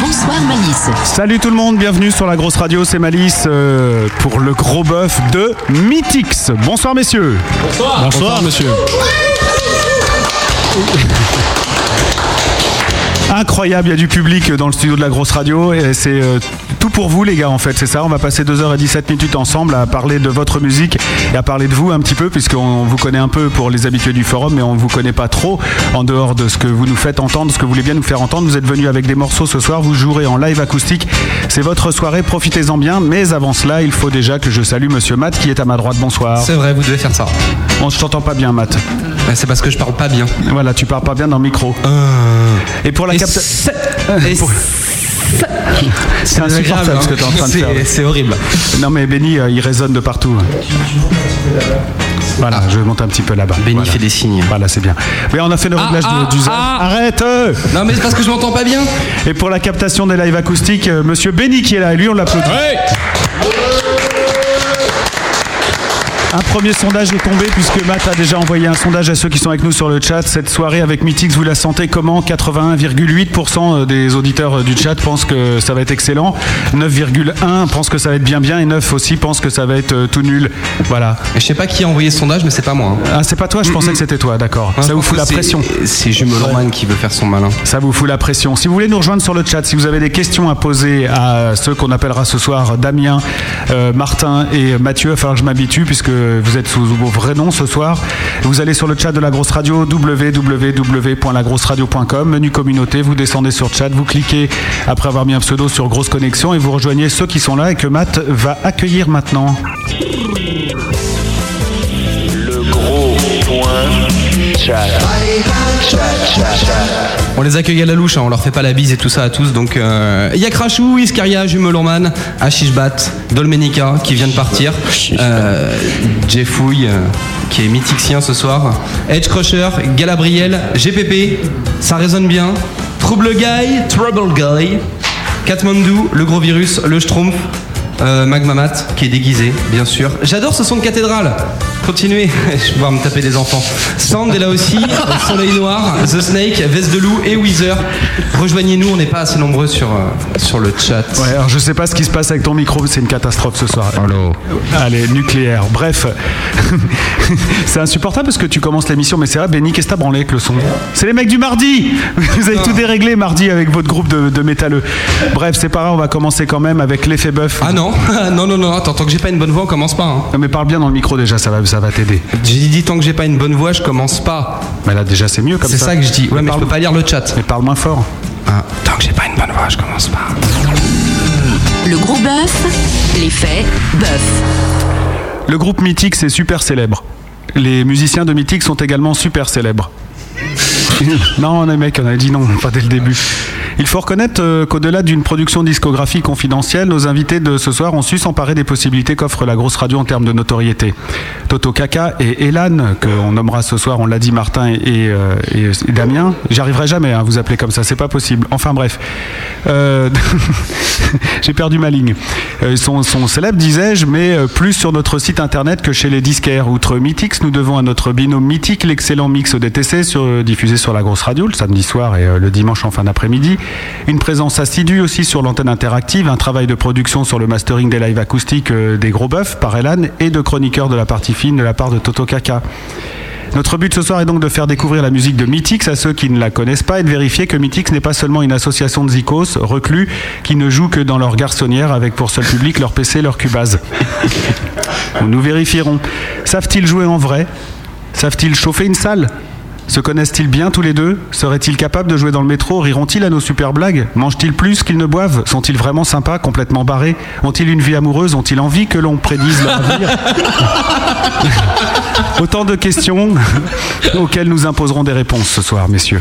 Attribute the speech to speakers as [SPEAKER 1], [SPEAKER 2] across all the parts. [SPEAKER 1] Bonsoir Malice.
[SPEAKER 2] Salut tout le monde, bienvenue sur la grosse radio, c'est Malice euh, pour le gros bœuf de Mythix. Bonsoir messieurs.
[SPEAKER 3] Bonsoir. monsieur.
[SPEAKER 2] Incroyable, il y a du public dans le studio de la grosse radio et c'est euh, tout pour vous les gars en fait, c'est ça. On va passer 2h17 minutes ensemble à parler de votre musique et à parler de vous un petit peu puisqu'on vous connaît un peu pour les habitués du forum mais on vous connaît pas trop en dehors de ce que vous nous faites entendre, ce que vous voulez bien nous faire entendre. Vous êtes venus avec des morceaux ce soir, vous jouerez en live acoustique. C'est votre soirée, profitez-en bien mais avant cela, il faut déjà que je salue monsieur Matt qui est à ma droite. Bonsoir.
[SPEAKER 3] C'est vrai, vous devez faire ça.
[SPEAKER 2] On je t'entends pas bien Matt.
[SPEAKER 3] Bah, C'est parce que je parle pas bien.
[SPEAKER 2] Voilà, tu parles pas bien dans le micro. Et pour la
[SPEAKER 3] Euh. Et
[SPEAKER 2] capta-
[SPEAKER 3] c'est- et
[SPEAKER 2] Pour- C'est
[SPEAKER 3] désagréable,
[SPEAKER 2] insupportable ce que
[SPEAKER 3] hein.
[SPEAKER 2] tu es en train de
[SPEAKER 3] C'est-
[SPEAKER 2] faire.
[SPEAKER 3] C'est horrible.
[SPEAKER 2] Non mais Benny, euh, il résonne de partout. Voilà, je monte un petit peu là-bas.
[SPEAKER 3] Benny
[SPEAKER 2] Voilà.
[SPEAKER 3] fait des signes.
[SPEAKER 2] Voilà, c'est bien. Mais on a fait le
[SPEAKER 3] Ah,
[SPEAKER 2] réglage
[SPEAKER 3] ah,
[SPEAKER 2] de- du
[SPEAKER 3] ah.
[SPEAKER 2] Arrête euh
[SPEAKER 3] Non, mais c'est parce que je m'entends pas bien.
[SPEAKER 2] Et pour la captation des lives acoustiques, euh, monsieur Benny qui est là, et lui on l'applaudit. Un premier sondage est tombé puisque Matt a déjà envoyé un sondage à ceux qui sont avec nous sur le chat. Cette soirée avec Mythix, vous la sentez comment 81,8% euh, des auditeurs du chat pensent que ça va être excellent. 9,1 pensent que ça va être bien bien et 9 aussi pensent que ça va être euh, tout nul. Voilà.
[SPEAKER 3] Je sais pas qui a envoyé ce sondage, mais c'est pas moi. hein.
[SPEAKER 2] Ah, c'est pas toi, je pensais que c'était toi, d'accord.
[SPEAKER 3] Hein, je
[SPEAKER 2] ça vous
[SPEAKER 3] pense
[SPEAKER 2] fout
[SPEAKER 3] que
[SPEAKER 2] la
[SPEAKER 3] c'est-
[SPEAKER 2] pression.
[SPEAKER 3] C'est Jumelorman qui veut faire son malin.
[SPEAKER 2] Ça vous fout la pression. Si vous voulez nous rejoindre sur le chat, si vous avez des questions à poser à ceux qu'on appellera ce soir Damien, euh, Martin et Mathieu, il va falloir que je m'habitue puisque vous êtes sous vos vrais noms ce soir. Vous allez sur le chat de la grosse radio www.lagrosseradio.com, menu communauté, vous descendez sur chat, vous cliquez après avoir mis un pseudo sur grosse connexion et vous rejoignez ceux qui sont là et que Matt va accueillir maintenant.
[SPEAKER 4] Le gros point chat.
[SPEAKER 3] On les accueille à la louche, hein, on leur fait pas la bise et tout ça à tous. Donc, euh, il y a Crashou, Iscaria, Jumelorman, Ashishbat, Dolmenica qui vient de partir, euh, Jeffouille euh, qui est mythixien ce soir, Edge Crusher, Galabriel, GPP, ça résonne bien, Trouble Guy, Trouble Guy, Katmandou, le gros virus, le Schtroumpf, euh, Magmamat qui est déguisé, bien sûr. J'adore ce son de cathédrale. Continuez, je vais pouvoir me taper des enfants. Sand est là aussi, euh, Soleil Noir, The Snake, Veste de Loup et Weezer. Rejoignez-nous, on n'est pas assez nombreux sur, euh, sur le chat.
[SPEAKER 2] Ouais, alors je sais pas ce qui se passe avec ton micro, c'est une catastrophe ce soir. Allez, nucléaire. Bref, c'est insupportable parce que tu commences l'émission, mais c'est vrai, Benny, qu'est-ce que t'as branlé avec le son C'est les mecs du mardi Vous avez tout déréglé mardi avec votre groupe de, de métalleux. Bref, c'est pas grave, on va commencer quand même avec l'effet bœuf.
[SPEAKER 3] Ah non, non, non, non, attends, tant que j'ai pas une bonne voix, on commence pas. hein.
[SPEAKER 2] Non, mais parle bien dans le micro déjà, ça va, ça va t'aider.
[SPEAKER 3] J'ai dit tant que j'ai pas une bonne voix, je commence pas.
[SPEAKER 2] Mais là, déjà, c'est mieux comme ça.
[SPEAKER 3] C'est ça que je dis. Ouais, mais je peux pas lire le chat.
[SPEAKER 2] Mais parle moins fort.
[SPEAKER 3] Ah, tant que j'ai pas une bonne voix, je commence pas.
[SPEAKER 1] Le gros bœuf, l'effet bœuf.
[SPEAKER 2] Le groupe Mythique, c'est super célèbre. Les musiciens de Mythique sont également super célèbres. non, les mecs, on avait dit non, pas dès le début. Il faut reconnaître euh, qu'au-delà d'une production discographie confidentielle, nos invités de ce soir ont su s'emparer des possibilités qu'offre la grosse radio en termes de notoriété. Toto Kaka et Elan, qu'on nommera ce soir, on l'a dit, Martin et, euh, et- et Damien. J'arriverai jamais à vous appeler comme ça, c'est pas possible. Enfin bref. Euh, J'ai perdu ma ligne. Euh, Ils sont, sont célèbres, disais-je, mais euh, plus sur notre site internet que chez les disquaires. Outre Mythix, nous devons à notre binôme mythique l'excellent mix DTC sur- euh, diffusé sur la grosse radio le samedi soir et euh, le dimanche en fin d'après-midi. Une présence assidue aussi sur l'antenne interactive, un travail de production sur le mastering des lives acoustiques euh, des gros bœufs par Elan et de chroniqueurs de la partie fine de la part de Toto Kaka. Notre but ce soir est donc de faire découvrir la musique de Mythix à ceux qui ne la connaissent pas et de vérifier que Mythix n'est pas seulement une association de zikos reclus qui ne jouent que dans leur garçonnière avec pour seul public leur PC, leur cubase. Nous vérifierons. Savent-ils jouer en vrai Savent-ils chauffer une salle Se connaissent-ils bien tous les deux Seraient-ils capables de jouer dans le métro Riront-ils à nos super blagues Mangent-ils plus qu'ils ne boivent Sont-ils vraiment sympas, complètement barrés Ont-ils une vie amoureuse Ont-ils envie que l'on prédise leur avenir Autant de questions auxquelles nous imposerons des réponses ce soir, messieurs.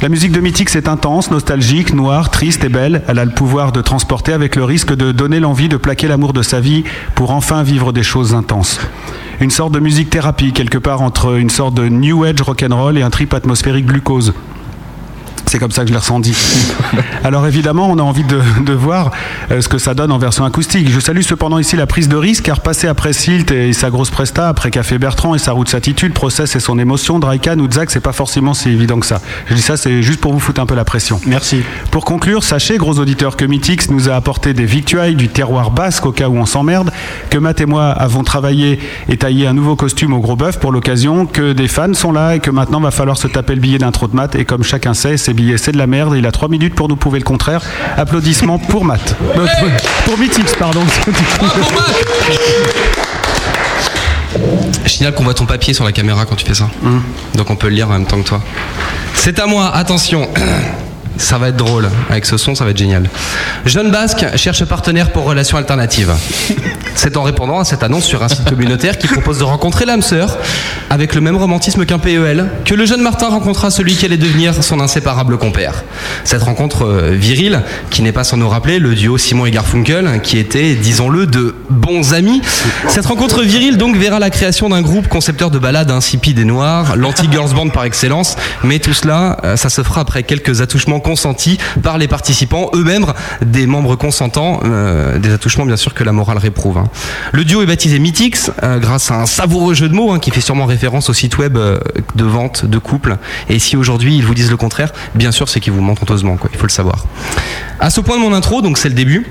[SPEAKER 2] La musique de Mythix est intense, nostalgique, noire, triste et belle. Elle a le pouvoir de transporter avec le risque de donner l'envie de plaquer l'amour de sa vie pour enfin vivre des choses intenses. Une sorte de musique thérapie, quelque part entre une sorte de new age rock'n'roll et un trip atmosphérique glucose. C'est comme ça que je l'ai ressenti. Alors évidemment, on a envie de, de voir euh, ce que ça donne en version acoustique. Je salue cependant ici la prise de risque, car passer après Silt et sa grosse presta, après Café Bertrand et sa route attitude, Process et son émotion, Drycan ou Zach, c'est pas forcément si évident que ça. Je dis ça, c'est juste pour vous foutre un peu la pression.
[SPEAKER 5] Merci.
[SPEAKER 2] Pour conclure, sachez, gros auditeurs, que Mythix nous a apporté des victuailles du terroir basque au cas où on s'emmerde, que Matt et moi avons travaillé et taillé un nouveau costume au gros bœuf pour l'occasion, que des fans sont là et que maintenant va falloir se taper le billet d'intro de Matt. Et comme chacun sait, ces billets c'est de la merde. Il a trois minutes pour nous prouver le contraire. Applaudissements pour Matt. Euh, pour- pour Mythix, pardon.
[SPEAKER 3] Je signale qu'on voit ton papier sur la caméra quand tu fais ça. Donc on peut le lire en même temps que toi. C'est à moi, attention. Ça va être drôle. Avec ce son, ça va être génial. Jeune Basque cherche partenaire pour relations alternatives. C'est en répondant à cette annonce sur un site communautaire qui propose de rencontrer l'âme sœur avec le même romantisme qu'un PEL que le jeune Martin rencontra celui qui allait devenir son inséparable compère. Cette rencontre euh, virile, qui n'est pas sans nous rappeler le duo Simon et Garfunkel, hein, qui étaient, disons-le, de bons amis. Cette rencontre virile donc verra la création d'un groupe concepteur de balades insipides et noires, l'anti-girls band par excellence, mais tout cela, euh, ça se fera après quelques attouchements consentis par les participants eux-mêmes, des membres consentants, euh, des attouchements bien sûr que la morale réprouve. hein. Le duo est baptisé Mythix, euh, grâce à un savoureux jeu de mots hein, qui fait sûrement référence au site web euh, de vente de couple. Et si aujourd'hui ils vous disent le contraire, bien sûr c'est qu'ils vous mentent honteusement, quoi, il faut le savoir. À ce point de mon intro, donc c'est le début.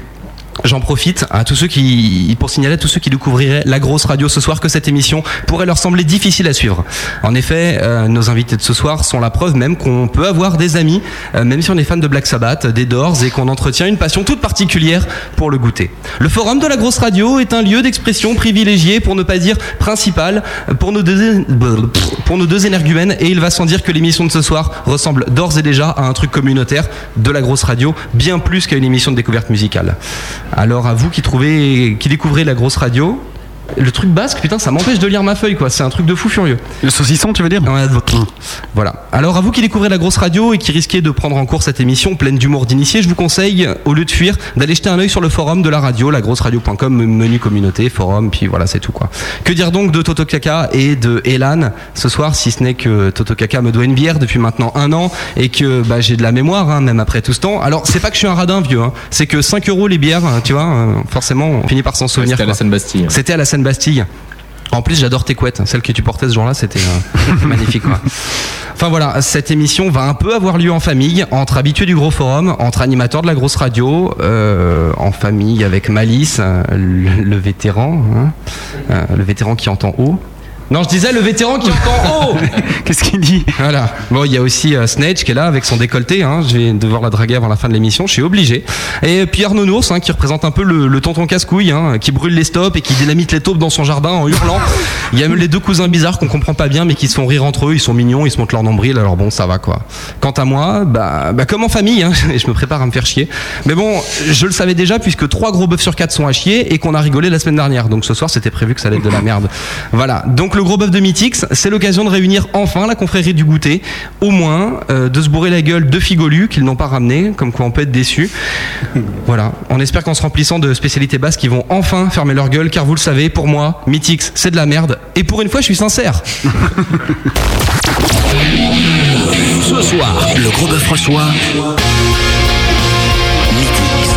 [SPEAKER 3] J'en profite à tous ceux qui, pour signaler à tous ceux qui découvriraient la grosse radio ce soir que cette émission pourrait leur sembler difficile à suivre. En effet, euh, nos invités de ce soir sont la preuve même qu'on peut avoir des amis, euh, même si on est fan de Black Sabbath, des Doors et qu'on entretient une passion toute particulière pour le goûter. Le forum de la grosse radio est un lieu d'expression privilégié, pour ne pas dire principal, pour nos deux, pour nos deux énergumènes et il va sans dire que l'émission de ce soir ressemble d'ores et déjà à un truc communautaire de la grosse radio, bien plus qu'à une émission de découverte musicale. Alors à vous qui trouvez, qui découvrez la grosse radio, le truc basque, putain, ça m'empêche de lire ma feuille, quoi. C'est un truc de fou furieux.
[SPEAKER 2] Le saucisson, tu veux dire
[SPEAKER 3] Ouais, donc, Voilà. Alors à vous qui découvrez la grosse radio et qui risquez de prendre en cours cette émission pleine d'humour d'initié, je vous conseille, au lieu de fuir, d'aller jeter un œil sur le forum de la radio, lagrosseradio.com, menu communauté, forum, puis voilà, c'est tout quoi. Que dire donc de Toto Kaka et de Elan ce soir, si ce n'est que Toto Kaka me doit une bière depuis maintenant un an et que bah, j'ai de la mémoire, hein, même après tout ce temps. Alors c'est pas que je suis un radin vieux, hein, c'est que 5 euros les bières, hein, tu vois, euh, forcément on finit par s'en souvenir.
[SPEAKER 6] C'était à la
[SPEAKER 3] quoi.
[SPEAKER 6] Seine-Bastille.
[SPEAKER 3] C'était à la Seine-Bastille. En plus, j'adore tes couettes. Celle que tu portais ce jour-là, c'était euh, magnifique. quoi. Enfin voilà, cette émission va un peu avoir lieu en famille, entre habitués du gros forum, entre animateurs de la grosse radio, euh, en famille avec Malice, euh, le, le vétéran, hein, euh, le vétéran qui entend haut. Non, je disais le vétéran qui entend haut.
[SPEAKER 2] Qu'est-ce qu'il dit
[SPEAKER 3] Voilà. Bon, il y a aussi euh, Snedge qui est là avec son décolleté. hein. Je vais devoir la draguer avant la fin de l'émission. Je suis obligé. Et puis Arnaud Nours, hein, qui représente un peu le, le tonton casse-couille, hein, qui brûle les stops et qui dynamite les taupes dans son jardin en hurlant. Il y a même les deux cousins bizarres qu'on comprend pas bien, mais qui se font rire entre eux. Ils sont mignons, ils se montrent leur nombril. Alors bon, ça va quoi. Quant à moi, bah, bah comme en famille, hein, je me prépare à me faire chier. Mais bon, je le savais déjà puisque trois gros bœufs sur quatre sont à chier et qu'on a rigolé la semaine dernière. Donc ce soir, c'était prévu que ça allait être de la merde. Voilà. Donc le gros bœuf de Mythix, c'est l'occasion de réunir enfin la confrérie du goûter, au moins euh, de se bourrer la gueule de figolus qu'ils n'ont pas ramené, comme quoi on peut être déçu. Voilà. On espère qu'en se remplissant de spécialités basses, qu'ils vont enfin fermer leur gueule, car vous le savez, pour moi, Mythix, c'est de la merde. Et pour une fois, je suis sincère.
[SPEAKER 6] Ce soir, le gros bœuf reçoit. Mythix.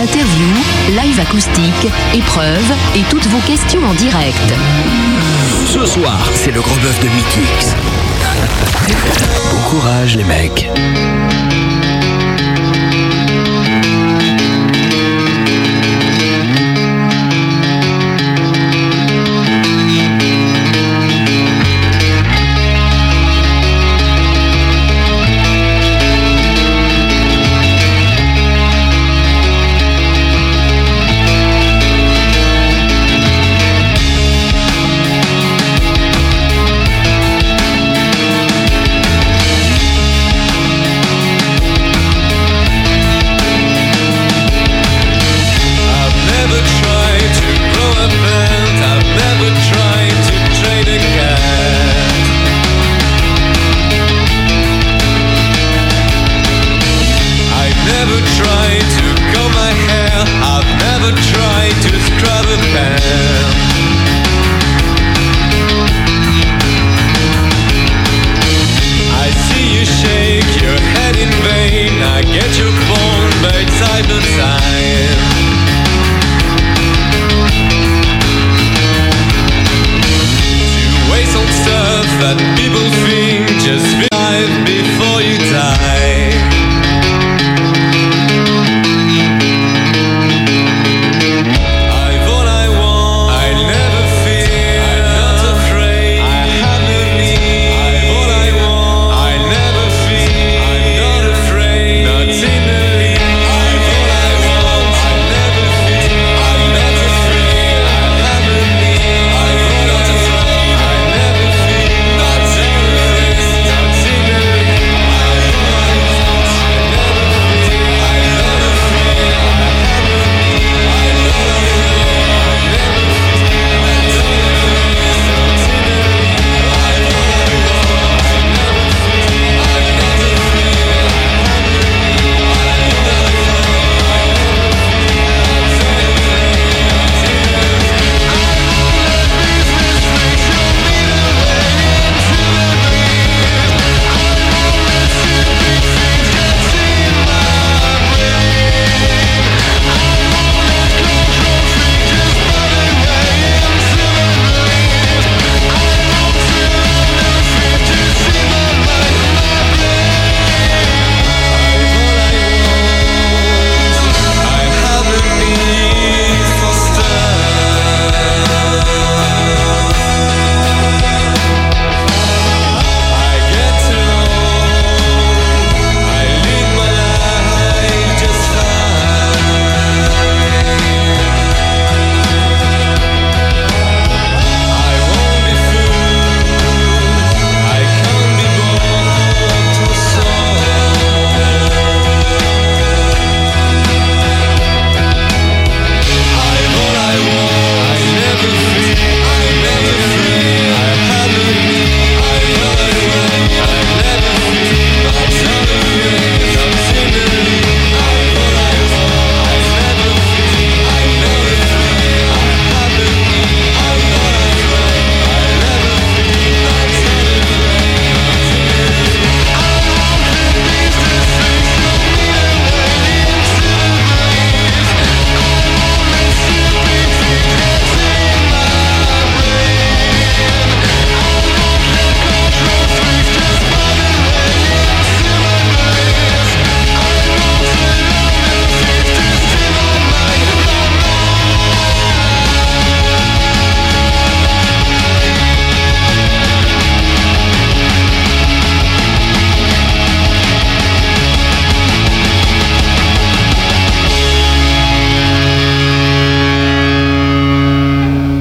[SPEAKER 1] Interview, live acoustique, épreuve et toutes vos questions en direct.
[SPEAKER 6] Ce soir, c'est le gros bœuf de Mythix. Bon courage, les mecs.
[SPEAKER 7] Mythix.
[SPEAKER 5] get your phone by time to time. To waste on stuff that people think just be alive before you die. I've all I want. I never fear. I'm not afraid. I have no need. I've all I want. I never fear. I'm not afraid. Not in the least. I've all I want. I never fear. I'm not afraid. I have no need. I've all I want. I never fear. Not in the least. Not in the least. I've all I want. I never fear. I'm not afraid. I have no need. I'm not afraid. I'm never fear. Not in the least. Not in the least. I've all I want. I never fear. I'm not afraid. I have no need. I'm not afraid. I'm never fear. Not in the least. Not in the least.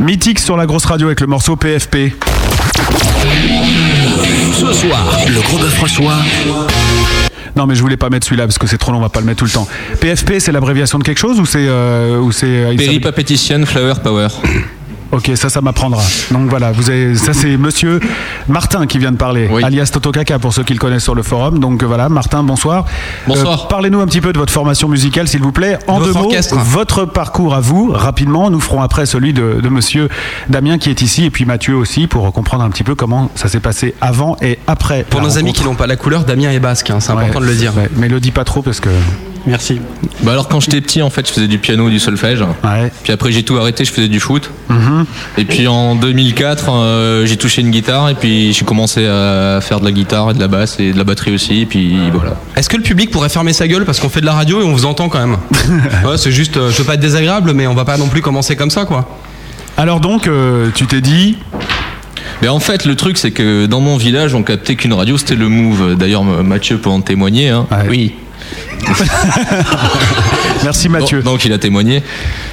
[SPEAKER 2] Mythique sur la grosse radio avec le morceau PFP.
[SPEAKER 6] Ce soir, le gros bœuf François.
[SPEAKER 2] Non, mais je voulais pas mettre celui-là parce que c'est trop long, on va pas le mettre tout le temps. PFP, c'est l'abréviation de quelque chose ou c'est. euh, ou c'est euh, il
[SPEAKER 3] Perry
[SPEAKER 2] s'appelle-
[SPEAKER 3] Papetition Flower Power.
[SPEAKER 2] Ok, ça, ça m'apprendra. Donc voilà, vous avez, ça c'est monsieur Martin qui vient de parler,
[SPEAKER 3] Oui.
[SPEAKER 2] alias Toto Kaka pour ceux qui le connaissent sur le forum. Donc euh, voilà, Martin, bonsoir. Euh,
[SPEAKER 3] Bonsoir.
[SPEAKER 2] Parlez-nous un petit peu de votre formation musicale, s'il vous plaît. En
[SPEAKER 3] Votre
[SPEAKER 2] deux mots,
[SPEAKER 3] orchestre.
[SPEAKER 2] votre parcours à vous, rapidement. Nous ferons après celui de, de monsieur Damien qui est ici et puis Mathieu aussi pour comprendre un petit peu comment ça s'est passé avant et après.
[SPEAKER 3] Pour
[SPEAKER 2] la
[SPEAKER 3] nos amis
[SPEAKER 2] rencontre.
[SPEAKER 3] qui n'ont pas la couleur, Damien est basque, hein, c'est
[SPEAKER 2] Ouais,
[SPEAKER 3] important de le dire.
[SPEAKER 2] ouais, mais le dis pas trop parce que.
[SPEAKER 3] Merci.
[SPEAKER 7] Bah alors quand j'étais petit en fait je faisais du piano, du solfège.
[SPEAKER 2] Ouais. Mhm.
[SPEAKER 7] Puis après j'ai tout arrêté, je faisais du foot. Et puis en 2004 euh, j'ai touché une guitare et puis j'ai commencé à faire de la guitare et de la basse et de la batterie aussi. Et puis voilà.
[SPEAKER 3] Est-ce que le public pourrait fermer sa gueule parce qu'on fait de la radio et on vous entend quand même Ouais, c'est juste, euh, je veux pas être désagréable, mais on va pas non plus commencer comme ça, quoi.
[SPEAKER 2] Alors donc, euh, tu t'es dit.
[SPEAKER 7] Mais en fait le truc c'est que dans mon village on captait qu'une radio c'était le Move. D'ailleurs Mathieu peut en témoigner. hein.
[SPEAKER 2] Ouais.
[SPEAKER 7] Oui.
[SPEAKER 2] Merci Mathieu.
[SPEAKER 7] Donc, donc il a témoigné.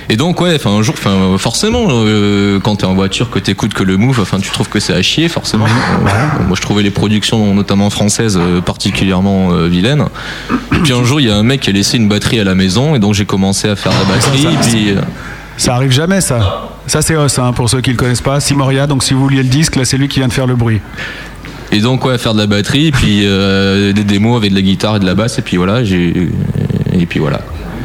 [SPEAKER 7] Et donc ouais, enfin un jour, enfin forcément, euh, quand t'es en voiture, que t'écoutes que le move, enfin tu trouves que c'est à chier forcément. Euh, moi je trouvais les productions, notamment françaises, euh, particulièrement euh, vilaines. Et puis un jour il y a un mec qui a laissé une batterie à la maison et donc j'ai commencé à faire la batterie. et puis euh,
[SPEAKER 2] Ah, Ça arrive jamais, ça. Ça, c'est os, hein, pour ceux qui le connaissent pas. Simoria, donc si vous vouliez le disque, là, c'est lui qui vient de faire le bruit.
[SPEAKER 7] et donc ouais, faire de la batterie, et puis euh, des démos avec de la guitare et de la basse et puis voilà, j'ai et puis voilà.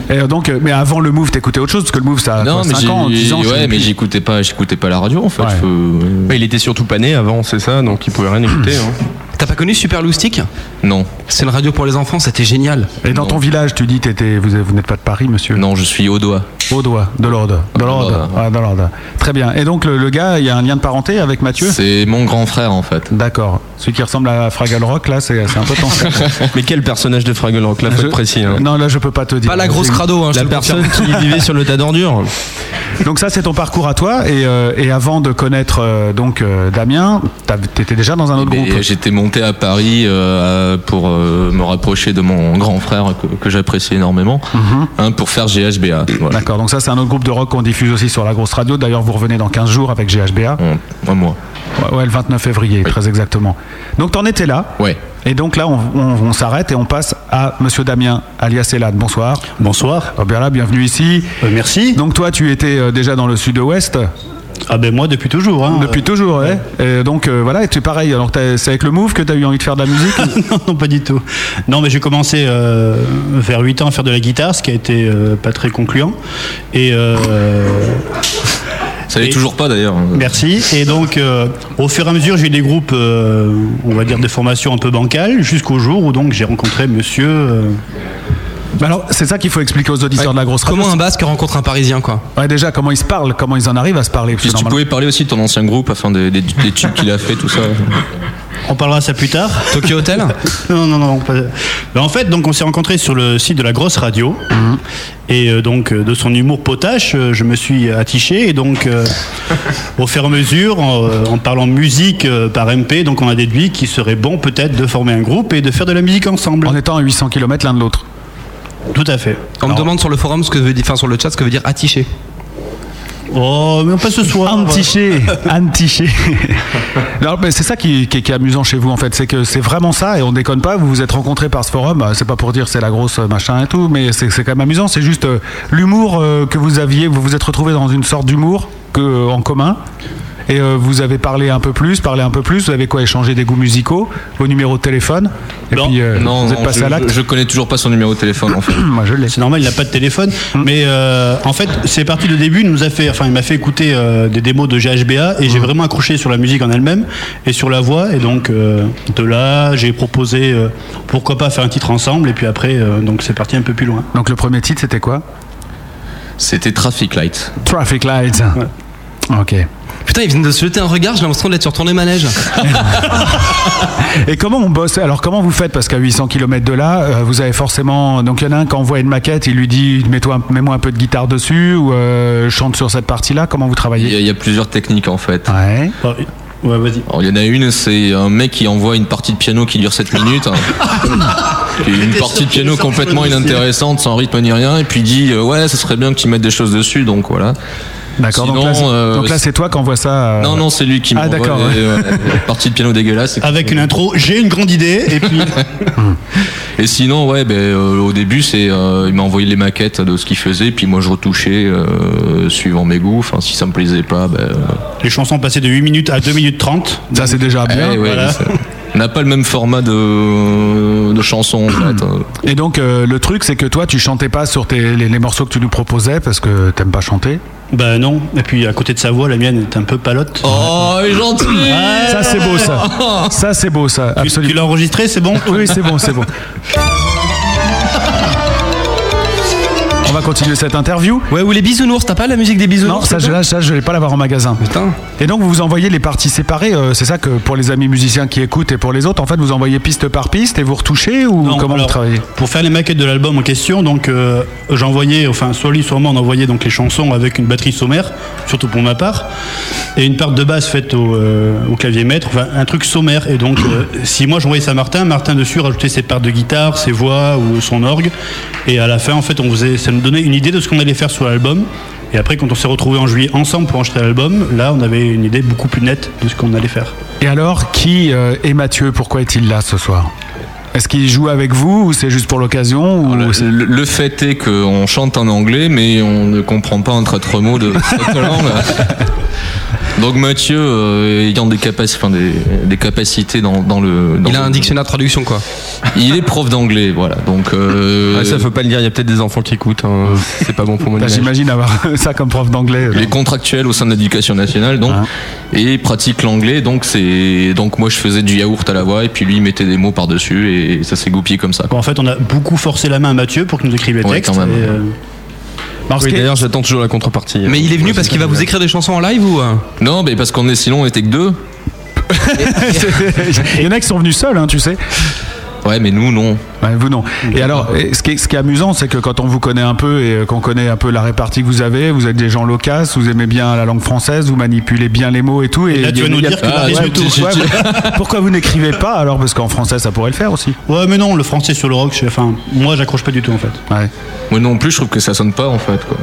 [SPEAKER 2] Et euh, donc, euh, mais avant le move, t'écoutais autre chose, parce que le move, ça a quoi, 5 ans, 10 ans. je sais
[SPEAKER 7] ouais,
[SPEAKER 2] plus.
[SPEAKER 7] mais j'écoutais pas, j'écoutais pas la radio en fait.
[SPEAKER 2] Ouais.
[SPEAKER 7] Je peux- euh,
[SPEAKER 2] hein.
[SPEAKER 8] il était surtout pané avant, c'est ça, donc il pouvait rien écouter.
[SPEAKER 3] T'as pas connu Super Loustic
[SPEAKER 7] Non.
[SPEAKER 3] C'est une radio pour les enfants, c'était génial.
[SPEAKER 2] Et dans ton village, tu dis, t'étais- vous, vous n'êtes pas de Paris, monsieur
[SPEAKER 7] Non, je suis au doigt.
[SPEAKER 2] Au doigt, de l'ordre. De l'ordre.
[SPEAKER 7] l'Ordre.
[SPEAKER 2] Ah, de l'ordre. Très bien. Et donc, le, le gars, il y a un lien de parenté avec Mathieu
[SPEAKER 7] C'est mon grand frère en fait.
[SPEAKER 2] D'accord. Celui qui ressemble à Fraggle Rock, là, c'est c'est un peu ton frère.
[SPEAKER 8] Mais quel personnage de Fraggle Rock
[SPEAKER 7] Ah,
[SPEAKER 8] là, faut
[SPEAKER 2] Je-
[SPEAKER 8] être précis. hein.
[SPEAKER 2] Non, là, je peux pas te dire.
[SPEAKER 3] Pas la grosse crado, hein, je
[SPEAKER 8] La
[SPEAKER 3] te le confirme.
[SPEAKER 8] personne qui vivait sur le tas d'ordures.
[SPEAKER 2] Donc ça, c'est ton parcours à toi. Et, euh, et avant de connaître euh, donc euh, Damien, t'as- t'étais déjà dans un autre
[SPEAKER 7] Et
[SPEAKER 2] groupe.
[SPEAKER 7] J'étais monté à Paris euh, pour euh, me rapprocher de mon grand frère que, que j'apprécie énormément, hein, pour faire GHBA. Voilà.
[SPEAKER 2] Mhm. D'accord. Donc ça, c'est un autre groupe de rock qu'on diffuse aussi sur la grosse radio. D'ailleurs, vous revenez dans 15 jours avec GHBA.
[SPEAKER 7] On- un mois.
[SPEAKER 2] Ouais, ouais, le 29 février, très exactement. Donc t'en étais là.
[SPEAKER 7] Ouais.
[SPEAKER 2] Et donc là, on, on- on s'arrête et on passe à Monsieur Damien, alias Elad. Bonsoir.
[SPEAKER 9] Bonsoir.
[SPEAKER 2] Ah, bien là, bienvenue ici.
[SPEAKER 9] Euh, merci.
[SPEAKER 2] Donc toi, tu étais euh, déjà dans le sud-ouest
[SPEAKER 9] Ah ben moi depuis toujours. hein.
[SPEAKER 2] depuis toujours, ouais. Et donc euh, voilà, et tu es pareil. Alors t'as- c'est avec le move que tu as eu envie de faire de la musique
[SPEAKER 9] Euh, non, non, pas du tout. Non, mais j'ai commencé euh, vers 8 ans à faire de la guitare, ce qui a été euh, pas très concluant. Et euh,
[SPEAKER 7] Ça l'est
[SPEAKER 9] Et-
[SPEAKER 7] toujours pas d'ailleurs. hein.
[SPEAKER 9] Merci. Et donc, euh, au fur et à mesure, j'ai eu des groupes, euh, on va dire, des formations un peu bancales, jusqu'au jour où donc j'ai rencontré Monsieur. euh,
[SPEAKER 2] Bah Alors, c'est ça qu'il faut expliquer aux auditeurs
[SPEAKER 3] Ouais.
[SPEAKER 2] de la grosse radio.
[SPEAKER 3] Comment un basque rencontre un parisien, quoi
[SPEAKER 2] Ouais, déjà, comment ils se parlent, comment ils en arrivent à se parler. parce
[SPEAKER 7] Si
[SPEAKER 2] que
[SPEAKER 7] tu
[SPEAKER 2] normalement-
[SPEAKER 7] pouvais parler aussi de ton ancien groupe, enfin des, des, des tubes qu'il a fait, tout ça.
[SPEAKER 2] Euh,
[SPEAKER 9] on parlera de ça plus tard.
[SPEAKER 3] Tokyo Hotel
[SPEAKER 9] Non, non, non. pas- Ben, en fait, donc on s'est rencontrés sur le site de la grosse radio. Et euh, donc, euh, de son humour potache, euh, je me suis attiché. Et donc, euh, au fur et à mesure, en, euh, en parlant musique euh, par MP, donc on a déduit qu'il serait bon peut-être de former un groupe et de faire de la musique ensemble.
[SPEAKER 2] En étant à 800 km l'un de l'autre.
[SPEAKER 9] Tout à fait.
[SPEAKER 3] On me
[SPEAKER 9] Alors-
[SPEAKER 3] demande sur le forum ce que veut dire, enfin sur le chat ce que veut dire atticher.
[SPEAKER 9] Oh, mais pas ce soir.
[SPEAKER 2] Antiché, antiché. Non, mais c'est ça qui, qui est- qui est amusant chez vous en fait, c'est que c'est vraiment ça et on déconne pas. Vous vous êtes rencontrés par ce forum. Bah, C'est pas pour dire c'est la grosse euh, machin et tout, mais c'est c'est quand même amusant. C'est juste euh, l'humour euh, que vous aviez. Vous vous êtes retrouvés dans une sorte d'humour que euh, en commun. Et euh, vous avez parlé un peu plus, parlé un peu plus. Vous avez quoi échangé des goûts musicaux, vos numéros de téléphone. Et
[SPEAKER 9] Non.
[SPEAKER 2] puis euh,
[SPEAKER 7] Non,
[SPEAKER 2] vous êtes
[SPEAKER 7] non,
[SPEAKER 2] passé
[SPEAKER 7] je,
[SPEAKER 2] à l'acte.
[SPEAKER 7] je- je connais toujours pas son numéro de téléphone en fait.
[SPEAKER 2] Moi je l'ai.
[SPEAKER 9] C'est normal, il n'a pas de téléphone.
[SPEAKER 2] Hum.
[SPEAKER 9] Mais euh, en fait, c'est parti le début. Il nous a fait, enfin, il m'a fait écouter euh, des démos de GHBA
[SPEAKER 2] Hum.
[SPEAKER 9] et j'ai vraiment accroché sur la musique en elle-même et sur la voix. Et donc euh, de là, j'ai proposé euh, pourquoi pas faire un titre ensemble. Et puis après, euh, donc c'est parti un peu plus loin.
[SPEAKER 2] Donc le premier titre c'était quoi
[SPEAKER 7] C'était Traffic Light.
[SPEAKER 2] Traffic Lights. Ok.
[SPEAKER 3] Putain, ils viennent de se jeter un regard, j'ai l'impression d'être sur tournée manège.
[SPEAKER 2] Et comment on bosse Alors comment vous faites Parce qu'à 800 km de là, euh, vous avez forcément. Donc il y en a un qui envoie une maquette, il lui dit mets-toi, un- mets-moi un peu de guitare dessus ou euh, chante sur cette partie-là. Comment vous
[SPEAKER 7] Il y, a,
[SPEAKER 2] travaillez
[SPEAKER 7] il y a plusieurs techniques en fait.
[SPEAKER 2] Ouais.
[SPEAKER 9] Enfin, ouais, vas-y.
[SPEAKER 7] Alors, il y en a une, c'est un mec qui envoie une partie de piano qui dure 7 minutes. hein. Puis une partie de piano complètement inintéressante, sans rythme ni rien, et puis il dit euh, Ouais, ce serait bien que tu mettes des choses dessus, donc voilà.
[SPEAKER 2] D'accord. Donc
[SPEAKER 7] Sinon,
[SPEAKER 2] là, c'est-
[SPEAKER 7] euh,
[SPEAKER 2] donc là, c'est toi qui envoie ça. euh,
[SPEAKER 7] Non, non, c'est lui qui
[SPEAKER 2] Ah,
[SPEAKER 7] m'envoie
[SPEAKER 2] d'accord, Ah.
[SPEAKER 7] des- ouais, des parties de piano dégueulasse.
[SPEAKER 9] Avec une intro, j'ai une grande idée. Et puis
[SPEAKER 7] Et sinon, ouais, ben, euh, au début, c'est euh, il m'a envoyé les maquettes de ce qu'il faisait, puis moi je retouchais euh, suivant mes goûts. Enfin, si ça me plaisait pas, ben. euh,
[SPEAKER 9] les chansons passaient de 8 minutes à 2 minutes 30.
[SPEAKER 2] Ça c'est déjà bien.
[SPEAKER 7] eh ouais,
[SPEAKER 9] voilà.
[SPEAKER 7] c'est- On n'a pas le même format de, de chanson en fait. hein.
[SPEAKER 2] Et donc euh, le truc, c'est que toi, tu chantais pas sur tes- les, les morceaux que tu nous proposais parce que t'aimes pas chanter.
[SPEAKER 9] Bah non. Et puis à côté de sa voix, la mienne est un peu palote.
[SPEAKER 7] Oh, il est gentil
[SPEAKER 2] Ça c'est beau ça. Ça c'est beau ça.
[SPEAKER 9] Tu- tu
[SPEAKER 2] Absolument.
[SPEAKER 9] l'as enregistré, c'est bon
[SPEAKER 2] Oui, c'est bon, c'est bon. On va continuer cette interview.
[SPEAKER 3] Ouais, ou les bisounours, t'as pas la musique des
[SPEAKER 2] Non,
[SPEAKER 3] bisounours
[SPEAKER 2] ça, je,
[SPEAKER 3] s'il te
[SPEAKER 2] là, ça, je vais pas l'avoir en magasin.
[SPEAKER 3] plaît Putain.
[SPEAKER 2] Et donc, vous vous envoyez les parties séparées. euh, c'est ça que pour les amis musiciens qui écoutent et pour les autres, en fait, vous envoyez piste par piste et vous retouchez ou
[SPEAKER 9] Non,
[SPEAKER 2] comment
[SPEAKER 9] alors,
[SPEAKER 2] vous travaillez
[SPEAKER 9] Pour faire les maquettes de l'album en question, donc euh, j'envoyais, enfin soit lui soit moi, on envoyait donc les chansons avec une batterie sommaire, surtout pour ma part, et une part de basse faite au, euh, au clavier maître, enfin un truc sommaire. Et donc euh, si moi j'envoyais ça à Martin, Martin dessus rajoutait ses parts de guitare, ses voix ou son orgue, et à la fin en fait on faisait, ça nous donnait une idée de ce qu'on allait faire sur l'album. Et après, quand on s'est retrouvés en juillet ensemble pour enregistrer l'album, là, on avait une idée beaucoup plus nette de ce qu'on allait faire.
[SPEAKER 2] Et alors, qui euh, est Mathieu Pourquoi est-il là ce soir Est-ce qu'il joue avec vous ou c'est juste pour l'occasion ou
[SPEAKER 7] Le,
[SPEAKER 2] c'est-
[SPEAKER 7] le- le fait est qu'on chante en anglais, mais on ne comprend pas un traître mot de cette langue. Donc Mathieu, euh, ayant des, capaci- enfin, des, des capacités dans, dans le. il a un
[SPEAKER 3] dictionnaire de traduction, quoi.
[SPEAKER 7] Il est prof d'anglais, voilà. Donc. euh,
[SPEAKER 8] Ah, ça faut pas le dire, il y a peut-être des enfants qui écoutent. hein. C'est pas bon pour mon
[SPEAKER 7] Bah,
[SPEAKER 8] image.
[SPEAKER 2] J'imagine avoir ça comme prof d'anglais.
[SPEAKER 7] Il est contractuel au sein de l'éducation nationale,
[SPEAKER 8] Ah.
[SPEAKER 7] donc, et il pratique l'anglais, donc c'est, donc moi je faisais du yaourt à la voix, et puis lui il mettait des mots par-dessus, et ça s'est goupillé comme ça.
[SPEAKER 9] Bon, en fait, on a beaucoup forcé la main à Mathieu pour qu'il nous écrive les
[SPEAKER 7] Ouais,
[SPEAKER 9] textes.
[SPEAKER 7] quand même.
[SPEAKER 9] et, euh,
[SPEAKER 8] Oui, d'ailleurs, j'attends toujours la contrepartie.
[SPEAKER 3] Mais il est venu parce qu'il va vous écrire des chansons en live ou euh
[SPEAKER 7] Non, mais parce qu'on est sinon on était que deux.
[SPEAKER 2] Il y en a qui sont venus seuls, hein, tu sais.
[SPEAKER 7] Ouais, mais nous, non.
[SPEAKER 2] vous, non. Et alors, et ce, qui est, ce qui est amusant, c'est que quand on vous connaît un peu et euh, qu'on connaît un peu la répartie que vous avez, vous êtes des gens loquaces, vous aimez bien la langue française, vous manipulez bien les mots et tout. Et,
[SPEAKER 9] là, Eh tu vas nous
[SPEAKER 2] il y a-
[SPEAKER 9] dire que
[SPEAKER 2] Ah,
[SPEAKER 9] Paris
[SPEAKER 2] ouais,
[SPEAKER 9] me touche.
[SPEAKER 2] ouais, mais Pourquoi vous n'écrivez pas alors Parce qu'en français, ça pourrait le faire aussi.
[SPEAKER 9] Ouais, mais non, le français sur le rock, je- enfin, moi, j'accroche pas du tout en fait.
[SPEAKER 7] Moi non plus, je trouve que ça sonne pas en fait. Quoi.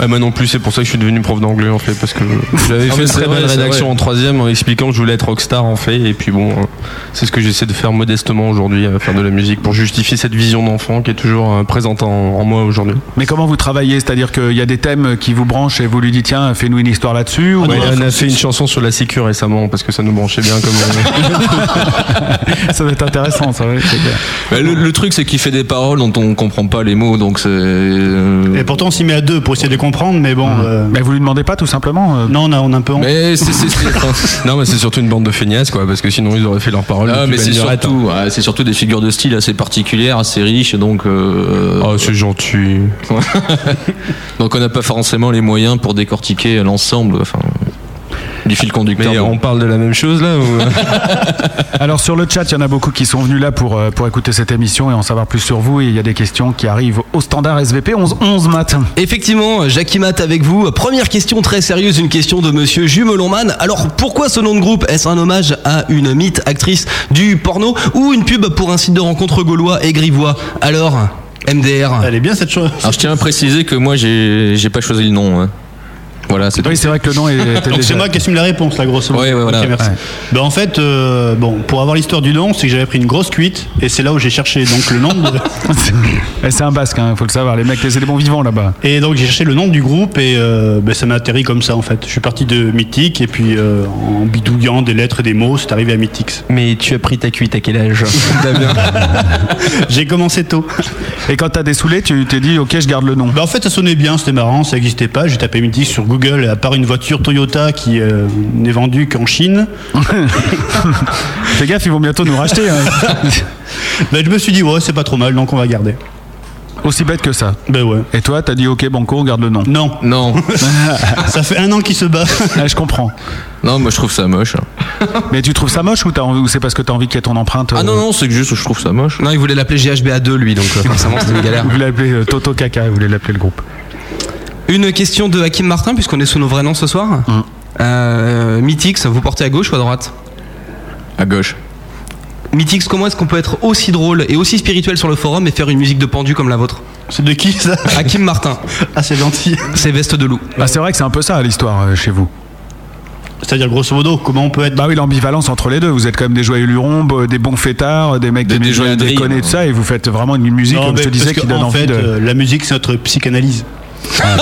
[SPEAKER 8] Ouais, moi non plus, c'est pour ça que je suis devenu prof d'anglais en fait, parce que j'avais
[SPEAKER 7] Ah,
[SPEAKER 8] fait
[SPEAKER 7] mais
[SPEAKER 8] une
[SPEAKER 7] c'est
[SPEAKER 8] très
[SPEAKER 7] vrai,
[SPEAKER 8] belle
[SPEAKER 7] c'est
[SPEAKER 8] rédaction
[SPEAKER 7] vrai.
[SPEAKER 8] en troisième en expliquant que je voulais être rockstar en fait, et puis bon, euh, c'est ce que j'essaie de faire modestement aujourd'hui, à faire de la musique pour justifier cette vision d'enfant qui est toujours euh, présente en, en moi aujourd'hui.
[SPEAKER 2] Mais comment vous travaillez C'est-à-dire qu'il y a des thèmes qui vous branchent et vous lui dites tiens, fais-nous une histoire là-dessus ou-
[SPEAKER 9] Ah,
[SPEAKER 8] Ouais, on a fait une chanson sur la sécu récemment parce que ça nous branchait bien comme. euh,
[SPEAKER 2] ça va être intéressant, ça, ouais, c'est clair.
[SPEAKER 7] Mais le, le truc, c'est qu'il fait des paroles dont on comprend pas les mots, donc c'est. euh,
[SPEAKER 9] Et pourtant, on s'y met à deux pour essayer de comprendre, mais bon. euh,
[SPEAKER 2] Mais vous lui demandez pas tout simplement euh,
[SPEAKER 9] Non, on a, on a un peu honte.
[SPEAKER 7] Hum. Mais c'est- c'est- c'est-
[SPEAKER 8] non, mais c'est surtout une bande de feignasses quoi, parce que sinon ils auraient fait leurs paroles.
[SPEAKER 7] Ah,
[SPEAKER 8] de hein.
[SPEAKER 7] mais
[SPEAKER 8] plus
[SPEAKER 7] c'est
[SPEAKER 8] belle lurette,
[SPEAKER 7] surtout, ouais, c'est surtout des figures de style assez particulières, assez riches, donc. Euh...
[SPEAKER 8] Oh, c'est gentil.
[SPEAKER 7] donc on n'a pas forcément les moyens pour décortiquer l'ensemble, enfin, du fil conducteur.
[SPEAKER 8] Mais
[SPEAKER 7] de-
[SPEAKER 8] on parle de la même chose là ou...
[SPEAKER 2] Alors sur le chat, il y en a beaucoup qui sont venus là pour, euh, pour écouter cette émission et en savoir plus sur vous. Et il y a des questions qui arrivent au standard SVP 11-11 matin.
[SPEAKER 3] Effectivement, Jackie Matt avec vous. Première question très sérieuse, une question de monsieur Jumelonman. Alors pourquoi ce nom de groupe Est-ce un hommage à une mythe actrice du porno ou une pub pour un site de rencontre gaulois et grivois Alors, MDR.
[SPEAKER 9] Elle est bien cette chose.
[SPEAKER 7] Alors je tiens à préciser que moi j'ai j'ai pas choisi le nom. hein. Voilà, c'est.
[SPEAKER 2] Oui, c'est vrai que le nom est. était
[SPEAKER 9] Donc
[SPEAKER 2] déjà-
[SPEAKER 9] c'est moi qui assume la réponse, la grosse.
[SPEAKER 7] Ouais, ouais, voilà.
[SPEAKER 9] merci.
[SPEAKER 7] Ouais.
[SPEAKER 9] Ben, en fait, euh, bon, pour avoir l'histoire du nom, c'est que j'avais pris une grosse cuite et c'est là où j'ai cherché donc le nom. de-
[SPEAKER 2] Eh, c'est un basque, il faut le savoir. Les mecs, c'est des bons vivants là-bas.
[SPEAKER 9] Et donc j'ai cherché le nom du groupe et euh, ben, ça m'a atterri comme ça en fait. Je suis parti de Mythique et puis euh, en bidouillant des lettres et des mots, c'est arrivé à Mythix.
[SPEAKER 7] Mm.
[SPEAKER 8] Mais tu as pris ta cuite à quel âge
[SPEAKER 9] J'ai commencé tôt.
[SPEAKER 2] Et quand t'as dessoulé, tu t'es dit ok, je garde le nom.
[SPEAKER 9] Bah en fait, ça sonnait bien, c'était marrant, ça n'existait pas. J'ai tapé Mythique sur Google, et à part une voiture Toyota qui euh, n'est vendue qu'en Chine.
[SPEAKER 2] Fais gaffe, ils vont bientôt nous racheter. hein.
[SPEAKER 9] Ben, je me suis dit, ouais, c'est pas trop mal, donc on va garder.
[SPEAKER 2] Aussi bête que ça.
[SPEAKER 9] Ben ouais.
[SPEAKER 2] Et toi, t'as dit ok, banco, on garde le nom.
[SPEAKER 9] Non,
[SPEAKER 7] Non,
[SPEAKER 9] ça fait un an qu'il se bat.
[SPEAKER 2] Ah, je comprends.
[SPEAKER 7] non, moi je trouve ça moche.
[SPEAKER 2] Mais tu trouves ça moche ou, t'as envie- ou c'est parce que t'as envie qu'il y ait ton empreinte
[SPEAKER 7] Ah
[SPEAKER 2] euh,
[SPEAKER 7] non, non, c'est que juste je trouve ça moche.
[SPEAKER 3] Non, il voulait l'appeler GHBA2 lui, donc euh, forcément c'était une galère.
[SPEAKER 2] Vous l'appelez euh, Toto Kaka, vous voulez l'appeler le groupe.
[SPEAKER 3] Une question de Hakim Martin, puisqu'on est sous nos vrais noms ce soir.
[SPEAKER 8] Mm.
[SPEAKER 3] Euh, Mythix, vous portez à gauche ou à droite
[SPEAKER 7] À gauche.
[SPEAKER 3] Mythix, comment est-ce qu'on peut être aussi drôle et aussi spirituel sur le forum et faire une musique de pendu comme la vôtre
[SPEAKER 9] C'est de qui ça
[SPEAKER 3] Hakim Martin,
[SPEAKER 9] Ah, c'est gentil.
[SPEAKER 3] c'est veste de loup.
[SPEAKER 2] Bah, c'est vrai que c'est un peu ça l'histoire euh, chez vous.
[SPEAKER 9] C'est-à-dire, grosso modo, comment on peut être.
[SPEAKER 2] Bah oui, l'ambivalence entre les deux. Vous êtes quand même des joyeux lurons, bo- des bons fêtards, des mecs
[SPEAKER 7] Des-
[SPEAKER 2] qui aiment
[SPEAKER 7] des
[SPEAKER 2] bien
[SPEAKER 7] joyeux drilles,
[SPEAKER 2] déconner et tout
[SPEAKER 7] hein.
[SPEAKER 2] ça, et vous faites vraiment une musique,
[SPEAKER 9] Non,
[SPEAKER 2] comme
[SPEAKER 9] mais
[SPEAKER 2] je te
[SPEAKER 9] parce
[SPEAKER 2] disais,
[SPEAKER 9] que,
[SPEAKER 2] qui donne
[SPEAKER 9] en
[SPEAKER 2] envie
[SPEAKER 9] fait,
[SPEAKER 2] de.
[SPEAKER 9] euh, la musique, c'est notre psychanalyse.
[SPEAKER 2] on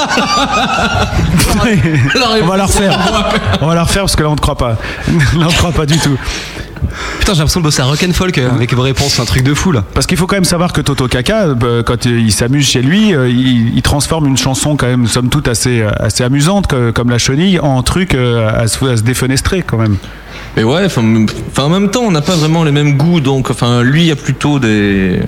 [SPEAKER 2] va la refaire. on va la refaire parce que là, on ne croit pas. là, on ne croit pas du tout.
[SPEAKER 3] Putain, j'ai l'impression de bosser à Rock'n'Folk euh, avec vos réponses, c'est un truc de fou là.
[SPEAKER 2] Parce qu'il faut quand même savoir que Toto Kaka, euh, quand il s'amuse chez lui, euh, il, il transforme une chanson quand même, somme toute, assez, euh, assez amusante, que- comme La Chenille, en truc euh, à, se, à se défenestrer quand même.
[SPEAKER 7] Mais ouais, enfin, m- enfin, en même temps, on n'a pas vraiment les mêmes goûts, donc enfin, lui a plutôt des.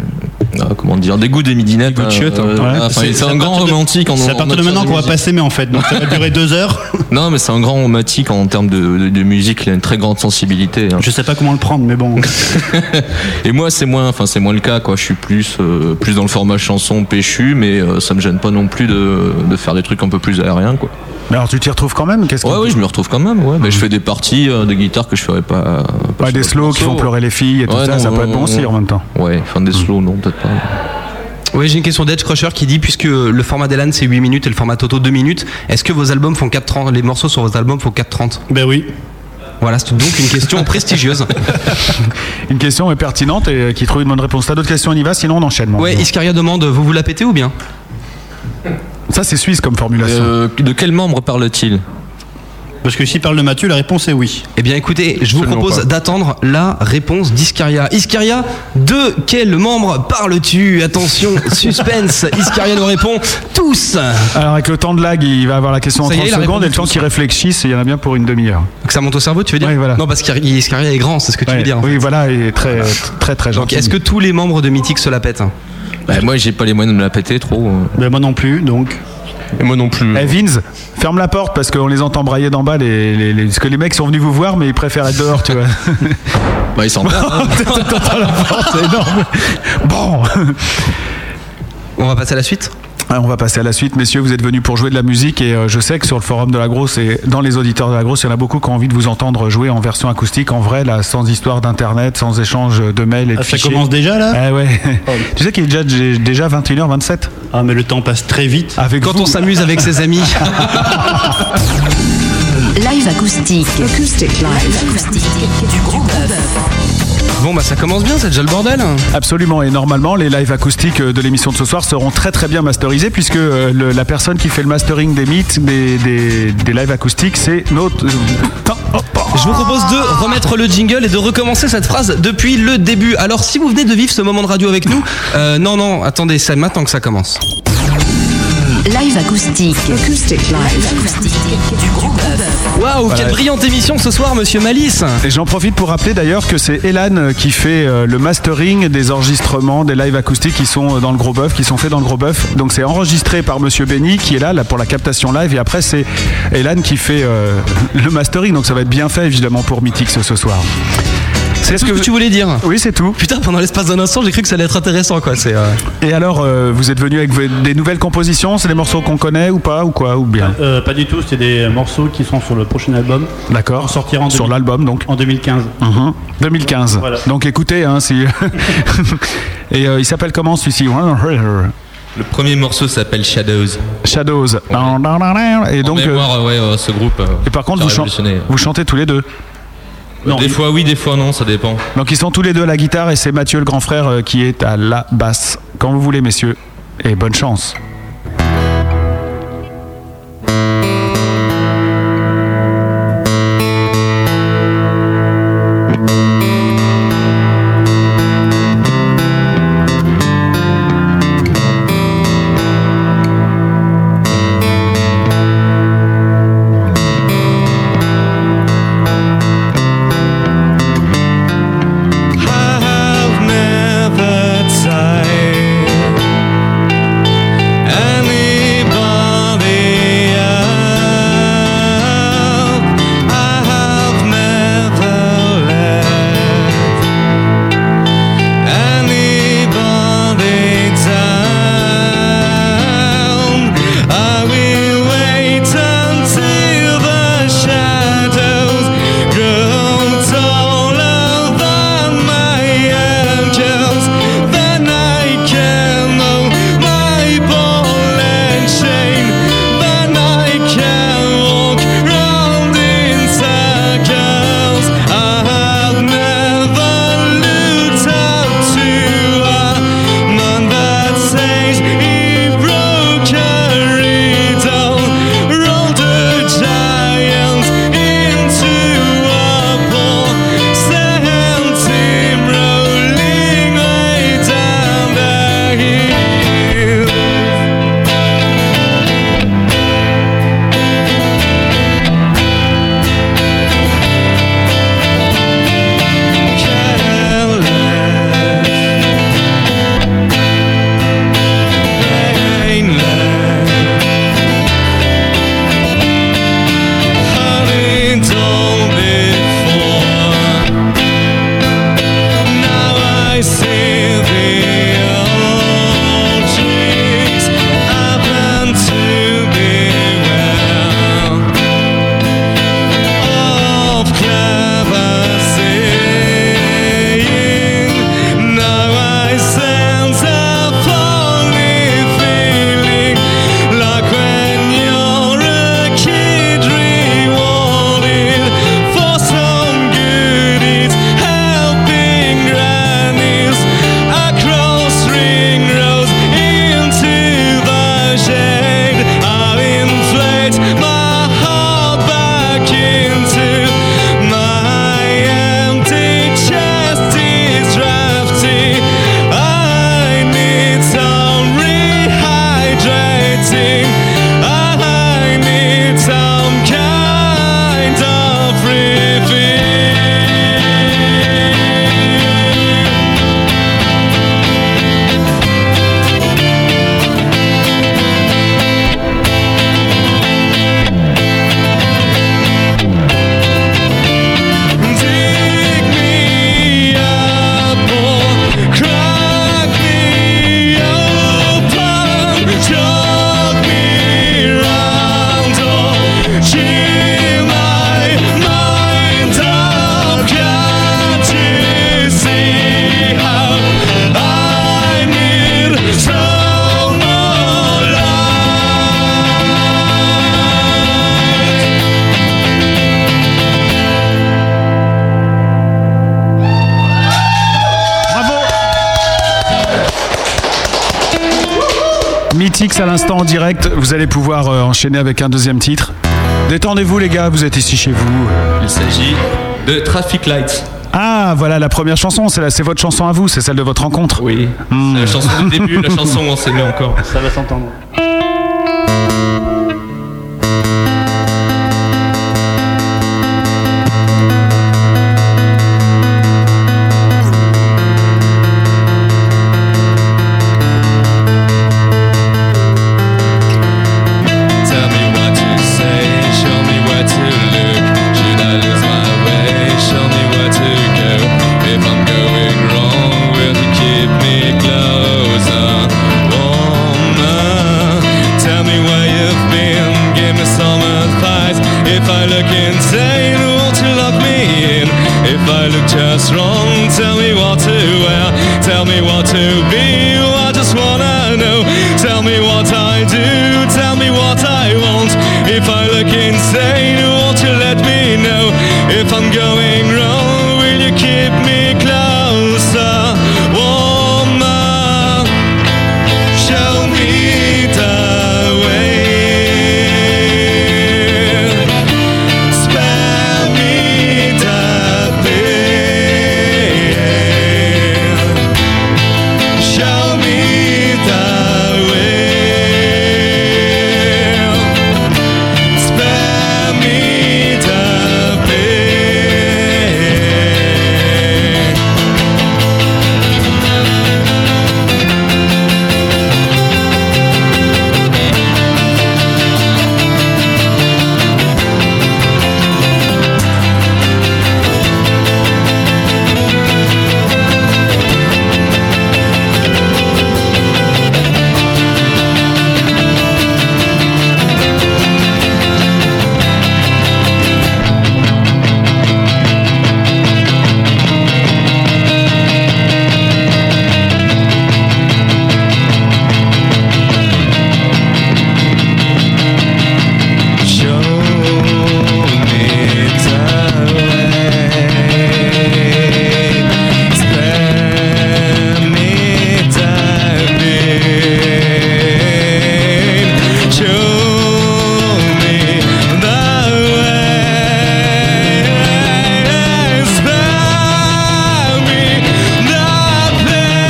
[SPEAKER 7] ah, comment dire Des goûts des midinettes.
[SPEAKER 8] goûts de chiottes, hein.
[SPEAKER 7] euh,
[SPEAKER 9] Ouais.
[SPEAKER 7] ah, enfin,
[SPEAKER 9] C'est-
[SPEAKER 7] c'est
[SPEAKER 9] c'est à
[SPEAKER 7] un grand
[SPEAKER 9] partir de-
[SPEAKER 7] romantique en
[SPEAKER 9] C'est à
[SPEAKER 7] en
[SPEAKER 9] partir de
[SPEAKER 7] matière
[SPEAKER 9] maintenant qu'on va
[SPEAKER 7] musique.
[SPEAKER 9] passer, mais en fait. Donc, ça va durer deux heures.
[SPEAKER 7] Non, mais c'est un grand romantique en termes de, de- de musique, il a une très grande sensibilité. hein.
[SPEAKER 9] Je sais pas comment le prendre, mais bon.
[SPEAKER 7] Et moi, c'est moins, enfin, c'est moins le cas, quoi. Je suis plus, euh, plus dans le format chanson péchu, mais euh, ça me gêne pas non plus de, de faire des trucs un peu plus aériens, quoi.
[SPEAKER 2] Mais alors, tu t'y retrouves quand même Qu'est-ce que-
[SPEAKER 7] Ouais, oui, je me retrouve quand même, ouais. Mais je fais des parties euh, de guitare que je ferais pas. pas
[SPEAKER 2] Ouais,
[SPEAKER 7] sur
[SPEAKER 2] Des
[SPEAKER 7] d'autres
[SPEAKER 2] slows qui font
[SPEAKER 7] morceaux.
[SPEAKER 2] pleurer les filles et tout
[SPEAKER 7] Ouais,
[SPEAKER 2] ça,
[SPEAKER 7] non,
[SPEAKER 2] ça peut
[SPEAKER 7] ouais,
[SPEAKER 2] être bon
[SPEAKER 7] ouais,
[SPEAKER 2] aussi
[SPEAKER 7] ouais.
[SPEAKER 2] en même temps.
[SPEAKER 7] Ouais, enfin
[SPEAKER 9] Hmm.
[SPEAKER 7] des slows, non, peut-être pas.
[SPEAKER 3] Oui, j'ai une question d'Edge Crusher qui dit puisque euh, le format d'Elan c'est 8 minutes et le format Toto 2 minutes, est-ce que vos albums font 4.30 Les morceaux sur vos albums font 4.30
[SPEAKER 9] ben oui.
[SPEAKER 3] Voilà, c'est donc une question prestigieuse.
[SPEAKER 2] Une question est pertinente et euh, qui trouve une bonne réponse. T'as d'autres questions, on y va, sinon on enchaîne. moi.
[SPEAKER 3] Ouais, Iscaria demande vous vous la pétez ou bien
[SPEAKER 2] Ça, c'est suisse comme formulation.
[SPEAKER 7] Euh, de quel membre parle-t-il
[SPEAKER 9] Parce que s'il parle de Mathieu, la réponse est oui.
[SPEAKER 3] Eh bien écoutez, je vous
[SPEAKER 9] Absolument
[SPEAKER 3] propose
[SPEAKER 9] pas.
[SPEAKER 3] d'attendre la réponse d'Iscaria. Iscaria, de quel membre parles-tu Attention, suspense. Iscaria nous répond tous.
[SPEAKER 2] Alors avec le temps de lag, il va avoir la question en
[SPEAKER 3] Ça y
[SPEAKER 2] 30
[SPEAKER 3] est, il a
[SPEAKER 2] secondes et
[SPEAKER 3] répondu
[SPEAKER 2] le temps
[SPEAKER 3] tous.
[SPEAKER 2] qu'il réfléchisse, il y en a bien pour une demi-heure.
[SPEAKER 3] Que ça monte au cerveau, tu veux dire Non, parce qu'Iscaria est grand, c'est ce que tu
[SPEAKER 2] Ouais,
[SPEAKER 3] veux dire.
[SPEAKER 2] Oui, voilà, il est très, très, très
[SPEAKER 3] Donc est-ce que tous les membres de Mythique se la pètent
[SPEAKER 7] Bah, moi, j'ai pas les moyens de me la péter trop.
[SPEAKER 9] Mais moi non plus, donc.
[SPEAKER 8] Et moi non plus.
[SPEAKER 2] Eh Vince, ferme la porte parce qu'on les entend brailler d'en bas. Les, les- les- Parce que les mecs sont venus vous voir, mais ils préfèrent être dehors, tu vois.
[SPEAKER 7] Bah, ils s'en
[SPEAKER 2] T'entends la porte, c'est énorme. Bon.
[SPEAKER 3] On va passer à la suite
[SPEAKER 2] on va passer à la suite, messieurs. Vous êtes venus pour jouer de la musique et euh, je sais que sur le forum de la grosse et dans les auditeurs de la grosse, il y en a beaucoup qui ont envie de vous entendre jouer en version acoustique, en vrai, là, sans histoire d'internet, sans échange de mails et de
[SPEAKER 9] Ah, ça
[SPEAKER 2] fichiers.
[SPEAKER 9] commence Oh. déjà, là
[SPEAKER 2] Ah ouais. Tu sais qu'il est déjà, déjà 21h27
[SPEAKER 9] Ah, mais le temps passe très vite.
[SPEAKER 2] Avec
[SPEAKER 3] Quand on s'amuse avec ses amis.
[SPEAKER 1] Live acoustique. Acoustic live. Acoustique du gros bœuf.
[SPEAKER 3] Bon bah ça commence bien, c'est déjà le bordel.
[SPEAKER 2] Absolument, et normalement les lives acoustiques euh, de l'émission de ce soir seront très très bien masterisés puisque euh, le- la personne qui fait le mastering des mythes, des, des, des lives acoustiques, c'est notre... euh, oh,
[SPEAKER 3] Je vous propose de remettre le jingle et de recommencer cette phrase depuis le début. Alors si vous venez de vivre ce moment de radio avec nous, euh, non non, attendez, c'est maintenant que ça commence.
[SPEAKER 1] Live acoustique. Acoustic live. Acoustique du gros bœuf.
[SPEAKER 3] Waouh, quelle brillante émission ce soir, monsieur Malice
[SPEAKER 2] Et j'en profite pour rappeler d'ailleurs que c'est Elan euh, qui fait euh, le mastering des enregistrements des lives acoustiques qui sont euh, dans le gros bœuf, qui sont faits dans le gros bœuf. Donc c'est enregistré par Monsieur Benny qui est là, là pour la captation live et après c'est Elan qui fait euh, le mastering. Donc ça va être bien fait évidemment pour Mythix ce soir.
[SPEAKER 3] C'est ce que, tu voulais dire
[SPEAKER 2] Oui, c'est tout.
[SPEAKER 3] Putain, pendant l'espace d'un instant, j'ai cru que ça allait être intéressant, quoi. C'est. euh,
[SPEAKER 2] Et alors, euh, vous êtes venu avec v- des nouvelles compositions C'est des morceaux qu'on connaît ou pas Ou quoi Ou bien
[SPEAKER 9] Euh, pas du tout, c'est des morceaux qui sont sur le prochain album.
[SPEAKER 2] D'accord.
[SPEAKER 9] Sortira en
[SPEAKER 2] Sur
[SPEAKER 9] 2000
[SPEAKER 2] l'album, donc
[SPEAKER 9] En 2015.
[SPEAKER 2] Mhm. 2015.
[SPEAKER 9] Voilà.
[SPEAKER 2] Donc écoutez, hein, si. Et euh, il s'appelle comment celui-ci
[SPEAKER 10] Le premier morceau s'appelle Shadows.
[SPEAKER 2] Shadows. Et donc.
[SPEAKER 10] en mémoire, euh, ouais, euh, ce groupe.
[SPEAKER 2] Et par contre, vous, chan- vous chantez tous les deux.
[SPEAKER 10] des fois oui, des fois non, ça dépend.
[SPEAKER 2] Donc ils sont tous les deux à la guitare et c'est Mathieu le grand frère euh, qui est à la basse. Quand vous voulez, messieurs. Et bonne chance.
[SPEAKER 3] Oh,
[SPEAKER 5] I've never tired
[SPEAKER 2] Mythix à l'instant en direct. Vous allez pouvoir euh, enchaîner avec un deuxième titre. Détendez-vous les gars, vous êtes ici chez vous.
[SPEAKER 5] Il s'agit de Traffic Lights.
[SPEAKER 2] Ah, voilà la première chanson, c'est la- c'est votre chanson à vous, c'est celle de votre rencontre.
[SPEAKER 5] Oui. La chanson du début, la chanson où on s'est mis encore. Ça va s'entendre. Tell me what to say, show me where to look. Should I lose my way? Show me where to go. If I'm going wrong, will you keep me closer? Woman, tell me where you've been, give me some advice. If I look insane, won't you lock me in? If I look just wrong, tell me what to wear, tell me what to be. I just wanna know, tell me what I do, tell me what I want. If I look insane, won't you let me know? If I'm going wrong, will you keep me closer? Woman, show me the way. Spare me the pain. Show me the way. Spare me the pain. Show me the way. Spare me the pain. Show me the way. Spare me the pain.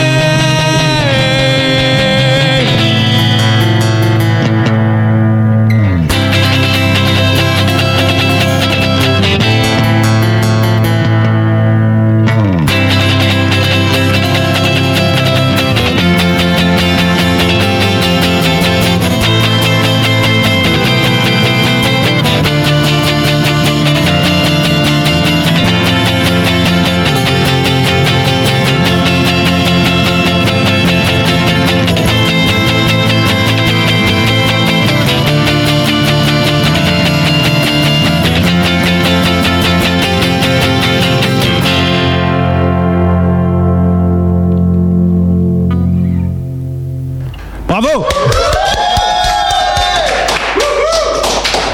[SPEAKER 2] Bravo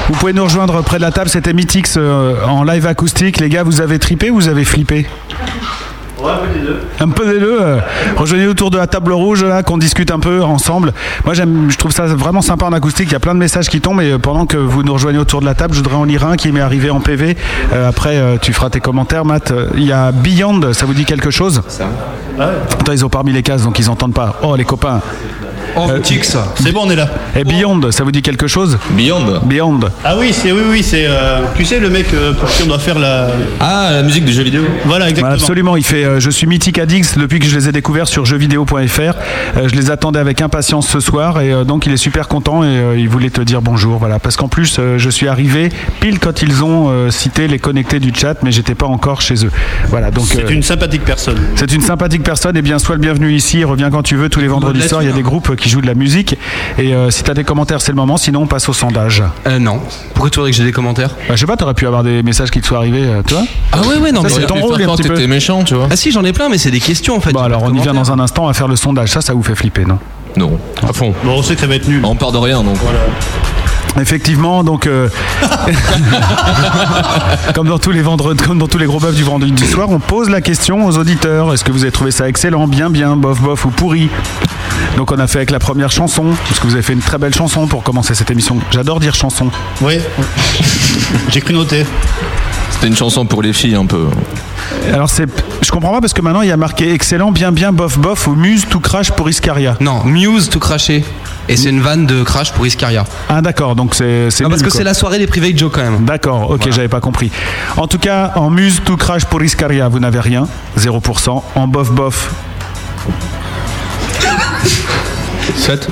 [SPEAKER 2] Vous pouvez nous rejoindre près de la table, c'était Mythix euh, en live acoustique. Les gars, vous avez tripé ou vous avez flippé un peu des deux. euh, Rejoignez autour de la table rouge là, qu'on discute un peu ensemble. Moi, j'aime, je trouve ça vraiment sympa en acoustique. Il y a plein de messages qui tombent et euh, pendant que vous nous rejoignez autour de la table, je voudrais en lire un qui m'est arrivé en PV. Euh, après, euh, tu feras tes commentaires, Matt. Euh, Il y a Beyond. Ça vous dit quelque chose Attends, ils ont parmi les cases, donc ils entendent pas. Oh, les copains.
[SPEAKER 3] Oh, ça.
[SPEAKER 2] C'est bon, on est là. Et Eh, Beyond, ça vous dit quelque chose Beyond. Beyond.
[SPEAKER 9] Ah oui, c'est oui, oui, c'est. euh, tu sais, le mec euh, pour qui on doit faire la.
[SPEAKER 5] Ah, la musique du jeu vidéo.
[SPEAKER 9] Voilà, exactement.
[SPEAKER 2] Absolument, il fait. euh, je suis mythique Addicts depuis que je les ai découverts sur jeuxvideo.fr. Euh, je les attendais avec impatience ce soir et euh, donc il est super content et euh, il voulait te dire bonjour. Voilà, parce qu'en plus euh, je suis arrivé pile quand ils ont euh, cité les connectés du chat, mais j'étais pas encore chez eux. Voilà, donc
[SPEAKER 9] C'est
[SPEAKER 2] euh,
[SPEAKER 9] une sympathique personne.
[SPEAKER 2] c'est une sympathique personne. Et bien, sois le bienvenu ici. Reviens quand tu veux. Tous les vendredis
[SPEAKER 9] la
[SPEAKER 2] soirs, il y a des groupes euh, qui jouent de la musique. Et euh, si tu as des commentaires, c'est le moment. Sinon, on passe au sondage.
[SPEAKER 3] Euh, non. Pourquoi tu voudrais que j'ai des commentaires
[SPEAKER 2] Bah, je sais pas, t'aurais pu avoir des messages qui te soient arrivés, euh, toi
[SPEAKER 3] Ah ouais, ouais, non,
[SPEAKER 2] Ça, c'est ton rôle, un petit peu.
[SPEAKER 3] méchant, tu vois. Ah si, j'en ai plein, mais c'est des questions en fait.
[SPEAKER 2] Bon, alors, on y vient dans un instant à faire le sondage. Ça, ça vous fait flipper, non
[SPEAKER 7] Non.
[SPEAKER 2] À fond.
[SPEAKER 9] Bon, on sait que ça va être nul.
[SPEAKER 7] On part de rien donc.
[SPEAKER 2] Effectivement, donc euh, comme dans tous les vendredis, comme dans tous les gros bœufs du vendredi soir, on pose la question aux auditeurs est-ce que vous avez trouvé ça excellent, bien, bien, bof, bof ou pourri Donc on a fait avec la première chanson, parce que vous avez fait une très belle chanson pour commencer cette émission. J'adore dire chanson.
[SPEAKER 9] Oui. J'ai cru noter.
[SPEAKER 7] C'était une chanson pour les filles un peu.
[SPEAKER 2] Alors c'est, je comprends pas parce que maintenant il y a marqué excellent, bien, bien, bof, bof ou muse tout crash pour Iscaria.
[SPEAKER 3] Non, muse tout craché. Et c'est une vanne de crash pour Iscaria.
[SPEAKER 2] Ah d'accord, donc c'est c'est
[SPEAKER 3] Non, Ah, parce
[SPEAKER 2] nul,
[SPEAKER 3] que
[SPEAKER 2] quoi.
[SPEAKER 3] c'est la soirée des privés de Joe quand même.
[SPEAKER 2] D'accord, ok, j'avais pas compris. En tout cas, en muse tout crash pour Iscaria, vous n'avez rien, 0%. En bof bof.
[SPEAKER 8] 7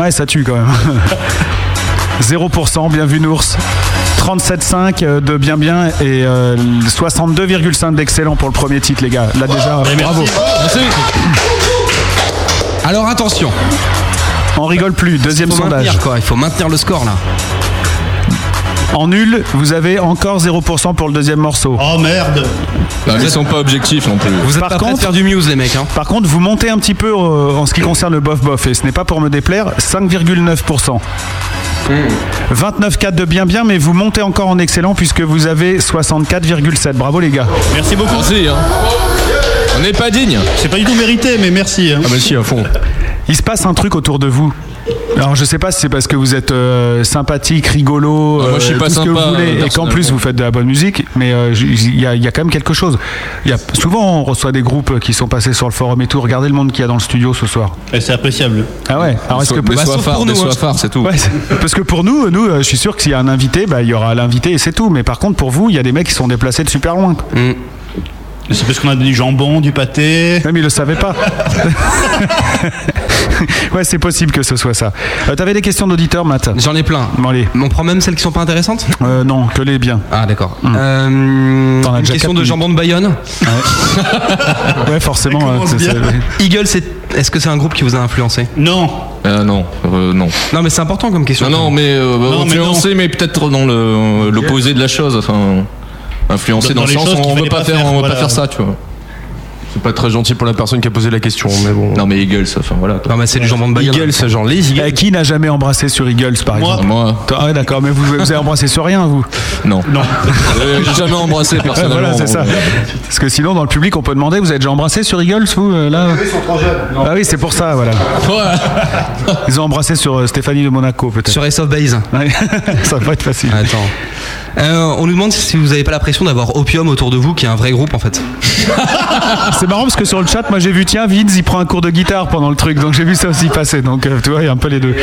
[SPEAKER 2] Ouais, ça tue quand même. 0%, bien vu Nours. 37,5 euh, de bien bien et euh, 62,5 d'excellent pour le premier titre, les gars. Là déjà, bravo.
[SPEAKER 3] Alors attention.
[SPEAKER 2] On rigole plus, deuxième
[SPEAKER 3] Faut
[SPEAKER 2] sondage.
[SPEAKER 3] maintenir, quoi. Il faut maintenir le score là.
[SPEAKER 2] En nul, vous avez encore 0% pour le deuxième morceau.
[SPEAKER 9] Oh merde
[SPEAKER 7] Bah, mais ils sont pas objectifs non plus.
[SPEAKER 3] Vous êtes pas prêts de faire du muse les mecs hein.
[SPEAKER 2] Par contre, vous montez un petit peu euh, en ce qui concerne le bof-bof, et ce n'est pas pour me déplaire, 5,9%. 29,4 de bien bien, mais vous montez encore en excellent puisque vous avez 64,7. Bravo les gars.
[SPEAKER 9] Merci beaucoup.
[SPEAKER 7] hein. On n'est pas digne.
[SPEAKER 9] C'est pas du tout mérité, mais merci. hein.
[SPEAKER 8] Ah bah si, à fond.
[SPEAKER 2] Il se passe un truc autour de vous. Alors je sais pas si c'est parce que vous êtes euh, sympathique, rigolo,
[SPEAKER 7] Non, Ah, moi, je suis
[SPEAKER 2] euh,
[SPEAKER 7] pas
[SPEAKER 2] tout ce que
[SPEAKER 7] sympa,
[SPEAKER 2] vous voulez,
[SPEAKER 7] euh,
[SPEAKER 2] et qu'en plus
[SPEAKER 7] personnellement.
[SPEAKER 2] vous faites de la bonne musique, mais euh, j- il y, a- il y a quand même quelque chose. Il Y a, souvent on reçoit des groupes qui sont passés sur le forum et tout. Regardez le monde qu'il y a dans le studio ce soir.
[SPEAKER 9] Et C'est appréciable.
[SPEAKER 2] Ah ouais. Alors est-ce que
[SPEAKER 7] Des soifards,
[SPEAKER 2] hein
[SPEAKER 7] des soifards, c'est tout.
[SPEAKER 2] Ouais, c'est- parce que pour nous, nous, euh, je suis sûr que s'il y a un invité, bah, il y aura l'invité et c'est tout. Mais par contre, pour vous, il y a des mecs qui sont déplacés de super loin.
[SPEAKER 9] C'est parce qu'on a du jambon, du pâté.
[SPEAKER 2] Même ils le savaient pas. ouais, c'est possible que ce soit ça. Euh, T'avais des questions d'auditeurs, Matt
[SPEAKER 3] J'en ai plein.
[SPEAKER 2] Bon, allez.
[SPEAKER 3] Mais on prend même celles qui sont pas intéressantes
[SPEAKER 2] Euh, non, que les biens.
[SPEAKER 3] Ah d'accord.
[SPEAKER 2] Mm.
[SPEAKER 3] Euh,
[SPEAKER 2] T'en as
[SPEAKER 3] une
[SPEAKER 2] déjà quatre
[SPEAKER 3] question de
[SPEAKER 2] minutes.
[SPEAKER 3] jambon de Bayonne.
[SPEAKER 2] Ouais, forcément. euh, c'est- c'est-
[SPEAKER 3] Eagle, c'est... est-ce que c'est un groupe qui vous a influencé
[SPEAKER 9] Non.
[SPEAKER 7] Euh, non, euh, non.
[SPEAKER 3] Non mais c'est important comme question.
[SPEAKER 7] Non, non, mais euh, bah,
[SPEAKER 9] Non, mais
[SPEAKER 7] influencer, mais, peut-être dans le- l'opposé de la chose. Enfin, influencer
[SPEAKER 9] Dans-
[SPEAKER 7] dans,
[SPEAKER 9] dans
[SPEAKER 7] le
[SPEAKER 9] les
[SPEAKER 7] sens
[SPEAKER 9] choses
[SPEAKER 7] où
[SPEAKER 9] qu'il
[SPEAKER 7] on veut
[SPEAKER 9] fallait
[SPEAKER 7] pas
[SPEAKER 9] pas
[SPEAKER 7] faire,
[SPEAKER 9] faire,
[SPEAKER 7] on veut
[SPEAKER 9] voilà.
[SPEAKER 7] pas faire ça, tu vois.
[SPEAKER 8] C'est pas très gentil pour la personne qui a posé la question, mais bon.
[SPEAKER 7] Non, mais Eagles, enfin voilà. quoi.
[SPEAKER 3] Non mais c'est du jambon de Bayonne.
[SPEAKER 8] Eagles, c'est genre les Eagles.
[SPEAKER 2] Euh, qui n'a jamais embrassé sur Eagles, par
[SPEAKER 9] Moi.
[SPEAKER 2] exemple
[SPEAKER 7] Moi,
[SPEAKER 2] Ah ouais, d'accord, mais vous, vous avez embrassé sur rien, vous.
[SPEAKER 7] non. Non. J'ai jamais embrassé
[SPEAKER 2] Ouais,
[SPEAKER 7] personnellement.
[SPEAKER 2] voilà, c'est ça.
[SPEAKER 7] Ouais.
[SPEAKER 2] Parce que sinon, dans le public, on peut demander vous avez déjà embrassé sur Eagles, vous, euh, là Ah oui, c'est pour ça, voilà. Ils ont embrassé sur euh, Stéphanie de Monaco, peut-être.
[SPEAKER 3] Sur Ace of Base.
[SPEAKER 2] Ouais, ça va pas être facile.
[SPEAKER 3] Attends. Euh, on nous demande si vous n'avez pas la pression d'avoir Opium autour de vous, qui est un vrai groupe en fait.
[SPEAKER 2] Ah, C'est marrant parce que sur le chat, moi j'ai vu, tiens, Vince, il prend un cours de guitare pendant le truc, donc j'ai vu ça aussi passer. Donc euh, tu vois, il y a un peu les deux.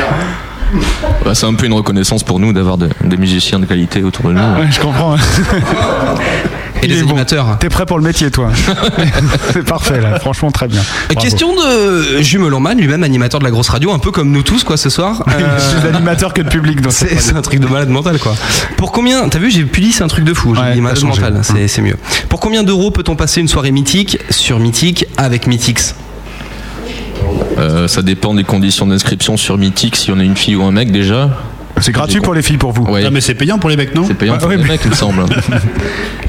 [SPEAKER 7] Bah, c'est un peu une reconnaissance pour nous d'avoir des, des musiciens de qualité autour de nous.
[SPEAKER 2] Ouais, je comprends. hein.
[SPEAKER 3] Et
[SPEAKER 2] Il
[SPEAKER 3] les
[SPEAKER 2] est bon.
[SPEAKER 3] animateurs.
[SPEAKER 2] T'es prêt pour le métier, toi C'est parfait, là. Franchement, très bien.
[SPEAKER 3] Euh,
[SPEAKER 2] Bravo.
[SPEAKER 3] Question de Jumelonman, lui-même animateur de la grosse radio, un peu comme nous tous quoi ce soir. Euh,
[SPEAKER 2] Je suis l'animateur que de public dans cette
[SPEAKER 3] C'est c'est un truc de malade mental quoi. Pour combien T'as vu, j'ai puli, c'est un truc de fou. J'ai
[SPEAKER 2] Ouais,
[SPEAKER 3] dit
[SPEAKER 2] t'as
[SPEAKER 3] malade
[SPEAKER 2] changé. Hum.
[SPEAKER 3] mental, c'est c'est mieux. Pour combien d'euros peut-on passer une soirée mythique sur mythique avec Mythix
[SPEAKER 7] Euh, ça dépend des conditions d'inscription sur Mythic, si on a une fille ou un mec déjà.
[SPEAKER 2] C'est gratuit pour les filles, pour vous.
[SPEAKER 7] Ouais.
[SPEAKER 9] Ah, mais bah, c'est payant pour les mecs, non
[SPEAKER 7] C'est payant
[SPEAKER 2] Ouais,
[SPEAKER 7] pour
[SPEAKER 2] ouais,
[SPEAKER 7] les
[SPEAKER 2] mais-
[SPEAKER 7] mecs, il me semble.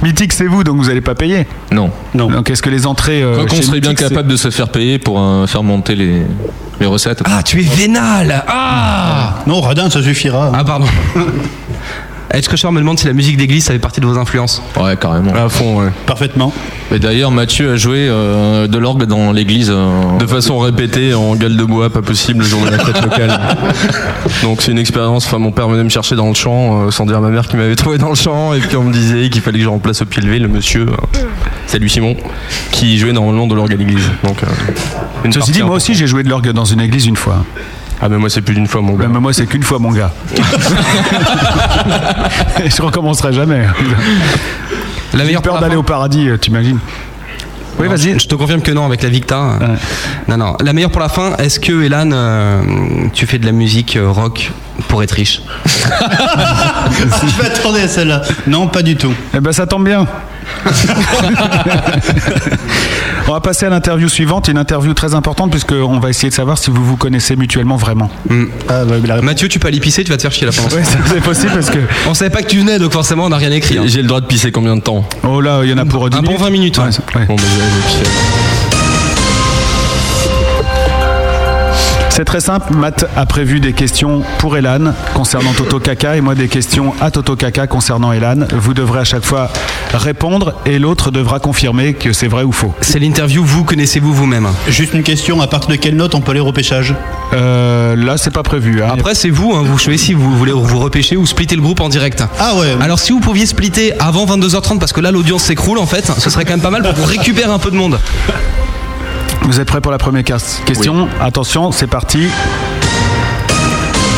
[SPEAKER 2] Mythique, c'est vous, donc vous n'allez pas payer.
[SPEAKER 7] Non.
[SPEAKER 9] Non.
[SPEAKER 2] Donc est-ce que les entrées. euh,
[SPEAKER 7] Quoi qu'on
[SPEAKER 2] chez
[SPEAKER 7] serait bien
[SPEAKER 2] Mythique, c'est-
[SPEAKER 7] capable de se faire payer pour euh, faire monter les, les recettes.
[SPEAKER 3] Ah, tu es vénal Ah
[SPEAKER 2] Hum.
[SPEAKER 9] Non, radin, ça suffira.
[SPEAKER 3] Ah, pardon. Edge Crusher me demande si la musique d'église, ça fait partie de vos influences.
[SPEAKER 7] Ouais, carrément.
[SPEAKER 8] À fond, ouais.
[SPEAKER 9] hein, Parfaitement.
[SPEAKER 7] Et d'ailleurs, Mathieu a joué euh, de l'orgue dans l'église. euh,
[SPEAKER 8] De façon répétée, en gueule de bois, pas possible, le jour de la fête locale. Donc c'est une expérience, enfin mon père venait me chercher dans le champ, euh, sans dire à ma mère qu'il m'avait trouvé dans le champ, et puis on me disait qu'il fallait que je remplace au pied levé le monsieur, euh, salut Simon, qui jouait normalement de l'orgue à l'église. Donc, euh, une
[SPEAKER 2] Ceci
[SPEAKER 8] partie
[SPEAKER 2] dit, moi
[SPEAKER 8] importante.
[SPEAKER 2] aussi j'ai joué de l'orgue dans une église une fois.
[SPEAKER 8] Ah mais moi c'est plus d'une fois mon gars.
[SPEAKER 2] Même moi c'est qu'une fois, mon gars. Je recommencerai jamais.
[SPEAKER 3] La
[SPEAKER 2] J'ai
[SPEAKER 3] meilleure
[SPEAKER 2] peur
[SPEAKER 3] pour la
[SPEAKER 2] d'aller
[SPEAKER 3] fin.
[SPEAKER 2] au paradis, euh, t'imagines Oui,
[SPEAKER 3] Non,
[SPEAKER 2] vas-y.
[SPEAKER 3] Je te confirme que non, avec la Victa. euh, Non, non. La meilleure pour la fin, est-ce que, Elan, euh, tu fais de la musique euh, rock pour être riche
[SPEAKER 9] Je m'attendais à celle-là. Non, pas du tout.
[SPEAKER 2] Eh ben ça tombe bien. on va passer à l'interview suivante, une interview très importante puisqu'on va essayer de savoir si vous vous connaissez mutuellement vraiment.
[SPEAKER 9] Ah, bah, la réponse-
[SPEAKER 3] Mathieu, tu peux aller pisser, tu vas te faire chier la
[SPEAKER 2] Oui, c'est possible parce que...
[SPEAKER 3] On savait pas que tu venais, donc forcément, on n'a rien écrit. hein.
[SPEAKER 8] J'ai le droit de pisser combien de temps bah,
[SPEAKER 2] Oh là, il y en a pour 10
[SPEAKER 3] Un bon 20 minutes. hein. ouais.
[SPEAKER 2] Ouais, c'est- ouais.
[SPEAKER 8] Bon, bah, je vais aller pisser.
[SPEAKER 2] C'est très simple. Matt a prévu des questions pour Elan concernant Toto Kaka et moi des questions à Toto Kaka concernant Elan. Vous devrez à chaque fois répondre et l'autre devra confirmer que c'est vrai ou faux.
[SPEAKER 3] C'est l'interview, vous connaissez-vous vous-même hein.
[SPEAKER 9] Juste une question, à partir de quelle note on peut aller au repêchage
[SPEAKER 2] Euh, Là, c'est pas prévu.
[SPEAKER 3] Après, c'est vous, hein, vous choisissez si vous voulez vous repêcher ou splitter le groupe en direct.
[SPEAKER 9] Ah ouais.
[SPEAKER 3] Alors, si vous pouviez splitter avant 22h30, parce que là, l'audience s'écroule en fait, ce serait quand même pas mal pour qu'on récupère un peu de monde.
[SPEAKER 2] Vous êtes prêts pour la première cas- question Attention, c'est parti.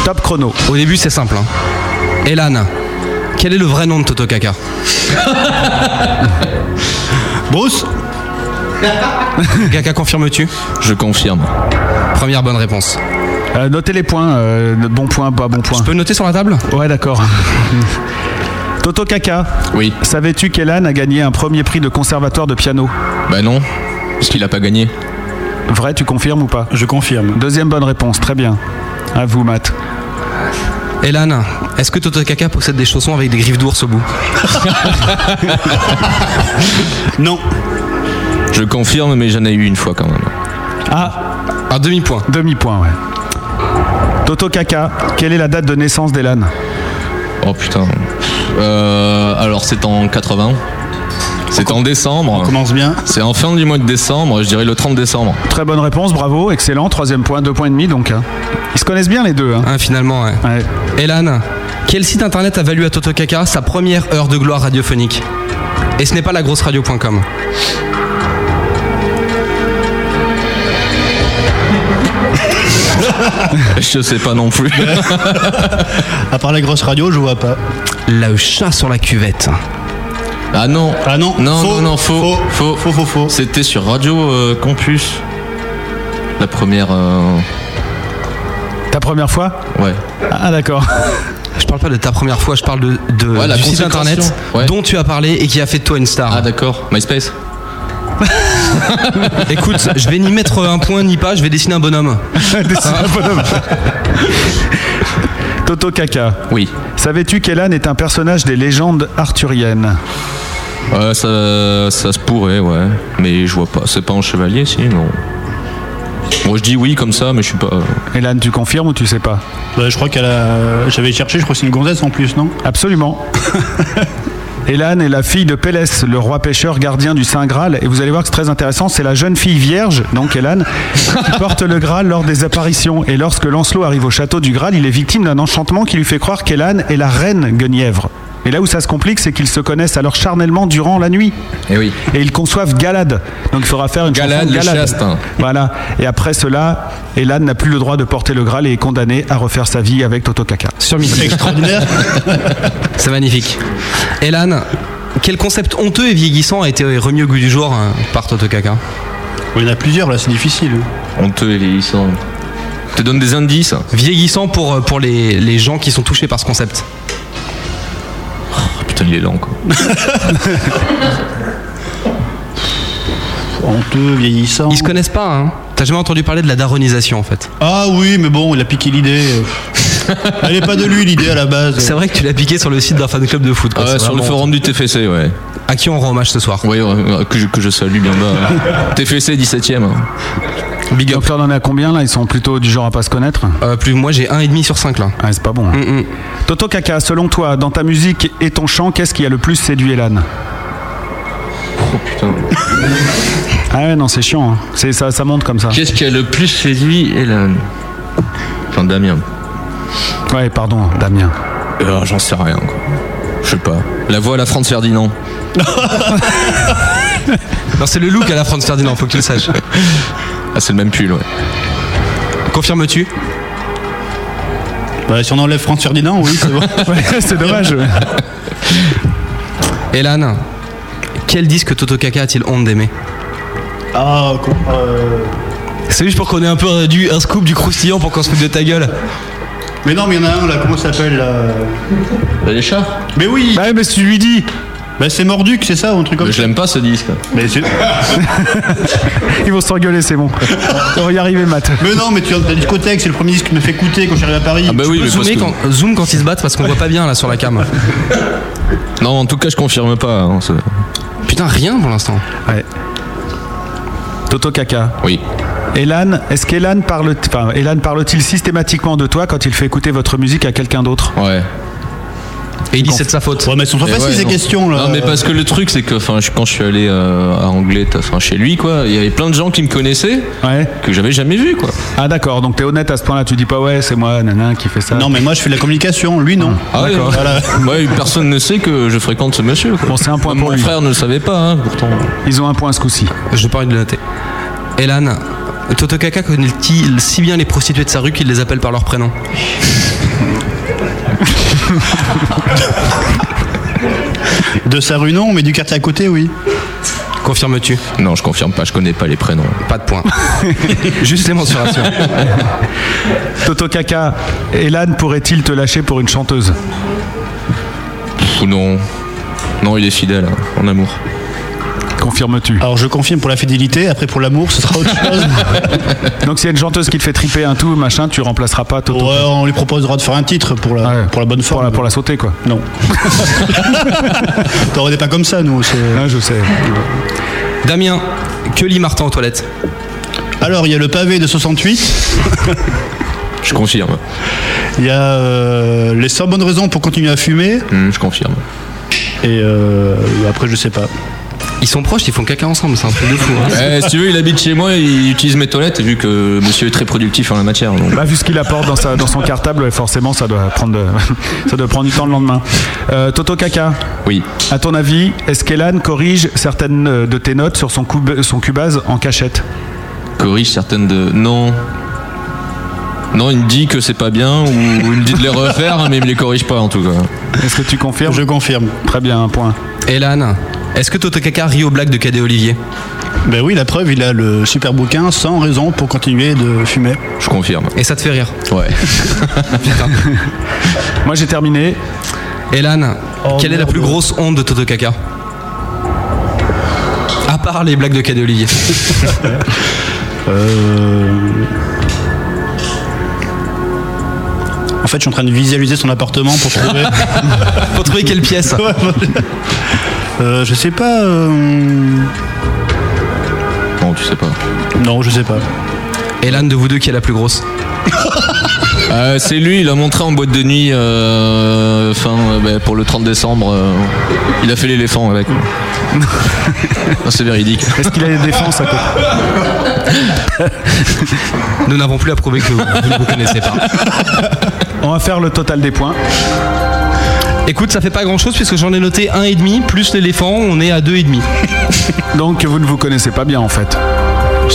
[SPEAKER 2] Top chrono.
[SPEAKER 3] Au début, c'est simple. hein. Elan, quel est le vrai nom de Toto Kaka
[SPEAKER 9] Bruce
[SPEAKER 3] Kaka, confirmes-tu Je confirme. Première bonne réponse.
[SPEAKER 2] Euh, notez les points. euh, bon point, pas bon point. Je peux
[SPEAKER 3] noter sur la table
[SPEAKER 2] Ouais, d'accord. Toto Kaka.
[SPEAKER 7] Oui.
[SPEAKER 2] Savais-tu qu'Elan a gagné un premier prix de conservatoire de piano
[SPEAKER 7] Bah non, parce qu'il a pas gagné.
[SPEAKER 2] Vrai, tu confirmes ou pas Je confirme. Deuxième bonne réponse, très bien. À vous, Matt.
[SPEAKER 3] Elan, est-ce que Toto Kaka possède des chaussons avec des griffes d'ours au bout
[SPEAKER 9] Non.
[SPEAKER 7] Je confirme, mais j'en ai eu une fois quand même.
[SPEAKER 2] Ah
[SPEAKER 3] Un demi-point.
[SPEAKER 2] Demi-point, ouais. Toto Kaka, quelle est la date de naissance d'Elan
[SPEAKER 7] Oh putain. Euh, alors c'est en 80. C'est en décembre. On
[SPEAKER 9] commence bien.
[SPEAKER 7] C'est en fin du mois de décembre, je dirais le 30 décembre.
[SPEAKER 2] Très bonne réponse, bravo, excellent. Troisième point, deux points et demi donc. hein. Ils se connaissent bien les deux. hein.
[SPEAKER 3] Hein, finalement, ouais. Elan, quel site internet a valu à Toto Kaka sa première heure de gloire radiophonique Et ce n'est pas la grosse radio.com.
[SPEAKER 7] je sais pas non plus.
[SPEAKER 9] à part la grosse radio, je vois pas.
[SPEAKER 3] Le chat sur la cuvette.
[SPEAKER 7] Ah non.
[SPEAKER 9] Ah non.
[SPEAKER 7] Non,
[SPEAKER 9] Faux.
[SPEAKER 7] non, non, faux. Faux,
[SPEAKER 9] faux, faux.
[SPEAKER 7] C'était sur Radio euh, Campus. La première. euh,
[SPEAKER 2] Ta première fois
[SPEAKER 7] Ouais.
[SPEAKER 2] Ah d'accord.
[SPEAKER 3] Je parle pas de ta première fois, je parle de, de-
[SPEAKER 7] Ouais, la
[SPEAKER 3] du site
[SPEAKER 7] consécration.
[SPEAKER 3] internet
[SPEAKER 7] Ouais.
[SPEAKER 3] dont tu as parlé et qui a fait de toi une star.
[SPEAKER 7] Ah d'accord, MySpace. Ah,
[SPEAKER 3] Écoute, je vais ni mettre un point ni pas, je vais dessiner un bonhomme.
[SPEAKER 2] Dessiner un bonhomme. Toto Kaka.
[SPEAKER 7] Oui.
[SPEAKER 2] Savais-tu qu'Elan est un personnage des légendes arthuriennes
[SPEAKER 7] Ouais, ça, ça se pourrait, ouais. Mais je vois pas. C'est pas un chevalier, si, non. Moi, je dis oui comme ça, mais je suis pas.
[SPEAKER 2] Elan, tu confirmes ou tu sais pas
[SPEAKER 9] Bah, je crois qu'elle a. J'avais cherché, je crois que c'est une gonzesse en plus, non
[SPEAKER 2] Absolument. Elan est la fille de Pélès, le roi pêcheur gardien du Saint Graal. Et vous allez voir que c'est très intéressant, c'est la jeune fille vierge, donc Elan, qui porte le Graal lors des apparitions. Et lorsque Lancelot arrive au château du Graal, il est victime d'un enchantement qui lui fait croire qu'Elan est la reine Guenièvre. Et là où ça se complique, c'est qu'ils se connaissent alors charnellement durant la nuit.
[SPEAKER 7] Et Eh oui.
[SPEAKER 2] Et ils conçoivent Galade. Donc il faudra faire une
[SPEAKER 7] Galade,
[SPEAKER 2] chanson de
[SPEAKER 7] le chaste, hein.
[SPEAKER 2] Voilà. Et après cela, Elan n'a plus le droit de porter le Graal et est condamné à refaire sa vie avec Toto Kaka.
[SPEAKER 3] Sur Mythique.
[SPEAKER 9] Extraordinaire.
[SPEAKER 3] C'est magnifique. Elan, quel concept honteux et vieillissant a été remis au goût du jour euh, par Toto Kaka
[SPEAKER 9] Il y en a plusieurs là, c'est difficile.
[SPEAKER 7] Honteux et vieillissant. Je te donne des indices. Ah,
[SPEAKER 3] Vieillissant pour, euh, pour les, les gens qui sont touchés par ce concept.
[SPEAKER 7] Oh, putain, il est lent, quoi.
[SPEAKER 9] Honteux, vieillissant.
[SPEAKER 3] Ils se connaissent pas, hein T'as jamais entendu parler de la daronisation en fait
[SPEAKER 9] Ah oui, mais bon, il a piqué l'idée. Elle est pas de lui l'idée à la base.
[SPEAKER 3] C'est vrai que tu l'as piqué sur le site d'un fan club de foot. quoi.
[SPEAKER 7] Ah ouais,
[SPEAKER 3] C'est
[SPEAKER 7] sur le
[SPEAKER 3] vraiment-
[SPEAKER 7] forum du TFC, ouais.
[SPEAKER 3] À qui on rend hommage ce soir
[SPEAKER 7] Oui, ouais, que, je, que je salue bien bas. TFC 17ème.
[SPEAKER 3] Big
[SPEAKER 2] up. on en est à combien là Ils sont plutôt du genre à pas se connaître
[SPEAKER 3] Euh, plus, Moi j'ai 1,5 sur 5 là.
[SPEAKER 2] Ah, c'est pas bon. hein. Toto Kaka, selon toi, dans ta musique et ton chant, qu'est-ce qui a le plus séduit Elan
[SPEAKER 7] Oh putain.
[SPEAKER 2] Ah ouais, non, c'est chiant. hein. C'est ça, ça monte comme ça.
[SPEAKER 7] Qu'est-ce qui a le plus séduit Hélène Enfin, Damien.
[SPEAKER 2] Ouais, pardon, Damien.
[SPEAKER 7] Euh, J'en sais rien, quoi. Je sais pas. La voix à la France Ferdinand.
[SPEAKER 3] Non, c'est le look à la Franz Ferdinand, faut que tu le saches.
[SPEAKER 7] Ah, c'est le même pull, ouais.
[SPEAKER 3] Confirmes-tu
[SPEAKER 9] Bah, si on enlève Franz Ferdinand, oui, c'est bon.
[SPEAKER 2] c'est dommage.
[SPEAKER 3] Elan, quel disque Toto Kaka a-t-il honte d'aimer
[SPEAKER 9] Ah, con- euh,
[SPEAKER 3] C'est juste pour qu'on ait un peu un, du, un scoop du croustillant pour qu'on se foute de ta gueule.
[SPEAKER 9] Mais non, mais il y en a un là, comment ça s'appelle là
[SPEAKER 7] Bah, Les chats
[SPEAKER 9] Mais oui
[SPEAKER 2] Bah, mais si tu lui dis
[SPEAKER 9] Bah, c'est Morduc, c'est ça, ou un truc comme
[SPEAKER 7] Mais
[SPEAKER 9] ça
[SPEAKER 7] Je l'aime pas ce disque.
[SPEAKER 9] mais, c'est-
[SPEAKER 2] Ils vont s'engueuler, c'est bon. On va y arriver, Matt.
[SPEAKER 9] mais non, mais tu as la discothèque, c'est le premier disque que me fait coûter quand je suis arrivé à Paris.
[SPEAKER 7] Ah bah oui, mais parce
[SPEAKER 3] Zoomer
[SPEAKER 7] que-
[SPEAKER 3] quand, zoom quand ils se battent parce qu'on voit pas bien là sur la cam.
[SPEAKER 7] Non, en tout cas, je confirme pas. hein, ça-
[SPEAKER 3] Putain, rien pour l'instant.
[SPEAKER 2] Ouais. Toto Kaka,
[SPEAKER 7] oui.
[SPEAKER 2] Elan, est-ce qu'Elan parle, enfin, Elan parle-t-il systématiquement de toi quand il fait écouter votre musique à quelqu'un d'autre
[SPEAKER 7] Ouais. Et il dit c'est de sa faute.
[SPEAKER 9] Ouais, mais elles sont pas faciles, ces
[SPEAKER 7] non.
[SPEAKER 9] questions, là.
[SPEAKER 7] Non, mais parce que le truc, c'est que enfin, je- quand je suis allé euh, à Anglet, enfin, chez lui, quoi, il y avait plein de gens qui me connaissaient, que j'avais jamais vu, quoi.
[SPEAKER 2] Ah d'accord, donc t'es honnête à ce point-là, tu dis pas ouais c'est moi nanan qui fait ça.
[SPEAKER 9] Non mais moi je fais de la communication, lui non.
[SPEAKER 7] Ah ouais,
[SPEAKER 9] D'accord. Voilà.
[SPEAKER 7] ouais, personne ne sait que je fréquente ce monsieur. Quoi.
[SPEAKER 2] c'est un point
[SPEAKER 7] Mon frère ne le savait pas, hein, pourtant.
[SPEAKER 2] Ils ont un point ce coup-ci.
[SPEAKER 3] Je parle de le noter. Elan, Toto Kaka connaît-il si bien les prostituées de sa rue qu'il les appelle par leur prénom
[SPEAKER 9] De sa rue non, mais du quartier à côté oui.
[SPEAKER 3] Confirmes-tu
[SPEAKER 7] Non, je confirme pas, je connais pas les prénoms.
[SPEAKER 3] Pas de point. Juste les mensurations.
[SPEAKER 2] Toto Kaka, Elan pourrait-il te lâcher pour une chanteuse
[SPEAKER 7] Pff, non. Non, il est fidèle, hein, en amour.
[SPEAKER 2] Confirmes-tu
[SPEAKER 9] Alors je confirme pour la fidélité, après pour l'amour ce sera autre chose.
[SPEAKER 2] Donc s'il y a une chanteuse qui te fait triper un tout, machin, tu remplaceras pas Toto
[SPEAKER 9] Ah. Ouais, euh, on lui proposera de faire un titre pour la, pour la bonne forme. Pour la,
[SPEAKER 2] sauter quoi.
[SPEAKER 9] Non. T'en redais pas comme ça nous.
[SPEAKER 2] Ah je sais.
[SPEAKER 3] Damien, que lit Martin aux toilettes
[SPEAKER 9] Alors il y a le pavé de 68.
[SPEAKER 7] Je confirme.
[SPEAKER 9] Il y a euh, les 100 bonnes raisons pour continuer à fumer.
[SPEAKER 7] Hum, je confirme.
[SPEAKER 9] Et euh, après je sais pas.
[SPEAKER 3] Ils sont proches, ils font caca ensemble, c'est un truc de fou. hein.
[SPEAKER 7] Eh, si tu veux, il habite chez moi, il utilise mes toilettes, vu que monsieur est très productif en la matière. donc.
[SPEAKER 2] Bah, vu ce qu'il apporte dans, sa- dans son cartable, ouais, forcément, ça doit prendre, de- ça doit prendre du temps le lendemain. Euh, Toto Kaka.
[SPEAKER 7] Oui.
[SPEAKER 2] À ton avis, est-ce qu'Elan corrige certaines euh, de tes notes sur son, cub- son cubase en cachette
[SPEAKER 7] corrige certaines de. Non. Non, il me dit que c'est pas bien ou ou il me dit de les refaire, mais il me les corrige pas en tout cas.
[SPEAKER 2] Est-ce que tu confirmes
[SPEAKER 9] Je confirme.
[SPEAKER 2] Très bien, un point.
[SPEAKER 3] Elan, est-ce que Toto Kaka rit aux blagues de Cadet Olivier
[SPEAKER 9] Ben oui, la preuve, il a le super bouquin 100 raisons pour continuer de fumer.
[SPEAKER 7] Je confirme.
[SPEAKER 3] Et ça te fait rire
[SPEAKER 7] Ouais.
[SPEAKER 2] Moi j'ai terminé.
[SPEAKER 3] Elan,
[SPEAKER 9] Oh,
[SPEAKER 3] quelle est la
[SPEAKER 9] merde.
[SPEAKER 3] plus grosse honte de Toto Kaka À part les blagues de Cadet Olivier.
[SPEAKER 9] Euh, En fait, je suis en train de visualiser son appartement pour trouver.
[SPEAKER 3] pour trouver quelle pièce
[SPEAKER 9] Euh, Je sais pas. euh,
[SPEAKER 7] Non, tu sais pas.
[SPEAKER 9] Non, je sais pas.
[SPEAKER 3] Elan, de vous deux, qui est la plus grosse
[SPEAKER 7] Euh, c'est lui, il a montré en boîte de nuit euh, fin, euh, bah, pour le 30 décembre. euh, il a fait l'éléphant avec. Non, c'est véridique.
[SPEAKER 2] Est-ce qu'il a des défenses à côté
[SPEAKER 3] Nous n'avons plus à prouver que vous, vous ne vous connaissez pas.
[SPEAKER 2] On va faire le total des points.
[SPEAKER 3] Écoute, ça fait pas grand chose puisque j'en ai noté un et demi plus l'éléphant, on est à deux et demi.
[SPEAKER 2] Donc vous ne vous connaissez pas bien en fait.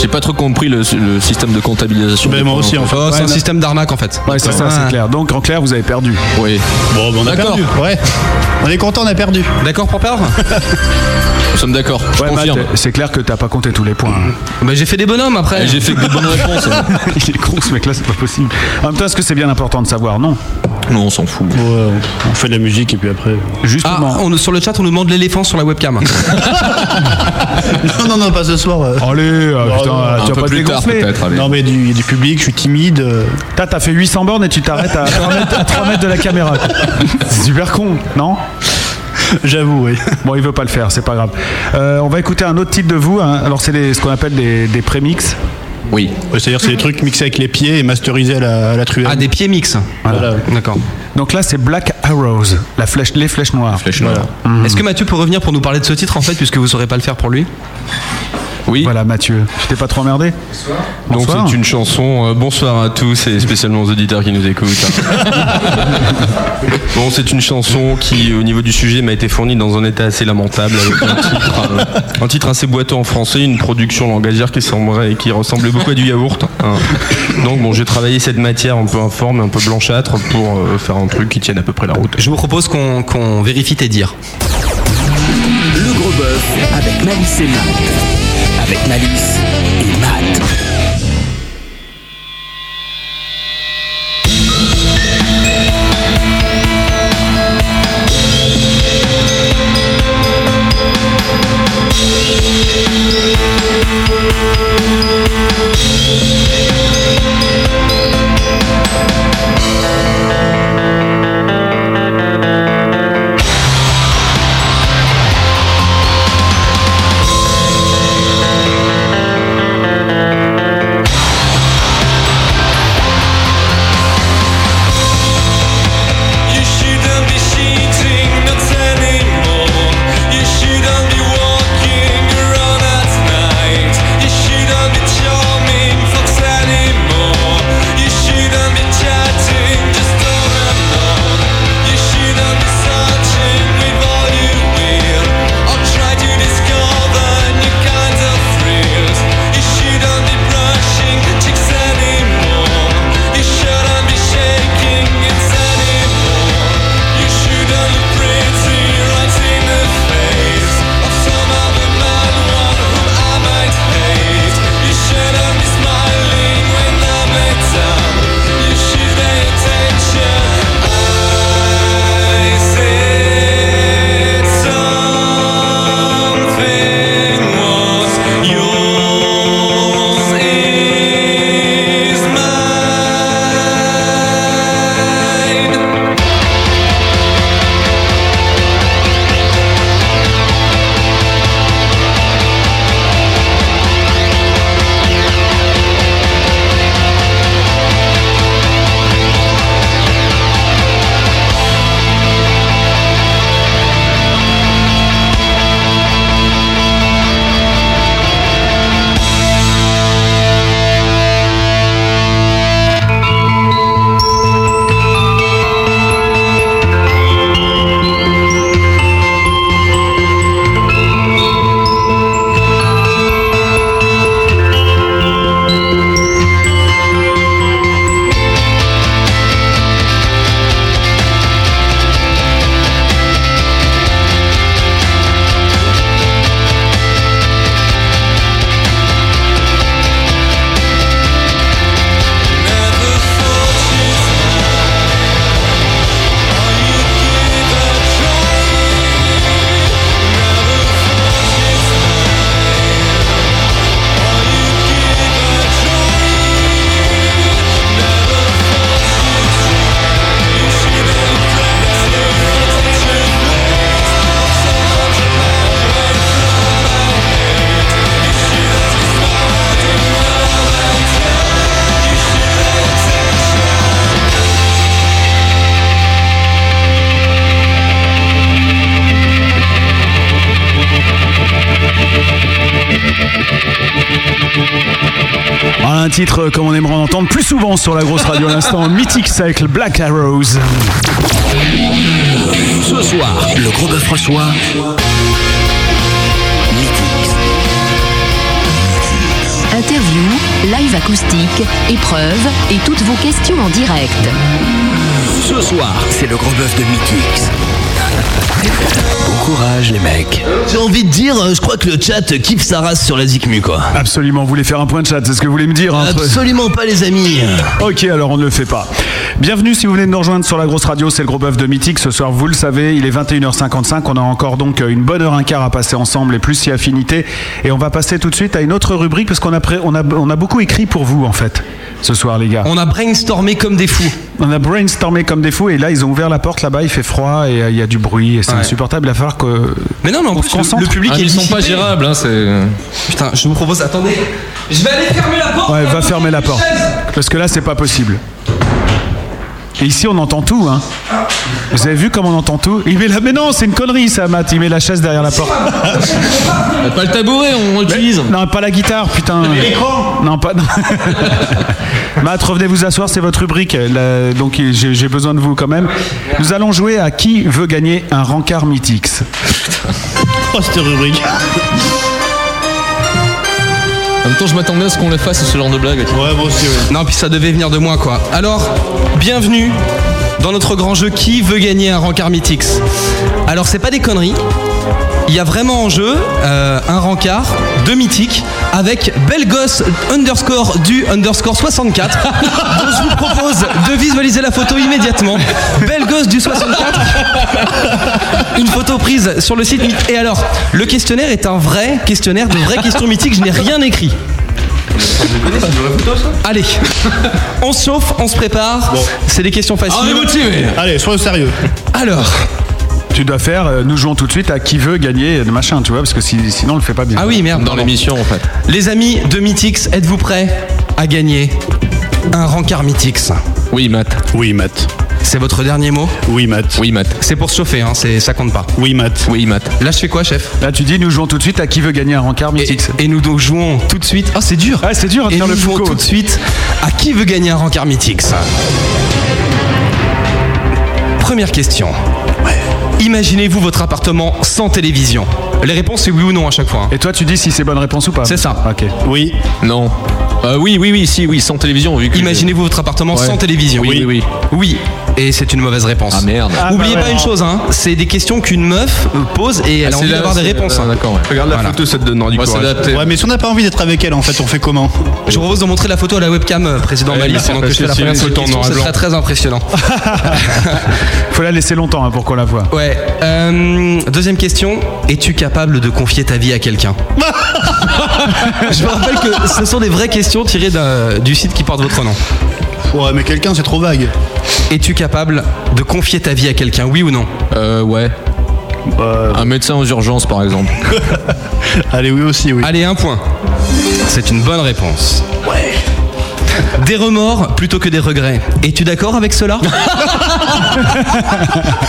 [SPEAKER 7] J'ai pas trop compris le, le système de
[SPEAKER 9] Ben,
[SPEAKER 7] comptabilisation. des points,
[SPEAKER 9] hein.
[SPEAKER 3] Oh, c'est un système d'arnaque en fait.
[SPEAKER 2] Ouais, c'est ça, c'est clair. Donc en clair, vous avez perdu.
[SPEAKER 7] Oui.
[SPEAKER 9] Bon, ben, on a
[SPEAKER 7] D'accord.
[SPEAKER 9] perdu. Ouais. On est content, on a perdu.
[SPEAKER 3] D'accord pour perdre
[SPEAKER 7] Nous sommes d'accord. Je
[SPEAKER 2] Ouais, Matt,
[SPEAKER 7] confirme.
[SPEAKER 2] c'est clair que t'as pas compté tous les points.
[SPEAKER 3] Bah, j'ai fait des bonhommes après.
[SPEAKER 7] Et J'ai fait que des bonnes réponses. hein.
[SPEAKER 2] Il est con ce mec là, c'est pas possible. En même temps, est-ce que c'est bien important de savoir Non.
[SPEAKER 7] Non, on s'en fout.
[SPEAKER 9] Ouais, euh, on fait de la musique et puis après. euh,
[SPEAKER 3] Ah,
[SPEAKER 2] Justement.
[SPEAKER 3] on, sur le chat, on nous demande l'éléphant sur la webcam.
[SPEAKER 9] non, non, non, pas ce soir.
[SPEAKER 7] Ah,
[SPEAKER 9] euh.
[SPEAKER 2] Allez, euh,
[SPEAKER 9] Non,
[SPEAKER 2] putain,
[SPEAKER 9] non,
[SPEAKER 2] tu vas pas
[SPEAKER 7] peu
[SPEAKER 2] te
[SPEAKER 7] plus tard,
[SPEAKER 2] dégonfler.
[SPEAKER 7] peut-être, allez.
[SPEAKER 9] Non, mais du, il y a du public, je suis timide. euh.
[SPEAKER 2] T'as, t'as fait 800 bornes et tu t'arrêtes à 3 mètres, à 3 mètres de la caméra. quoi. C'est super con, non
[SPEAKER 9] J'avoue, oui.
[SPEAKER 2] Bon, il veut pas le faire, c'est pas grave. Euh, on va écouter un autre titre de vous. hein. Alors, c'est des- ce qu'on appelle des, des prémix.
[SPEAKER 7] Oui.
[SPEAKER 9] Ouais, C'est-à-dire, c'est des trucs mixés avec les pieds et masterisés à la, à la truelle.
[SPEAKER 3] Ah, des pieds mix.
[SPEAKER 9] Voilà.
[SPEAKER 3] D'accord.
[SPEAKER 2] Donc là, c'est Black Arrows, la flèche, les flèches noires.
[SPEAKER 7] Flèche noire.
[SPEAKER 3] Est-ce que Mathieu peut revenir pour nous parler de ce titre en fait, puisque vous saurez pas le faire pour lui
[SPEAKER 7] Oui.
[SPEAKER 2] Voilà, Mathieu. Tu t'es pas trop emmerdé
[SPEAKER 8] Donc
[SPEAKER 2] Bonsoir.
[SPEAKER 7] Ah.
[SPEAKER 8] c'est une chanson. euh, bonsoir à tous et spécialement aux auditeurs qui nous écoutent. bon, c'est une chanson qui, euh, au niveau du sujet, m'a été fournie dans un état assez lamentable, avec un titre, euh, un titre assez boiteux en français, une production langagière qui semblerait, qui ressemblait beaucoup à du yaourt. hein. Donc bon, j'ai travaillé cette matière un peu informe, un peu blanchâtre, pour euh, faire un truc qui tienne à peu près la route.
[SPEAKER 3] Je vous propose qu'on qu'on vérifie tes dires.
[SPEAKER 6] Le gros bœuf avec Malice et Matt. Avec Malice et Matt.
[SPEAKER 5] Thank
[SPEAKER 2] Un titre euh, comme on aimerait en entendre plus souvent sur la grosse radio à l'instant, Mythic Cycle Black Arrows.
[SPEAKER 6] Ce soir, le gros bœuf François.
[SPEAKER 1] Interview, live acoustique, épreuves et toutes vos questions en direct.
[SPEAKER 6] Ce soir, c'est le gros bœuf de Mythix. Bon courage, les mecs.
[SPEAKER 11] J'ai envie de dire, euh, je crois que le chat kiffe sa race sur la Zikmu, quoi.
[SPEAKER 2] Absolument, vous voulez faire un point de chat, c'est ce que vous voulez me dire. hein.
[SPEAKER 11] Absolument pas, les amis.
[SPEAKER 7] Ah,
[SPEAKER 2] Ok, alors on ne le fait pas. Bienvenue si vous venez de nous rejoindre sur la grosse radio, c'est le gros bœuf de Mythique. Ce soir, vous le savez, il est 21h55. On a encore donc euh, une bonne heure, un quart à passer ensemble et plus si affinité. Et on va passer tout de suite à une autre rubrique parce qu'on a, pré- on a, on a beaucoup écrit pour vous en fait ce soir, les gars.
[SPEAKER 3] On a brainstormé comme des fous.
[SPEAKER 2] On a brainstormé comme des fous et là ils ont ouvert la porte là-bas, il fait froid et euh, il y a du bruit et c'est
[SPEAKER 7] Ouais.
[SPEAKER 2] insupportable. Il va falloir que.
[SPEAKER 3] Mais non, mais en
[SPEAKER 2] on
[SPEAKER 3] plus,
[SPEAKER 2] se concentre.
[SPEAKER 3] le, le public,
[SPEAKER 7] Ah,
[SPEAKER 3] est
[SPEAKER 7] ils sont pas
[SPEAKER 3] dissipé.
[SPEAKER 7] gérables, hein, c'est.
[SPEAKER 3] Putain, je vous propose, attendez. Je vais aller fermer la porte.
[SPEAKER 2] Ouais, va fermer la porte. Parce que là, c'est pas possible. Et ici, on entend tout, hein. Vous avez vu comment on entend tout Il met la... Mais non, c'est une connerie, ça, Matt. Il met la chaise derrière la porte.
[SPEAKER 7] Pas le tabouret, on l'utilise.
[SPEAKER 2] Non, pas la guitare, putain.
[SPEAKER 7] Mais l'écran
[SPEAKER 2] Non, pas. non. Matt, revenez vous asseoir, c'est votre rubrique. La- Donc, j'ai j'ai besoin de vous quand même. Nous allons jouer à qui veut gagner un rencard Mythix.
[SPEAKER 11] Oh, cette rubrique.
[SPEAKER 7] En même temps, je m'attendais à ce qu'on le fasse, ce genre de blague.
[SPEAKER 11] Ouais, moi aussi,
[SPEAKER 3] Non, puis ça devait venir de moi, quoi. Alors, bienvenue dans notre grand jeu Qui veut gagner un rencard Mythix Alors, c'est pas des conneries. Il y a vraiment en jeu euh, un rencard de mythique avec Belgos underscore du underscore 64 dont je vous propose de visualiser la photo immédiatement. Belgos du 64 une photo prise sur le site Myth- Et alors, le questionnaire est un vrai questionnaire de vraies questions mythiques, je n'ai rien écrit. Allez, on se chauffe, on se prépare. C'est des questions faciles.
[SPEAKER 11] Allez, sois sérieux.
[SPEAKER 3] Alors.
[SPEAKER 2] Tu dois faire, euh, nous jouons tout de suite à qui veut gagner le machin, tu vois, parce que si- sinon on le fait pas bien.
[SPEAKER 3] Ah oui, merde.
[SPEAKER 7] Dans l'émission, en fait.
[SPEAKER 3] Les amis de Mythix, êtes-vous prêts à gagner un rencard Mythix
[SPEAKER 7] Oui, Matt.
[SPEAKER 11] Oui, Matt.
[SPEAKER 3] C'est votre dernier mot
[SPEAKER 11] Oui, Matt.
[SPEAKER 7] Oui, Matt.
[SPEAKER 3] C'est pour se chauffer, hein, c'est- ça compte pas.
[SPEAKER 11] Oui, Matt.
[SPEAKER 7] Oui, Matt.
[SPEAKER 3] Là, je fais quoi, chef
[SPEAKER 2] Là, tu dis, nous jouons tout de suite à qui veut gagner un rencard Mythix.
[SPEAKER 3] Et, nous donc jouons tout de suite. Oh, c'est dur
[SPEAKER 2] Ah, c'est dur de
[SPEAKER 3] Et
[SPEAKER 2] faire
[SPEAKER 3] nous
[SPEAKER 2] le
[SPEAKER 3] jouons
[SPEAKER 2] Foucault.
[SPEAKER 3] tout de suite à qui veut gagner un rencard Mythix Première question. Imaginez-vous votre appartement sans télévision. Les réponses c'est oui ou non à chaque fois. hein.
[SPEAKER 2] Et toi, tu dis si c'est bonne réponse ou pas
[SPEAKER 3] C'est ça.
[SPEAKER 2] Ok.
[SPEAKER 11] Oui.
[SPEAKER 7] Non. Euh, oui, oui, oui, si, oui, sans télévision, vu que. Ah,
[SPEAKER 3] Imaginez-vous votre appartement
[SPEAKER 7] Ouais.
[SPEAKER 3] sans télévision.
[SPEAKER 7] Oui, oui, oui.
[SPEAKER 3] Oui, et c'est une mauvaise réponse.
[SPEAKER 7] Ah merde.
[SPEAKER 2] Ah,
[SPEAKER 3] Oubliez
[SPEAKER 2] bah
[SPEAKER 3] pas
[SPEAKER 2] ouais.
[SPEAKER 3] une chose, hein, c'est des questions qu'une meuf euh, pose et elle
[SPEAKER 7] c'est
[SPEAKER 3] a envie
[SPEAKER 7] là,
[SPEAKER 3] d'avoir des
[SPEAKER 7] c'est-
[SPEAKER 3] réponses.
[SPEAKER 7] ah,
[SPEAKER 3] hein.
[SPEAKER 7] D'accord, ouais.
[SPEAKER 8] Regarde la
[SPEAKER 3] Voilà.
[SPEAKER 8] photo, ça te donnera du
[SPEAKER 7] Moi, c'est
[SPEAKER 8] courage.
[SPEAKER 7] adapté.
[SPEAKER 11] Ouais, mais si on n'a pas envie d'être avec elle, en fait, on fait comment
[SPEAKER 3] Je vous propose de montrer la photo à la webcam, euh, président
[SPEAKER 8] Ouais,
[SPEAKER 3] Mali,
[SPEAKER 8] merci,
[SPEAKER 3] pendant que je fais la
[SPEAKER 8] parce que
[SPEAKER 3] première
[SPEAKER 8] c'est- c'est
[SPEAKER 3] question,
[SPEAKER 8] en
[SPEAKER 3] ce
[SPEAKER 8] blanc.
[SPEAKER 3] sera très impressionnant.
[SPEAKER 2] Faut la laisser longtemps hein, pour qu'on la voit.
[SPEAKER 3] Ouais. euh, deuxième question. Es-tu capable de confier ta vie à quelqu'un Je vous rappelle que ce sont des vraies questions tirées d'un- du site qui porte votre nom.
[SPEAKER 11] Ouais, mais quelqu'un, c'est trop vague.
[SPEAKER 3] Es-tu capable de confier ta vie à quelqu'un, oui ou non
[SPEAKER 7] Euh, ouais. Un médecin aux urgences, par exemple.
[SPEAKER 11] Allez, oui aussi, oui.
[SPEAKER 3] Allez, un point. C'est une bonne réponse. Ouais. Des remords plutôt que des regrets. Es-tu d'accord avec cela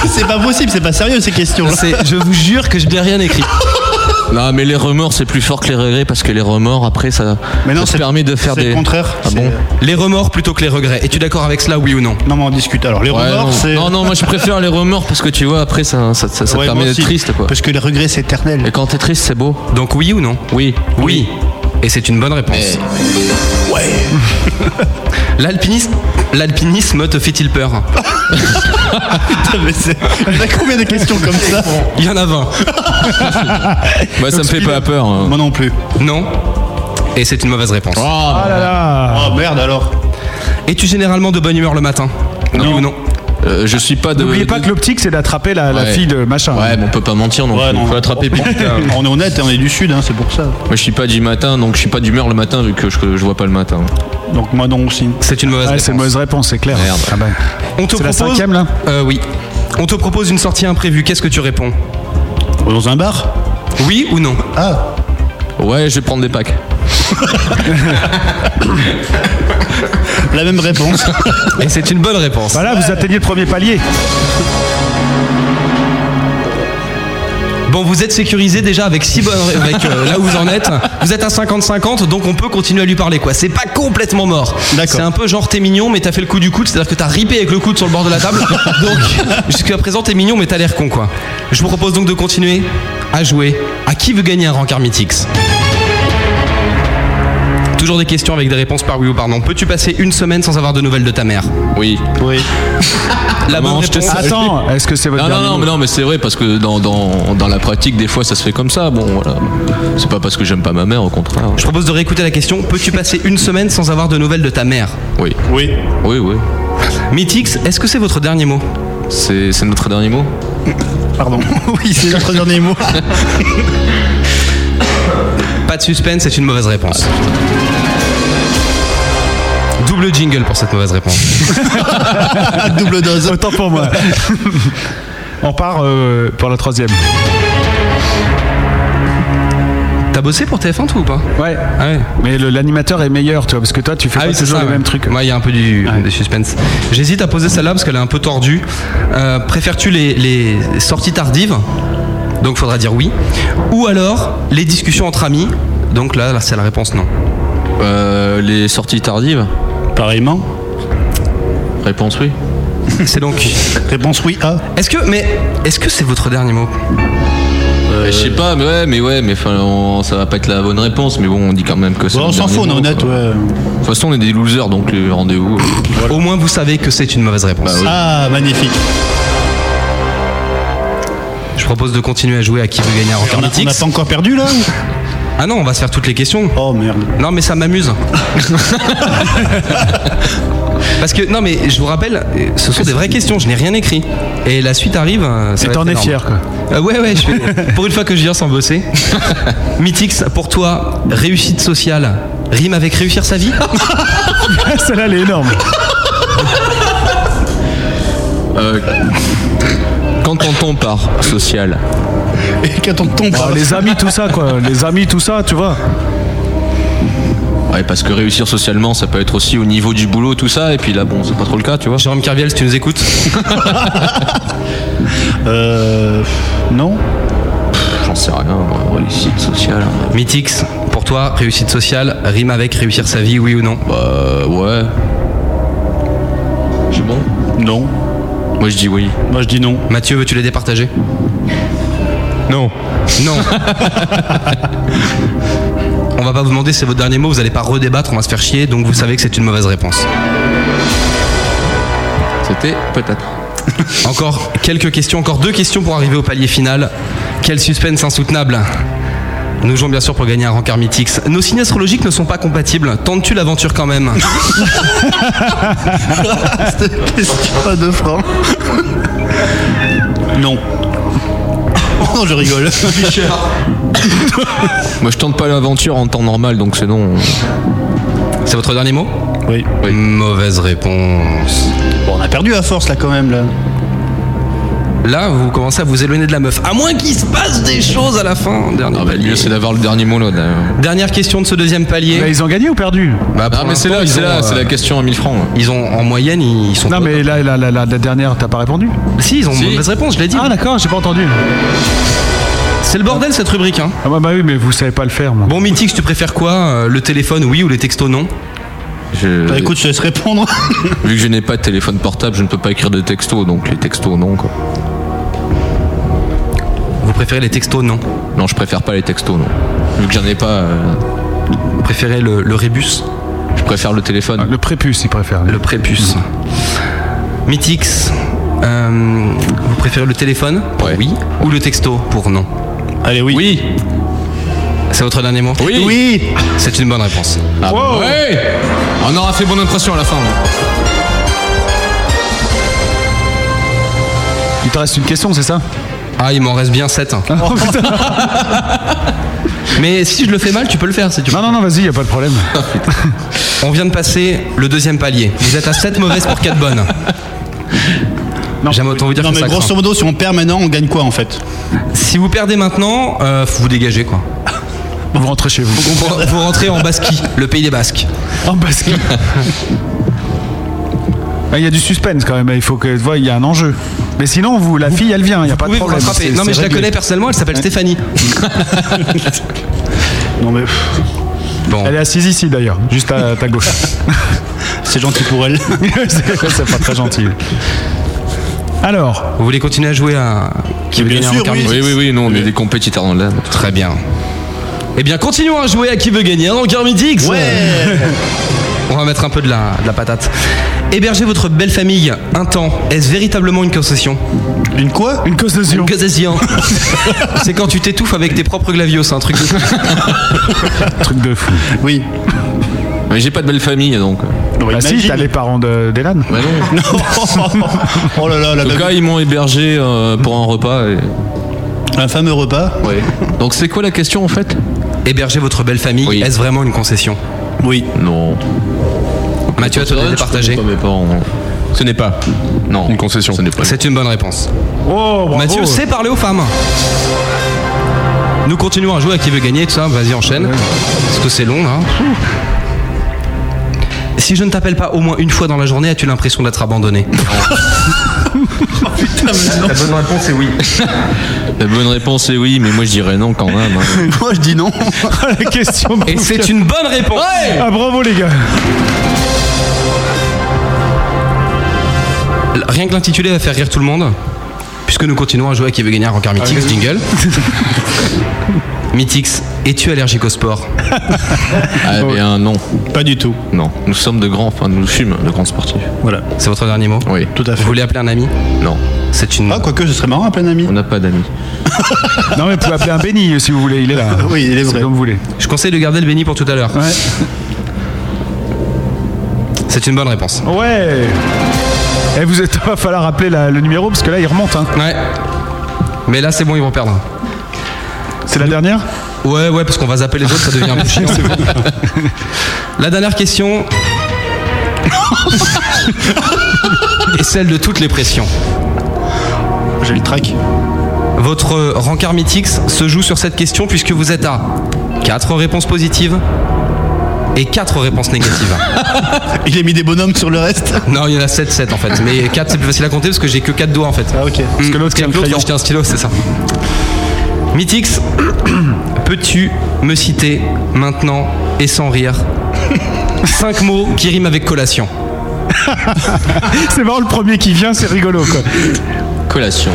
[SPEAKER 11] C'est pas possible, c'est pas sérieux ces questions.
[SPEAKER 3] C'est- Je vous jure que je n'ai rien écrit.
[SPEAKER 7] non, mais les remords, c'est plus fort que les regrets parce que les remords, après, ça,
[SPEAKER 11] Mais non,
[SPEAKER 7] ça te
[SPEAKER 11] c'est-
[SPEAKER 7] permet de faire
[SPEAKER 11] c'est
[SPEAKER 7] des.
[SPEAKER 11] le contraire.
[SPEAKER 7] Ah bon
[SPEAKER 11] C'est- euh,
[SPEAKER 3] Les remords plutôt que les regrets. Es-tu d'accord avec cela, oui ou non
[SPEAKER 11] Non, mais on discute. Alors, les
[SPEAKER 7] Ouais,
[SPEAKER 11] remords,
[SPEAKER 7] non.
[SPEAKER 11] c'est.
[SPEAKER 7] non, non, moi je préfère les remords parce que tu vois, après, ça, ça, ça, ça
[SPEAKER 11] Ouais,
[SPEAKER 7] te permet
[SPEAKER 11] moi
[SPEAKER 7] d'être
[SPEAKER 11] aussi.
[SPEAKER 7] triste, quoi.
[SPEAKER 11] Parce que les regrets, c'est éternel.
[SPEAKER 7] Et quand t'es triste, c'est beau.
[SPEAKER 3] Donc oui ou non
[SPEAKER 7] Oui.
[SPEAKER 3] Oui. Eh Et c'est une bonne réponse. L'alpinisme, l'alpinisme te fait-il peur
[SPEAKER 11] Putain, Ah, mais c'est. On a combien de questions comme ça
[SPEAKER 3] Il y en a 20.
[SPEAKER 7] Moi, Bah, ça me fait pas peur. hein.
[SPEAKER 11] Moi non plus.
[SPEAKER 3] Non. Et c'est une mauvaise réponse.
[SPEAKER 7] Ah,
[SPEAKER 11] Oh merde alors.
[SPEAKER 3] Es-tu généralement de bonne humeur le matin Oui ou non
[SPEAKER 7] euh, je suis pas de.
[SPEAKER 2] N'oubliez pas que l'optique, c'est d'attrapper la, la
[SPEAKER 7] Ouais.
[SPEAKER 2] fille de machin.
[SPEAKER 7] Ouais, mais on peut pas mentir non
[SPEAKER 11] Ouais,
[SPEAKER 7] plus.
[SPEAKER 11] non.
[SPEAKER 7] Faut attraper plus.
[SPEAKER 11] On est honnête, hein, on est du sud, hein, c'est pour ça.
[SPEAKER 7] Moi, je suis pas du matin, donc je suis pas d'humeur le matin vu que je, je vois pas le matin.
[SPEAKER 11] Donc moi non aussi.
[SPEAKER 3] C'est une mauvaise
[SPEAKER 2] Ouais,
[SPEAKER 3] réponse.
[SPEAKER 2] Ah, c'est une mauvaise réponse, c'est clair.
[SPEAKER 7] Merde.
[SPEAKER 2] Ah bah.
[SPEAKER 3] On te
[SPEAKER 2] C'est la
[SPEAKER 3] propose...
[SPEAKER 2] cinquième, là
[SPEAKER 3] Euh, Oui. On te propose une sortie imprévue. Qu'est-ce que tu réponds
[SPEAKER 11] Dans un bar
[SPEAKER 3] Oui ou non
[SPEAKER 11] Ah.
[SPEAKER 7] Ouais, je vais prendre des packs.
[SPEAKER 11] La même réponse.
[SPEAKER 3] Et c'est une bonne
[SPEAKER 2] Bah
[SPEAKER 3] réponse.
[SPEAKER 2] Voilà, vous atteignez le premier palier.
[SPEAKER 3] Bon, vous êtes sécurisé déjà avec six bonnes avec euh, là où vous en êtes. Vous êtes à 50-50, donc on peut continuer à lui parler quoi. C'est pas complètement mort. C'est un peu genre t'es mignon, mais t'as fait le coup du coude, c'est-à-dire que t'as ripé avec le coude sur le bord de la table. Donc jusqu'à présent t'es mignon, mais t'as l'air con quoi. Je vous propose donc de continuer à jouer. À qui veut gagner un rencard Mythix Toujours des questions avec des réponses par oui ou par non. Peux-tu passer une semaine sans avoir de nouvelles de ta mère
[SPEAKER 7] Oui.
[SPEAKER 3] Oui. La bonne
[SPEAKER 7] Maman, je te
[SPEAKER 3] réponse.
[SPEAKER 7] salue.
[SPEAKER 2] est-ce que c'est
[SPEAKER 7] Non, non, non, mais non, mais c'est vrai parce que dans, dans, dans la pratique, des fois, ça se fait comme ça. Bon, voilà. C'est pas parce que j'aime pas ma mère, au contraire.
[SPEAKER 3] Je propose de réécouter la question. Peux-tu passer une semaine sans avoir de nouvelles de ta mère
[SPEAKER 7] Oui.
[SPEAKER 9] Oui.
[SPEAKER 7] Oui, oui.
[SPEAKER 3] Mythix, est-ce que c'est votre dernier mot
[SPEAKER 7] C'est c'est notre dernier mot
[SPEAKER 9] Pardon. oui, c'est notre dernier mot.
[SPEAKER 3] Pas de suspense, c'est une mauvaise réponse. Double jingle pour cette mauvaise réponse.
[SPEAKER 9] Double dose.
[SPEAKER 2] Autant pour moi. On part euh, pour la troisième.
[SPEAKER 3] T'as bossé pour TF1 toi ou pas
[SPEAKER 2] ouais.
[SPEAKER 3] Mais
[SPEAKER 2] l'animateur est meilleur, tu vois, parce que toi, tu fais
[SPEAKER 3] ah
[SPEAKER 2] pas
[SPEAKER 3] oui, c'est
[SPEAKER 2] toujours
[SPEAKER 3] ça,
[SPEAKER 2] les
[SPEAKER 3] ouais.
[SPEAKER 2] mêmes trucs.
[SPEAKER 3] Ouais, il y a un peu du, des suspense. J'hésite à poser celle-là parce qu'elle est un peu tordue. Euh, Préfères-tu les, les sorties tardives Donc faudra dire oui. Ou alors les discussions entre amis Donc là, là, c'est la réponse non.
[SPEAKER 7] Euh, les sorties tardives
[SPEAKER 9] Pareillement
[SPEAKER 7] Réponse oui.
[SPEAKER 3] C'est donc.
[SPEAKER 9] réponse oui à.
[SPEAKER 3] Est-ce que mais est-ce que c'est votre dernier mot
[SPEAKER 7] Je sais pas, mais ouais, mais ouais, mais enfin, on- ça va pas être la bonne réponse, mais bon, on dit quand même que c'est.
[SPEAKER 3] Bon, on
[SPEAKER 7] le
[SPEAKER 3] s'en
[SPEAKER 7] dernier
[SPEAKER 3] fout, on est
[SPEAKER 7] mot,
[SPEAKER 3] honnête,
[SPEAKER 7] quoi.
[SPEAKER 9] ouais.
[SPEAKER 7] De toute façon, on est des losers, donc le rendez-vous.
[SPEAKER 3] Au moins, vous savez que c'est une mauvaise réponse.
[SPEAKER 9] Ah, magnifique.
[SPEAKER 3] Je propose de continuer à jouer à qui veut gagner un record
[SPEAKER 9] On a, on
[SPEAKER 3] mythique.
[SPEAKER 9] a pas encore perdu là
[SPEAKER 3] Ah non, on va se faire toutes les questions.
[SPEAKER 9] Oh merde.
[SPEAKER 3] Non, mais ça m'amuse. Parce que non, mais je vous rappelle, ce sont des vraies questions. Je n'ai rien écrit. Et la suite arrive. euh, Ça
[SPEAKER 2] Et
[SPEAKER 3] va
[SPEAKER 2] t'en
[SPEAKER 3] être
[SPEAKER 2] es
[SPEAKER 3] énorme.
[SPEAKER 2] fier, quoi.
[SPEAKER 3] Euh, ouais, ouais. je fais- pour une fois que je viens sans bosser. Mythix, pour toi, réussite sociale rime avec réussir sa vie.
[SPEAKER 2] Celle-là, elle est énorme.
[SPEAKER 7] Euh, quand on part social
[SPEAKER 9] Et quand on tombe.
[SPEAKER 2] Ah, les amis, tout ça, quoi. Les amis, tout ça, tu vois.
[SPEAKER 7] Ouais, parce que réussir socialement, ça peut être aussi au niveau du boulot, tout ça, et puis là, bon, c'est pas trop le cas, tu vois.
[SPEAKER 3] Jérôme Carviel, si tu nous écoutes.
[SPEAKER 9] Euh. Non
[SPEAKER 7] J'en sais rien, moi, réussite sociale.
[SPEAKER 3] Mythix, pour toi, réussite sociale rime avec réussir sa vie, oui ou non
[SPEAKER 7] Bah ouais. C'est bon
[SPEAKER 9] Non.
[SPEAKER 7] Moi je dis oui.
[SPEAKER 9] Moi je dis non.
[SPEAKER 3] Mathieu, veux-tu les départager
[SPEAKER 8] Non.
[SPEAKER 3] Non. on va pas vous demander si c'est votre dernier mot, vous allez pas redébattre, on va se faire chier, donc vous savez que c'est une mauvaise réponse.
[SPEAKER 7] C'était peut-être.
[SPEAKER 3] Encore quelques questions, encore deux questions pour arriver au palier final. Quel suspense insoutenable nous jouons bien sûr pour gagner un rencard Mythix. Nos signes astrologiques ne sont pas compatibles. Tentes-tu l'aventure quand même
[SPEAKER 9] Cette question de francs. Non. Oh, je rigole.
[SPEAKER 7] Moi je tente pas l'aventure en temps normal, donc c'est non.
[SPEAKER 3] C'est votre dernier mot
[SPEAKER 9] oui.
[SPEAKER 3] Mauvaise réponse.
[SPEAKER 9] Bon, on a perdu à force là quand même là.
[SPEAKER 3] Là, vous commencez à vous éloigner de la meuf. À moins qu'il se passe des choses à la fin. Dernier
[SPEAKER 7] Ah bah, le
[SPEAKER 3] palier.
[SPEAKER 7] mieux c'est d'avoir le dernier mot là.
[SPEAKER 3] Dernière question de ce deuxième palier.
[SPEAKER 2] Mais ils ont gagné ou perdu
[SPEAKER 3] Bah, pour
[SPEAKER 7] Ah, mais c'est
[SPEAKER 3] l'instant,
[SPEAKER 7] là,
[SPEAKER 3] ils
[SPEAKER 7] c'est là,
[SPEAKER 3] ont, euh,
[SPEAKER 7] c'est la question à 1000 francs. là.
[SPEAKER 3] Ils ont en moyenne, ils sont.
[SPEAKER 2] Non, mais là, la, la- la- la dernière, t'as pas répondu
[SPEAKER 3] Si, ils ont
[SPEAKER 2] Si.
[SPEAKER 3] mauvaise réponse, je l'ai dit.
[SPEAKER 2] Ah, d'accord, j'ai pas entendu.
[SPEAKER 3] C'est le bordel cette rubrique. Hein.
[SPEAKER 2] Ah, bah, bah oui, mais vous savez pas le faire, moi.
[SPEAKER 3] Bon, Mythix, tu préfères quoi Euh, Le téléphone, oui, ou les textos, non
[SPEAKER 7] Je-
[SPEAKER 9] Bah écoute, je te laisse répondre.
[SPEAKER 7] Vu que je n'ai pas de téléphone portable, je ne peux pas écrire de texto, donc les textos non quoi.
[SPEAKER 3] Vous préférez les textos, non
[SPEAKER 7] Non, je préfère pas les textos non. Vu que j'en ai pas, euh,
[SPEAKER 3] Vous préférez le, le rébus
[SPEAKER 7] je préfère le téléphone.
[SPEAKER 2] Ah,
[SPEAKER 9] Ah.
[SPEAKER 2] Le prépuce, ils préfèrent.
[SPEAKER 3] Le prépuce Mythix, euh, vous préférez le téléphone pour
[SPEAKER 7] Ouais.
[SPEAKER 3] Oui. Ou le texto pour non
[SPEAKER 9] Allez, oui.
[SPEAKER 7] Oui.
[SPEAKER 3] C'est votre dernier mot
[SPEAKER 7] Oui.
[SPEAKER 9] Oui.
[SPEAKER 3] C'est une bonne réponse.
[SPEAKER 7] Ah, bah, ouais. On aura fait bonne impression à la fin. là.
[SPEAKER 2] Il te reste une question, c'est ça
[SPEAKER 3] Ah, il m'en reste bien 7.
[SPEAKER 2] Oh, putain.
[SPEAKER 3] Mais si je le fais mal, tu peux le faire si tu veux.
[SPEAKER 2] Non, non, non, vas-y, y a pas de problème.
[SPEAKER 3] On vient de passer le deuxième palier. Vous êtes à 7 mauvaises pour 4 bonnes. J'aime autant vous dire
[SPEAKER 9] Non
[SPEAKER 3] que
[SPEAKER 9] mais
[SPEAKER 3] ça
[SPEAKER 9] grosso
[SPEAKER 3] craint.
[SPEAKER 9] modo, si on perd maintenant, on gagne quoi en fait
[SPEAKER 3] Si vous perdez maintenant, euh, faut vous dégagez quoi.
[SPEAKER 2] Vous rentrez chez vous.
[SPEAKER 3] Vous, vous rentrez en Basquie, le pays des Basques.
[SPEAKER 2] En basket. Ah, Il y a du suspense quand même, il faut que tu vois, il y a un enjeu. Mais sinon, vous, la fille, elle vient, il n'y a pas de
[SPEAKER 3] pouvez vous
[SPEAKER 2] problème.
[SPEAKER 3] rattraper.
[SPEAKER 2] c'est-
[SPEAKER 3] Non,
[SPEAKER 2] c'est
[SPEAKER 3] mais je la
[SPEAKER 2] réglé.
[SPEAKER 3] connais personnellement, elle s'appelle
[SPEAKER 2] Ouais.
[SPEAKER 3] Stéphanie.
[SPEAKER 9] Non mais.
[SPEAKER 2] Elle est assise ici d'ailleurs, juste à ta gauche.
[SPEAKER 9] C'est gentil pour elle.
[SPEAKER 2] c'est pas très gentil. Alors,
[SPEAKER 3] vous voulez continuer à jouer à qui veut
[SPEAKER 7] Bien
[SPEAKER 3] gagner
[SPEAKER 7] sûr,
[SPEAKER 3] un rencard
[SPEAKER 7] oui.
[SPEAKER 3] mythique
[SPEAKER 7] Oui, oui, oui, non, on est des compétiteurs dans l'âme.
[SPEAKER 3] Très bien. Eh bien, continuons à jouer à qui veut gagner hein, un rencard mythique. Ouais. On va mettre un peu de la, de la patate. Héberger votre belle famille un temps, est-ce véritablement une concession
[SPEAKER 9] Une quoi
[SPEAKER 2] Une concession.
[SPEAKER 3] Une concession. c'est quand tu t'étouffes avec tes propres glavios, c'est un truc de fou.
[SPEAKER 2] truc de fou.
[SPEAKER 9] Oui.
[SPEAKER 7] Mais j'ai pas de belle famille donc.
[SPEAKER 2] Bah si, t'as les parents de- d'Elan.
[SPEAKER 9] oh là là, la
[SPEAKER 7] En tout cas, ils m'ont hébergé euh, pour un repas.
[SPEAKER 9] Un fameux repas
[SPEAKER 7] Oui. Donc, c'est quoi la question en fait
[SPEAKER 3] Héberger votre belle famille, est-ce vraiment une concession
[SPEAKER 9] Oui.
[SPEAKER 7] Non.
[SPEAKER 3] Mathieu, tu as partagé
[SPEAKER 8] Ce n'est pas
[SPEAKER 7] non.
[SPEAKER 8] une concession.
[SPEAKER 3] C'est une bonne réponse.
[SPEAKER 2] Oh, bravo.
[SPEAKER 3] Mathieu sait parler aux femmes. Nous continuons à jouer à qui veut gagner, tout ça. Vas-y, enchaîne. Parce que c'est long, là. Si je ne t'appelle pas au moins une fois dans la journée, as-tu l'impression d'être abandonné
[SPEAKER 2] Oh,
[SPEAKER 8] La bonne réponse est oui.
[SPEAKER 7] La bonne réponse est oui, mais moi je dirais non quand même. hein.
[SPEAKER 9] Moi je dis non.
[SPEAKER 2] la question.
[SPEAKER 3] Et c'est une bonne réponse.
[SPEAKER 2] Ah bravo les gars.
[SPEAKER 3] L- Rien que l'intitulé va faire rire tout le monde. Puisque nous continuons à jouer à qui veut gagner un rencard Mythix,
[SPEAKER 2] Ah oui.
[SPEAKER 3] jingle. Mythix, es-tu allergique au sport
[SPEAKER 7] Ah bien non.
[SPEAKER 9] Pas du tout.
[SPEAKER 7] Non. Nous sommes de grands, enfin nous sommes de grands sportifs.
[SPEAKER 9] Voilà.
[SPEAKER 3] C'est votre dernier mot
[SPEAKER 7] Oui.
[SPEAKER 9] Tout à fait.
[SPEAKER 3] Vous voulez appeler un ami
[SPEAKER 7] Non.
[SPEAKER 3] C'est une.
[SPEAKER 9] Ah, quoique ce serait marrant, un plein ami.
[SPEAKER 7] On n'a pas d'amis.
[SPEAKER 2] Non mais vous pouvez appeler un béni si vous voulez, il est là.
[SPEAKER 9] Oui, il est vrai.
[SPEAKER 2] Comme vous voulez.
[SPEAKER 3] Je conseille de garder le béni pour tout à l'heure.
[SPEAKER 2] Ouais.
[SPEAKER 3] C'est une bonne réponse.
[SPEAKER 2] Ouais. Et vous êtes va falloir appeler la- le numéro parce que là il remonte hein.
[SPEAKER 3] Ouais. Mais là, c'est bon, ils vont perdre.
[SPEAKER 2] C'est la dernière
[SPEAKER 3] Ouais, ouais, parce qu'on va zapper les autres, ça devient un peu chiant. La dernière question est celle de toutes les pressions.
[SPEAKER 9] J'ai le track.
[SPEAKER 3] Votre rencard Mythix se joue sur cette question puisque vous êtes à 4 réponses positives et 4 réponses négatives.
[SPEAKER 9] Ah, Il a mis des bonhommes sur le reste.
[SPEAKER 3] non, il y en a 7, 7 en fait. Mais 4 c'est plus facile à compter parce que j'ai que 4 doigts en fait.
[SPEAKER 9] Ah, ok.
[SPEAKER 3] Parce
[SPEAKER 2] que l'autre, c'est un crayon.
[SPEAKER 3] un stylo, c'est ça. Mythix, peux-tu me citer maintenant et sans rire 5 mots qui riment avec collation
[SPEAKER 2] C'est marrant le premier qui vient, c'est rigolo quoi.
[SPEAKER 7] Collation.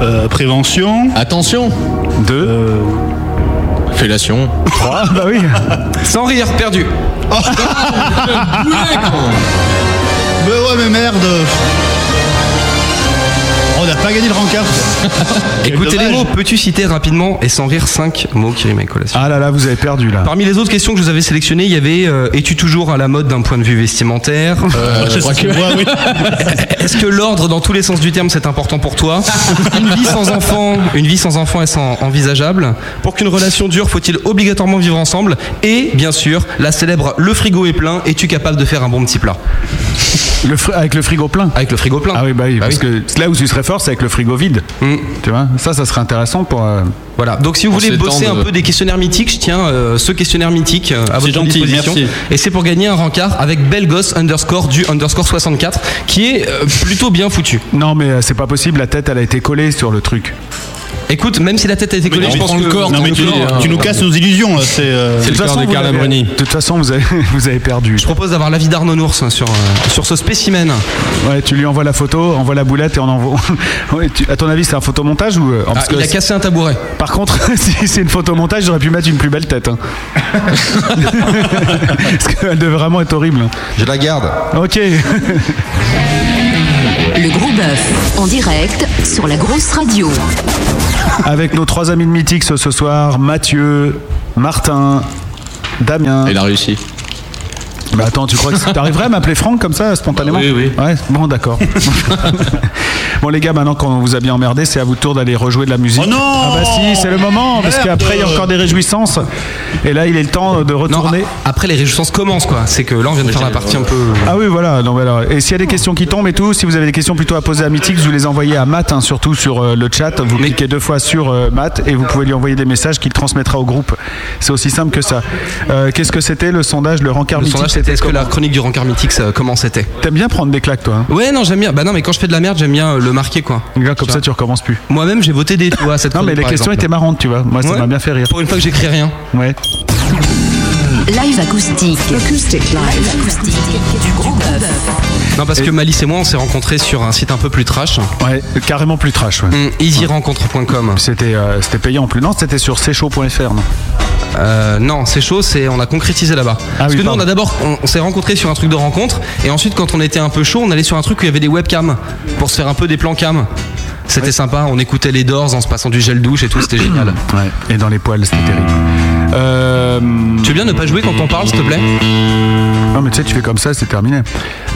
[SPEAKER 9] Euh, prévention. Euh,
[SPEAKER 7] Attention.
[SPEAKER 2] Deux.
[SPEAKER 7] Fellation.
[SPEAKER 2] Trois. Bah oui.
[SPEAKER 3] Sans rire, perdu.
[SPEAKER 9] Bah ouais, mais merde. Oh, On n'a pas gagné le rencard.
[SPEAKER 3] Écoutez les
[SPEAKER 9] dommage.
[SPEAKER 3] mots, peux-tu citer rapidement et sans rire 5 mots qui riment avec collation
[SPEAKER 2] Ah là là, vous avez perdu là.
[SPEAKER 3] Parmi les autres questions que je vous avais sélectionnées, il y avait euh, Es-tu toujours à la mode d'un point de vue vestimentaire
[SPEAKER 9] Je sais ce que je vois, oui.
[SPEAKER 3] Est-ce que l'ordre dans tous les sens du terme c'est important pour toi Une vie sans enfant, une vie sans enfant est envisageable Pour qu'une relation dure, faut-il obligatoirement vivre ensemble Et bien sûr, la célèbre le frigo est plein, es-tu capable de faire un bon petit plat
[SPEAKER 2] Le fri- avec le frigo plein.
[SPEAKER 3] Avec le frigo plein.
[SPEAKER 2] Ah oui, bah oui,
[SPEAKER 3] Bah
[SPEAKER 2] parce
[SPEAKER 3] oui.
[SPEAKER 2] que là où tu serais fort, c'est avec le frigo vide.
[SPEAKER 3] Mm.
[SPEAKER 2] Tu vois Ça, ça serait intéressant pour. euh,
[SPEAKER 3] Voilà. Donc si vous
[SPEAKER 7] En
[SPEAKER 3] voulez
[SPEAKER 7] ces
[SPEAKER 3] bosser
[SPEAKER 7] temps de-
[SPEAKER 3] un peu des questionnaires mythiques, je tiens euh, ce questionnaire mythique euh, à votre
[SPEAKER 9] gentil,
[SPEAKER 3] disposition.
[SPEAKER 9] merci.
[SPEAKER 3] Et c'est pour gagner un rencard avec Belgos underscore du underscore 64 qui est euh, plutôt bien foutu.
[SPEAKER 2] Non, mais euh, c'est pas possible, la tête, elle a été collée sur le truc.
[SPEAKER 3] Écoute, même si la tête a été collée,
[SPEAKER 9] non,
[SPEAKER 3] je
[SPEAKER 9] mais
[SPEAKER 3] pense
[SPEAKER 9] prends
[SPEAKER 3] que
[SPEAKER 7] le corps,
[SPEAKER 9] Non, mais
[SPEAKER 7] Dans
[SPEAKER 9] tu,
[SPEAKER 7] le corps,
[SPEAKER 9] nous-
[SPEAKER 3] euh,
[SPEAKER 9] hein. tu nous casses nos illusions. là, C'est. euh,
[SPEAKER 8] C'est le
[SPEAKER 2] toute
[SPEAKER 8] corps
[SPEAKER 2] façon,
[SPEAKER 8] de
[SPEAKER 2] vous
[SPEAKER 8] Carla
[SPEAKER 2] l'avez-
[SPEAKER 8] Bruni.
[SPEAKER 2] De toute façon, vous avez, vous avez perdu.
[SPEAKER 3] je propose d'avoir l'avis d'Arnaud Nours hein, sur, euh, sur ce spécimen.
[SPEAKER 2] Ouais, tu lui envoies la photo, envoie la boulette et on envoie. Ouais, tu- à ton avis, c'est un photomontage ou. euh,
[SPEAKER 3] Ah,
[SPEAKER 2] parce que
[SPEAKER 3] il a
[SPEAKER 2] c'est-
[SPEAKER 3] cassé un tabouret.
[SPEAKER 2] Par contre, si c'est une photomontage, j'aurais pu mettre une plus belle tête. hein. parce qu'elle devait vraiment être horrible.
[SPEAKER 12] Je la garde.
[SPEAKER 2] Ok.
[SPEAKER 1] Le gros bœuf, en direct sur la grosse radio.
[SPEAKER 2] Avec nos trois amis de Mythix ce soir, Mathieu, Martin, Damien.
[SPEAKER 7] Elle a réussi.
[SPEAKER 2] Bah attends, tu crois que t'arriverais à m'appeler Franck comme ça spontanément
[SPEAKER 7] Bah oui, oui.
[SPEAKER 2] Ouais, bon d'accord. Bon, les gars, maintenant qu'on vous a bien emmerdé, c'est à vous tour d'aller rejouer de la musique.
[SPEAKER 9] Oh non
[SPEAKER 2] Ah bah si, c'est le moment, parce
[SPEAKER 9] Merde
[SPEAKER 2] qu'après, il y a encore des réjouissances. Et là, il est le temps de retourner.
[SPEAKER 3] Après, les réjouissances commencent, quoi. C'est que là, on vient de faire la partie un peu. euh,
[SPEAKER 2] Ah oui, voilà. Donc, voilà. Et s'il y a des questions qui tombent et tout, si vous avez des questions plutôt à poser à Mythix, vous les envoyez à Matt, hein, surtout sur euh, le chat. Vous cliquez deux fois sur euh, Matt et vous pouvez lui envoyer des messages qu'il transmettra au groupe. C'est aussi simple que ça. Euh, Qu'est-ce que c'était le sondage, le rencard
[SPEAKER 3] Le
[SPEAKER 2] Mythix
[SPEAKER 3] sondage, c'était est-ce que la chronique du rencard mythique, ça, comment c'était
[SPEAKER 2] T'aimes bien prendre des claques, toi hein
[SPEAKER 3] Ouais, non, j'aime bien. Bah non, mais quand je fais de la merde, j'aime bien euh, le marquer, quoi.
[SPEAKER 2] comme ça, tu recommences plus.
[SPEAKER 3] Moi-même, j'ai voté des, tu vois, cette
[SPEAKER 2] Non, mais
[SPEAKER 3] chronique,
[SPEAKER 2] les
[SPEAKER 3] par
[SPEAKER 2] questions
[SPEAKER 3] exemple.
[SPEAKER 2] étaient marrantes, tu vois. Moi, ça
[SPEAKER 3] Ouais.
[SPEAKER 2] m'a bien fait rire.
[SPEAKER 3] Pour une fois que j'écris rien.
[SPEAKER 2] Ouais.
[SPEAKER 1] Live acoustique. Acoustic live. acoustique du gros bœuf.
[SPEAKER 3] Non, parce que Malice et moi, on s'est rencontrés sur un site un peu plus trash.
[SPEAKER 2] Ouais, carrément plus trash.
[SPEAKER 3] Mm.
[SPEAKER 2] Ouais.
[SPEAKER 3] easyrencontre.com.
[SPEAKER 2] C'était euh, c'était payant en plus. Non, c'était sur cchaud.fr, non
[SPEAKER 3] Euh, non, c'est chaud, c'est on a concrétisé là-bas. Parce que nous, on a d'abord, on, on s'est rencontrés sur un truc de rencontre, et ensuite, quand on était un peu chaud, on allait sur un truc où il y avait des webcams pour se faire un peu des plans cam. C'était sympa, on écoutait les Doors en se passant du gel douche et tout, c'était génial.
[SPEAKER 2] Ouais, et dans les poils, c'était terrible. Euh, Tu
[SPEAKER 3] veux bien ne pas jouer quand on parle, s'il te plaît
[SPEAKER 2] Non, mais tu sais, tu fais comme ça, c'est terminé.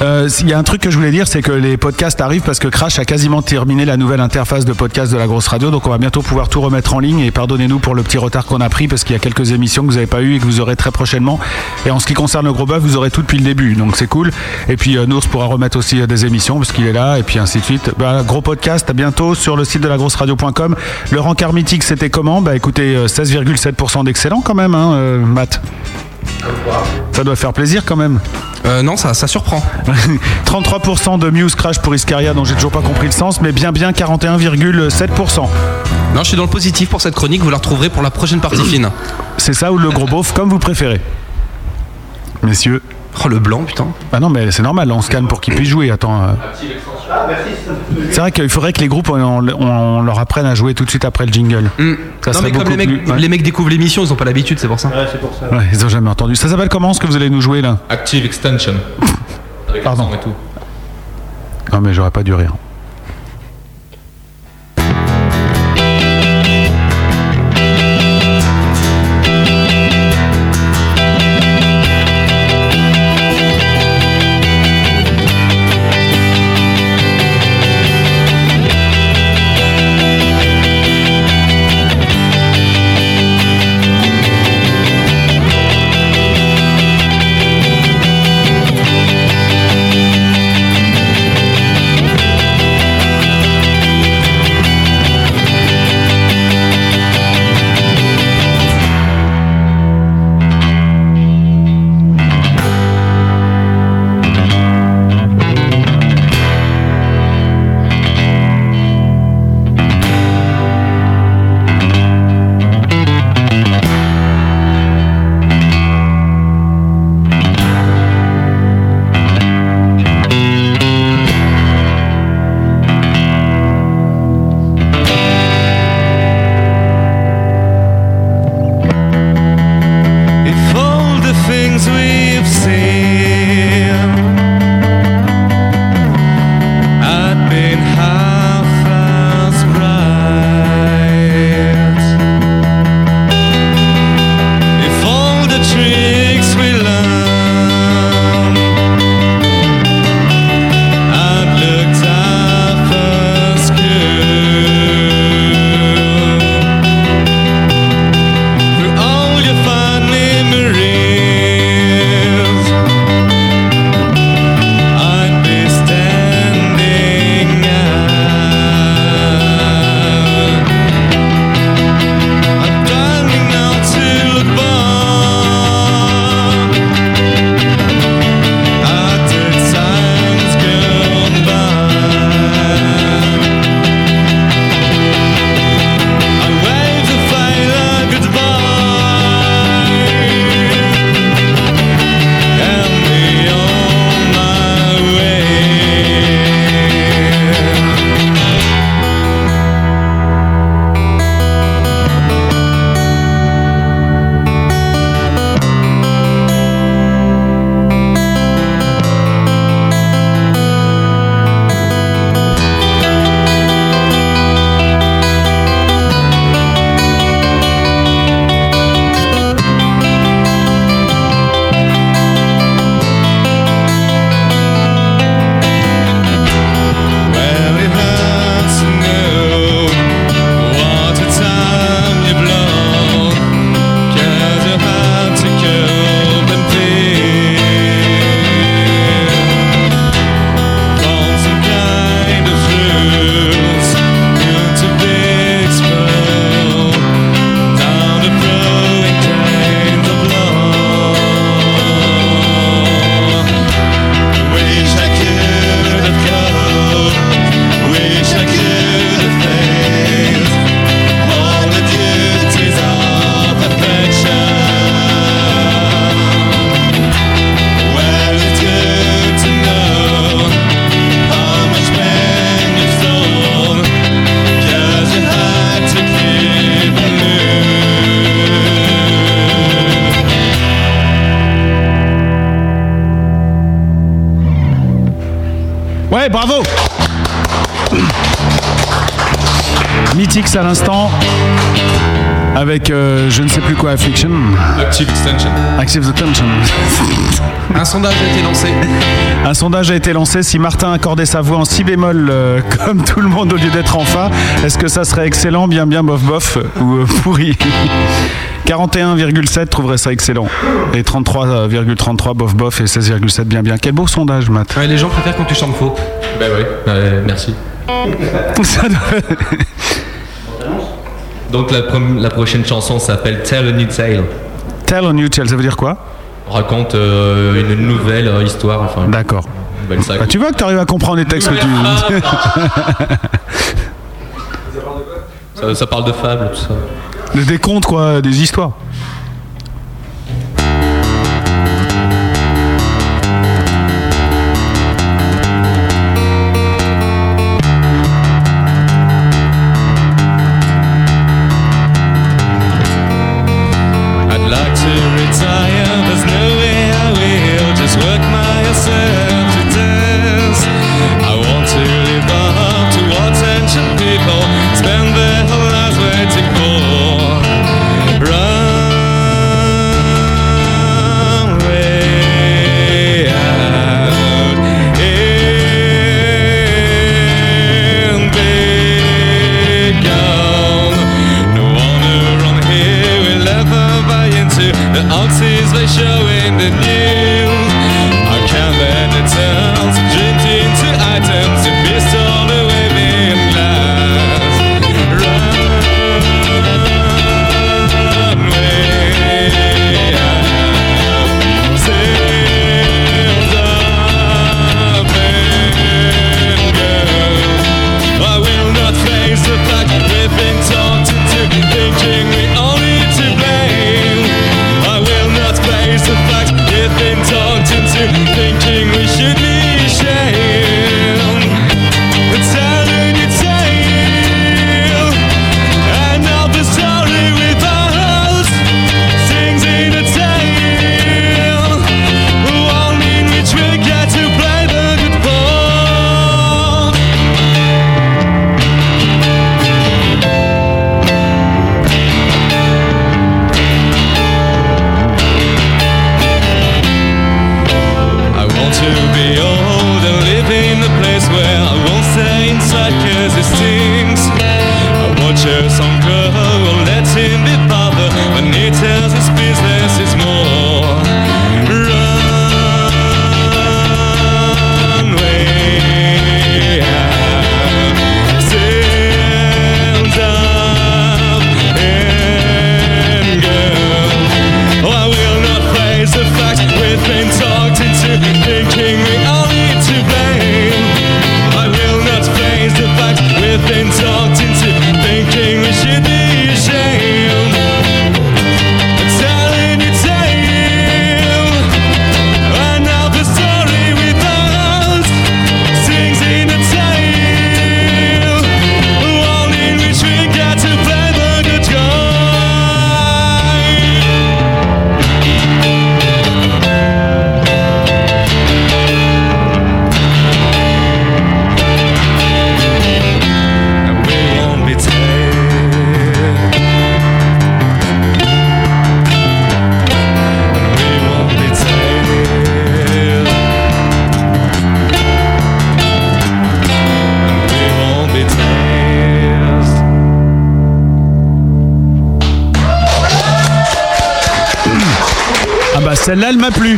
[SPEAKER 2] Euh, s- Il y a un truc que je voulais dire, c'est que les podcasts arrivent parce que Crash a quasiment terminé la nouvelle interface de podcast de la grosse radio, donc on va bientôt pouvoir tout remettre en ligne. Et pardonnez-nous pour le petit retard qu'on a pris parce qu'il y a quelques émissions que vous n'avez pas eues et que vous aurez très prochainement. Et en ce qui concerne le gros bœuf, vous aurez tout depuis le début, donc c'est cool. Et puis euh, Nours pourra remettre aussi euh, des émissions parce qu'il est là, et puis ainsi de suite. Bah, gros podcast, à bientôt sur le site de la grosse radio.com. Le rencard mythique, c'était comment Bah écoutez, euh, 16,7% d'excellent quand même, hein, euh, Matt. Ça doit faire plaisir quand même.
[SPEAKER 3] Euh, non, ça, ça surprend.
[SPEAKER 2] 33% de Muse Crash pour Iscaria, dont j'ai toujours pas compris le sens, mais bien bien 41,7%.
[SPEAKER 3] Non, je suis dans le positif pour cette chronique, vous la retrouverez pour la prochaine partie fine.
[SPEAKER 2] C'est ça ou le gros beauf, comme vous préférez. Messieurs.
[SPEAKER 3] Oh le blanc, putain.
[SPEAKER 2] Bah non, mais c'est normal, on se calme pour qu'ils puissent jouer. Attends. euh. C'est vrai qu'il faudrait que les groupes, on, on- on leur apprenne à jouer tout de suite après le jingle.
[SPEAKER 7] Mm.
[SPEAKER 2] Ça
[SPEAKER 3] Hmm. non,
[SPEAKER 2] serait
[SPEAKER 3] mais comme
[SPEAKER 2] beaucoup
[SPEAKER 3] les mecs,
[SPEAKER 2] plus- ouais.
[SPEAKER 3] les mecs découvrent l'émission, ils ont pas l'habitude, c'est pour ça.
[SPEAKER 9] Ouais, c'est pour ça.
[SPEAKER 2] Ouais, ils ont jamais entendu. Ça s'appelle comment ce que vous allez nous jouer là
[SPEAKER 7] Active Extension.
[SPEAKER 2] Pardon.
[SPEAKER 7] Et tout.
[SPEAKER 2] Non, mais j'aurais pas dû rire.
[SPEAKER 5] Thank
[SPEAKER 2] Mythix à l'instant. Avec euh, je ne sais plus quoi Affliction.
[SPEAKER 3] Active Extension.
[SPEAKER 2] Active the Tension.
[SPEAKER 3] Un sondage a été lancé.
[SPEAKER 2] Un sondage a été lancé si Martin accordait sa voix en si bémol euh, comme tout le monde au lieu d'être en fa, est-ce que ça serait excellent, bien bien bof bof ou euh, pourri 41,7 trouverait ça excellent et 33,33 bof bof et 16,7 bien bien. Quel beau sondage, Matt.
[SPEAKER 3] Ouais, les gens préfèrent quand tu chantes faux.
[SPEAKER 7] Ben ouais, ouais, merci.
[SPEAKER 2] Ça
[SPEAKER 7] Donc la, prom- la prochaine chanson s'appelle Tell a New Tale.
[SPEAKER 2] Tell on you tell, ça veut dire quoi
[SPEAKER 7] Raconte euh, une nouvelle euh, histoire. Ben, Enfin,
[SPEAKER 2] D'accord. Bah, tu vois que tu arrives à comprendre les textes que
[SPEAKER 7] Ah.
[SPEAKER 2] tu.
[SPEAKER 7] ça, ça parle de fables, tout ça.
[SPEAKER 2] Le décompte, quoi, des histoires.
[SPEAKER 5] I'd like to retire, there's no way I will. Just work myself to death. I want to live up to what ancient people spend their whole lives waiting for. Run way out and be gone. No honor on here will ever buy into the oxys they show in the news. Our calendar turns dreams into items to be stolen away in glass. Runway out, sailed up and go. I will not face the fact we've been taught to do, thinking we all need to blame. I will not face the fact we've been taught to do, thinking we should be ashamed. But tell her you tale, and all the story with us sings in a tale. One in which we get to play the good part. I want to be old and live in a place where I won't stay inside cause it stinks. I watch her some girl will let him be father when he tells his business is more. Runway out, sails up and go. Oh, I will not face the fact we've been talked into thinking we all need to blame. I will not face the fact we've been talked into thinking we should be ashamed. I'm telling you, tale, and now the story with us sings in a tale, one in which we get to play the good guy. We won't be tamed. And we won't be tamed. And we won't be tamed.
[SPEAKER 2] Ah bah celle-là, elle m'a plu.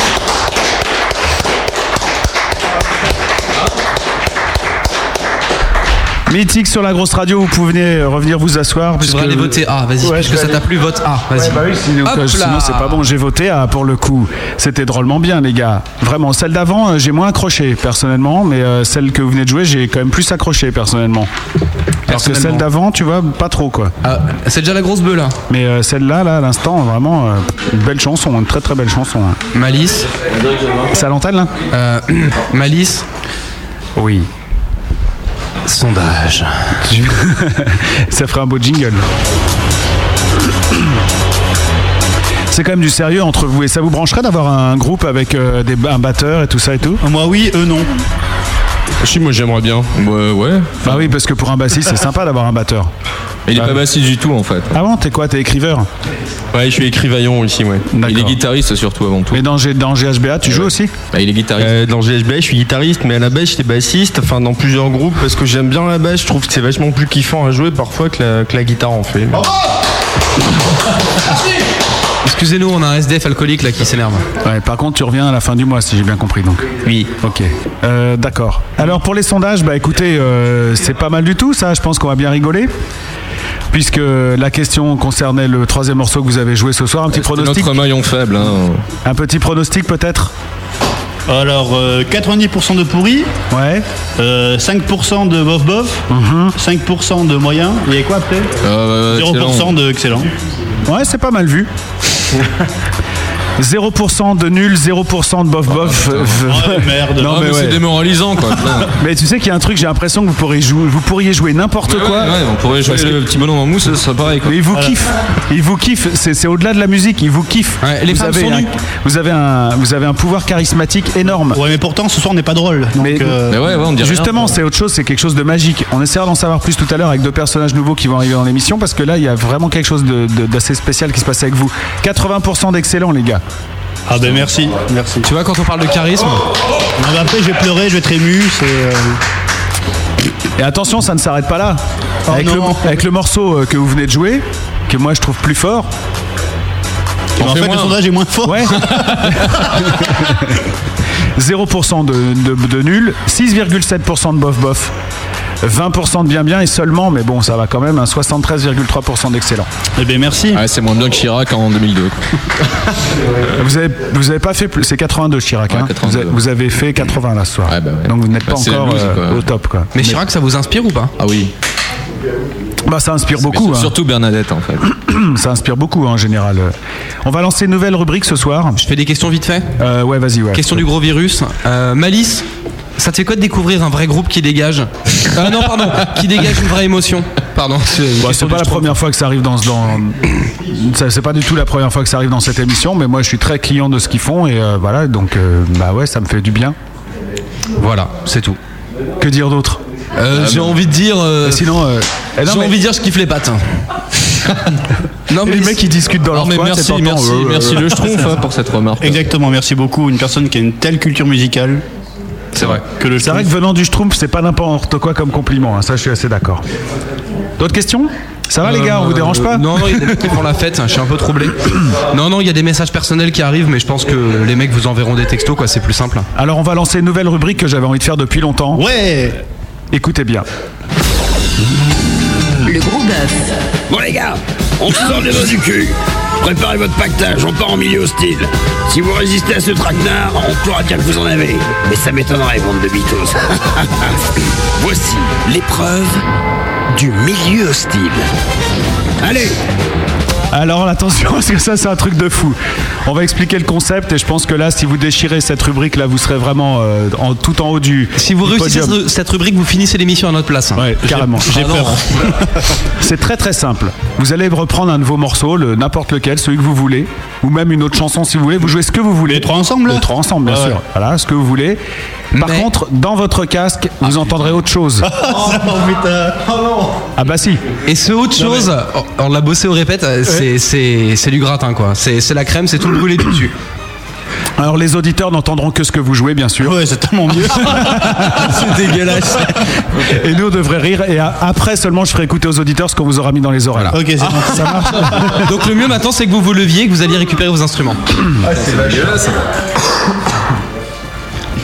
[SPEAKER 2] Mythique sur la grosse radio, vous pouvez euh, revenir vous asseoir.
[SPEAKER 3] Tu devrais aller voter A, vas-y,
[SPEAKER 2] Ouais, je
[SPEAKER 3] puisque
[SPEAKER 2] vais
[SPEAKER 3] ça
[SPEAKER 2] aller-
[SPEAKER 3] t'a plu, vote A, vas-y.
[SPEAKER 2] Ouais, bah oui, sinon,
[SPEAKER 3] Hop
[SPEAKER 2] euh,
[SPEAKER 3] là.
[SPEAKER 2] sinon, c'est pas bon. J'ai voté ah, pour le coup. C'était drôlement bien, les gars. Vraiment, celle d'avant, euh, j'ai moins accroché personnellement, mais euh, celle que vous venez de jouer, j'ai quand même plus accroché personnellement. Alors que
[SPEAKER 3] Personnellement. Ah,
[SPEAKER 2] celle d'avant, tu vois, pas trop quoi.
[SPEAKER 3] c'est déjà la grosse bœuf là.
[SPEAKER 2] Mais euh, celle-là, là, à l'instant, vraiment, euh, une belle chanson, une très très belle chanson. hein.
[SPEAKER 3] Malice. euh,
[SPEAKER 2] Salental là
[SPEAKER 3] Malice.
[SPEAKER 2] Oui.
[SPEAKER 3] Sondage.
[SPEAKER 2] Ça ferait un beau jingle. C'est quand même du sérieux entre vous et ça vous brancherait d'avoir un groupe avec euh, des, un batteur et tout ça et tout
[SPEAKER 9] Moi oui, eux non.
[SPEAKER 8] Si, moi j'aimerais bien.
[SPEAKER 7] Ouais, ouais.
[SPEAKER 2] Bah oui, parce que pour un bassiste, c'est sympa d'avoir un batteur.
[SPEAKER 7] Il
[SPEAKER 5] Ah.
[SPEAKER 7] est pas bassiste du tout en fait.
[SPEAKER 2] Ah bon, t'es quoi T'es écriveur
[SPEAKER 8] Ouais, je suis écrivaillon ici, ouais.
[SPEAKER 7] Il est guitariste surtout avant tout. Bah,
[SPEAKER 2] Mais dans, G- dans GHBA, tu joues aussi
[SPEAKER 7] il est guitariste.
[SPEAKER 5] Euh,
[SPEAKER 8] dans GHB, je suis guitariste, mais à la base, j'étais bassiste, enfin dans plusieurs groupes, parce que j'aime bien la basse, je trouve que c'est vachement plus kiffant à jouer parfois que la, que la guitare en fait.
[SPEAKER 3] Excusez-nous, on a un SDF alcoolique là qui s'énerve.
[SPEAKER 2] Ouais, par contre, tu reviens à la fin du mois, si j'ai bien compris donc.
[SPEAKER 3] Oui.
[SPEAKER 2] Ok. Euh, D'accord. Alors pour les sondages, bah écoutez, euh, c'est pas mal du tout, ça. Je pense qu'on va bien rigoler. Puisque la question concernait le troisième morceau que vous avez joué ce soir, un petit
[SPEAKER 7] C'était
[SPEAKER 2] pronostic.
[SPEAKER 7] notre maillon faible. hein.
[SPEAKER 2] Un petit pronostic peut-être
[SPEAKER 9] Alors, euh, 90% de pourri. euh,
[SPEAKER 2] Ouais.
[SPEAKER 9] 5% de bof-bof. 5% de moyen. Et quoi après
[SPEAKER 7] Euh,
[SPEAKER 9] 0% de excellent.
[SPEAKER 2] Ouais, c'est pas mal vu. 0% de nul, 0% de bof-bof.
[SPEAKER 7] Bah,
[SPEAKER 9] Oh, merde.
[SPEAKER 7] Ah, mais c'est démoralisant quoi. putain.
[SPEAKER 2] Mais tu sais qu'il y a un truc, j'ai l'impression que vous pourriez jouer, vous pourriez jouer n'importe
[SPEAKER 7] Ouais,
[SPEAKER 2] quoi.
[SPEAKER 7] ouais, ouais, on pourrait jouer
[SPEAKER 2] Parce que-
[SPEAKER 7] le petit bonhomme en mousse, ce serait pareil quoi.
[SPEAKER 2] Mais ils vous kiffent, ils vous kiffent, c'est c'est au-delà de la musique, ils vous kiffent.
[SPEAKER 3] les
[SPEAKER 2] vous,
[SPEAKER 3] femmes
[SPEAKER 2] avez
[SPEAKER 3] sont
[SPEAKER 2] un,
[SPEAKER 3] nues.
[SPEAKER 2] vous, avez un, vous avez un pouvoir charismatique énorme.
[SPEAKER 9] Ouais, mais pourtant ce soir on n'est pas drôle. Donc, euh,
[SPEAKER 2] Justement, c'est autre chose, c'est quelque chose de magique. On essaiera d'en savoir plus tout à l'heure avec deux personnages nouveaux qui vont arriver dans l'émission parce que là, il y a vraiment quelque chose de- de- d'assez spécial qui se passe avec vous. 80% d'excellents, les gars.
[SPEAKER 9] Ah ben merci, merci.
[SPEAKER 3] Tu vois, quand on parle de charisme.
[SPEAKER 9] Non, mais après je vais pleurer, je vais être ému. c'est, euh,
[SPEAKER 2] Et attention, ça ne s'arrête pas là.
[SPEAKER 3] Oh
[SPEAKER 2] avec, le, avec le morceau euh, que vous venez de jouer, que moi je trouve plus fort.
[SPEAKER 9] Mais en fait, le sondage est moins fort.
[SPEAKER 2] Ouais. 0% de, de- de nul, 6,7% de bof-bof, 20% de bien-bien et seulement, mais bon, ça va quand même, hein, un 73,3% d'excellent.
[SPEAKER 9] Eh bien merci.
[SPEAKER 7] Ah Ouais, c'est moins bien que Chirac en 2002. quoi. Euh.
[SPEAKER 2] Vous avez, vous avez pas fait plus, c'est 82 Chirac, hein. Vous avez- vous, avez fait 80 là ce soir. Donc vous n'êtes
[SPEAKER 7] Bah,
[SPEAKER 2] pas
[SPEAKER 7] c'est la
[SPEAKER 2] encore
[SPEAKER 7] loose,
[SPEAKER 2] euh,
[SPEAKER 7] quoi.
[SPEAKER 2] au top quoi.
[SPEAKER 3] Mais Chirac, ça vous inspire ou pas
[SPEAKER 7] Ah oui.
[SPEAKER 2] Bah, ça inspire beaucoup.
[SPEAKER 7] Mais
[SPEAKER 2] hein.
[SPEAKER 7] Surtout Bernadette en fait.
[SPEAKER 2] ça inspire beaucoup hein, en général. On va lancer une nouvelle rubrique ce soir. Euh,
[SPEAKER 3] Je fais des questions vite fait
[SPEAKER 2] Ouais, vas-y, ouais.
[SPEAKER 3] Question du gros virus. Euh, Malice, ça te fait quoi de découvrir un vrai groupe qui dégage Ah Non, pardon, qui dégage une vraie émotion. Pardon. c'est une
[SPEAKER 2] Bah, c'est
[SPEAKER 3] question
[SPEAKER 2] pas
[SPEAKER 3] du
[SPEAKER 2] la
[SPEAKER 3] stro-
[SPEAKER 2] première fois que ça arrive dans ce. Dans... ça- C'est pas du tout la première fois que ça arrive dans cette émission, mais moi je suis très client de ce qu'ils font et euh, voilà, donc euh, bah ouais, ça me fait du bien.
[SPEAKER 3] Voilà, c'est tout.
[SPEAKER 2] Que dire d'autre
[SPEAKER 3] Euh, j'ai envie de dire. euh,
[SPEAKER 2] Sinon, euh, eh non,
[SPEAKER 3] j'ai
[SPEAKER 2] mais-
[SPEAKER 3] envie de dire je kiffe les pattes. non,
[SPEAKER 2] Et les mecs, ils discutent dans
[SPEAKER 3] Non,
[SPEAKER 2] leur
[SPEAKER 3] mais
[SPEAKER 2] coin,
[SPEAKER 3] merci,
[SPEAKER 2] c'est tentant.
[SPEAKER 3] merci,
[SPEAKER 2] Euh, euh,
[SPEAKER 3] merci,
[SPEAKER 2] euh.
[SPEAKER 3] le Schtroumpf, hein, pour cette remarque.
[SPEAKER 9] Exactement, merci beaucoup. Une personne qui a une telle culture musicale.
[SPEAKER 7] C'est vrai.
[SPEAKER 9] Que le
[SPEAKER 2] C'est vrai que venant du Schtroumpf, c'est pas n'importe quoi comme compliment, hein, ça je suis assez d'accord. D'autres questions Ça va les gars, on vous dérange pas
[SPEAKER 3] Euh, Non, non, il y a des mecs qui font la fête, hein, je suis un peu troublé. non, non, il y a des messages personnels qui arrivent, mais je pense que les mecs vous enverront des textos, quoi, c'est plus simple.
[SPEAKER 2] Alors on va lancer une nouvelle rubrique que j'avais envie de faire depuis longtemps.
[SPEAKER 9] Ouais
[SPEAKER 2] Écoutez bien.
[SPEAKER 1] Le gros bœuf.
[SPEAKER 6] Bon les gars, on se sort les os du cul. Préparez votre pactage, on part en milieu hostile. Si vous résistez à ce traquenard, on pourra dire que vous en avez. Mais ça m'étonnerait, bande de bitos. Voici l'épreuve du milieu hostile. Allez
[SPEAKER 2] Alors attention parce que ça c'est un truc de fou. On va expliquer le concept et je pense que là si vous déchirez cette rubrique là vous serez vraiment euh, en, tout en haut du
[SPEAKER 3] Si vous
[SPEAKER 2] du
[SPEAKER 3] réussissez
[SPEAKER 2] podium.
[SPEAKER 3] cette- cette rubrique, vous finissez l'émission à notre place. hein.
[SPEAKER 2] Ouais, carrément.
[SPEAKER 3] Ah non, hein.
[SPEAKER 2] C'est très très simple. Vous allez reprendre un de vos morceaux, le- n'importe lequel, celui que vous voulez, ou même une autre chanson si vous voulez. Vous jouez ce que vous voulez. Les
[SPEAKER 9] trois ensemble, là
[SPEAKER 2] Les trois ensemble, bien
[SPEAKER 9] Ah ouais.
[SPEAKER 2] sûr. Voilà, ce que vous voulez. Par contre, dans votre casque, vous entendrez autre chose.
[SPEAKER 9] Oh putain Oh non
[SPEAKER 2] ah bah si.
[SPEAKER 3] Et ce autre chose, on on l'a bossé au répète, euh, c'est- c'est c'est du gratin quoi. C'est c'est la crème, c'est tout le brûlé du dessus.
[SPEAKER 2] Alors les auditeurs n'entendront que ce que vous jouez, bien sûr.
[SPEAKER 9] Ouais, c'est tellement mieux.
[SPEAKER 3] c'est dégueulasse.
[SPEAKER 2] Et nous on devrait rire. Et a- après seulement, je ferai écouter aux auditeurs ce qu'on vous aura mis dans les oreilles.
[SPEAKER 9] ok, c'est bon.
[SPEAKER 2] Ça marche
[SPEAKER 3] Donc le mieux maintenant, c'est que vous vous leviez et que vous alliez récupérer vos instruments.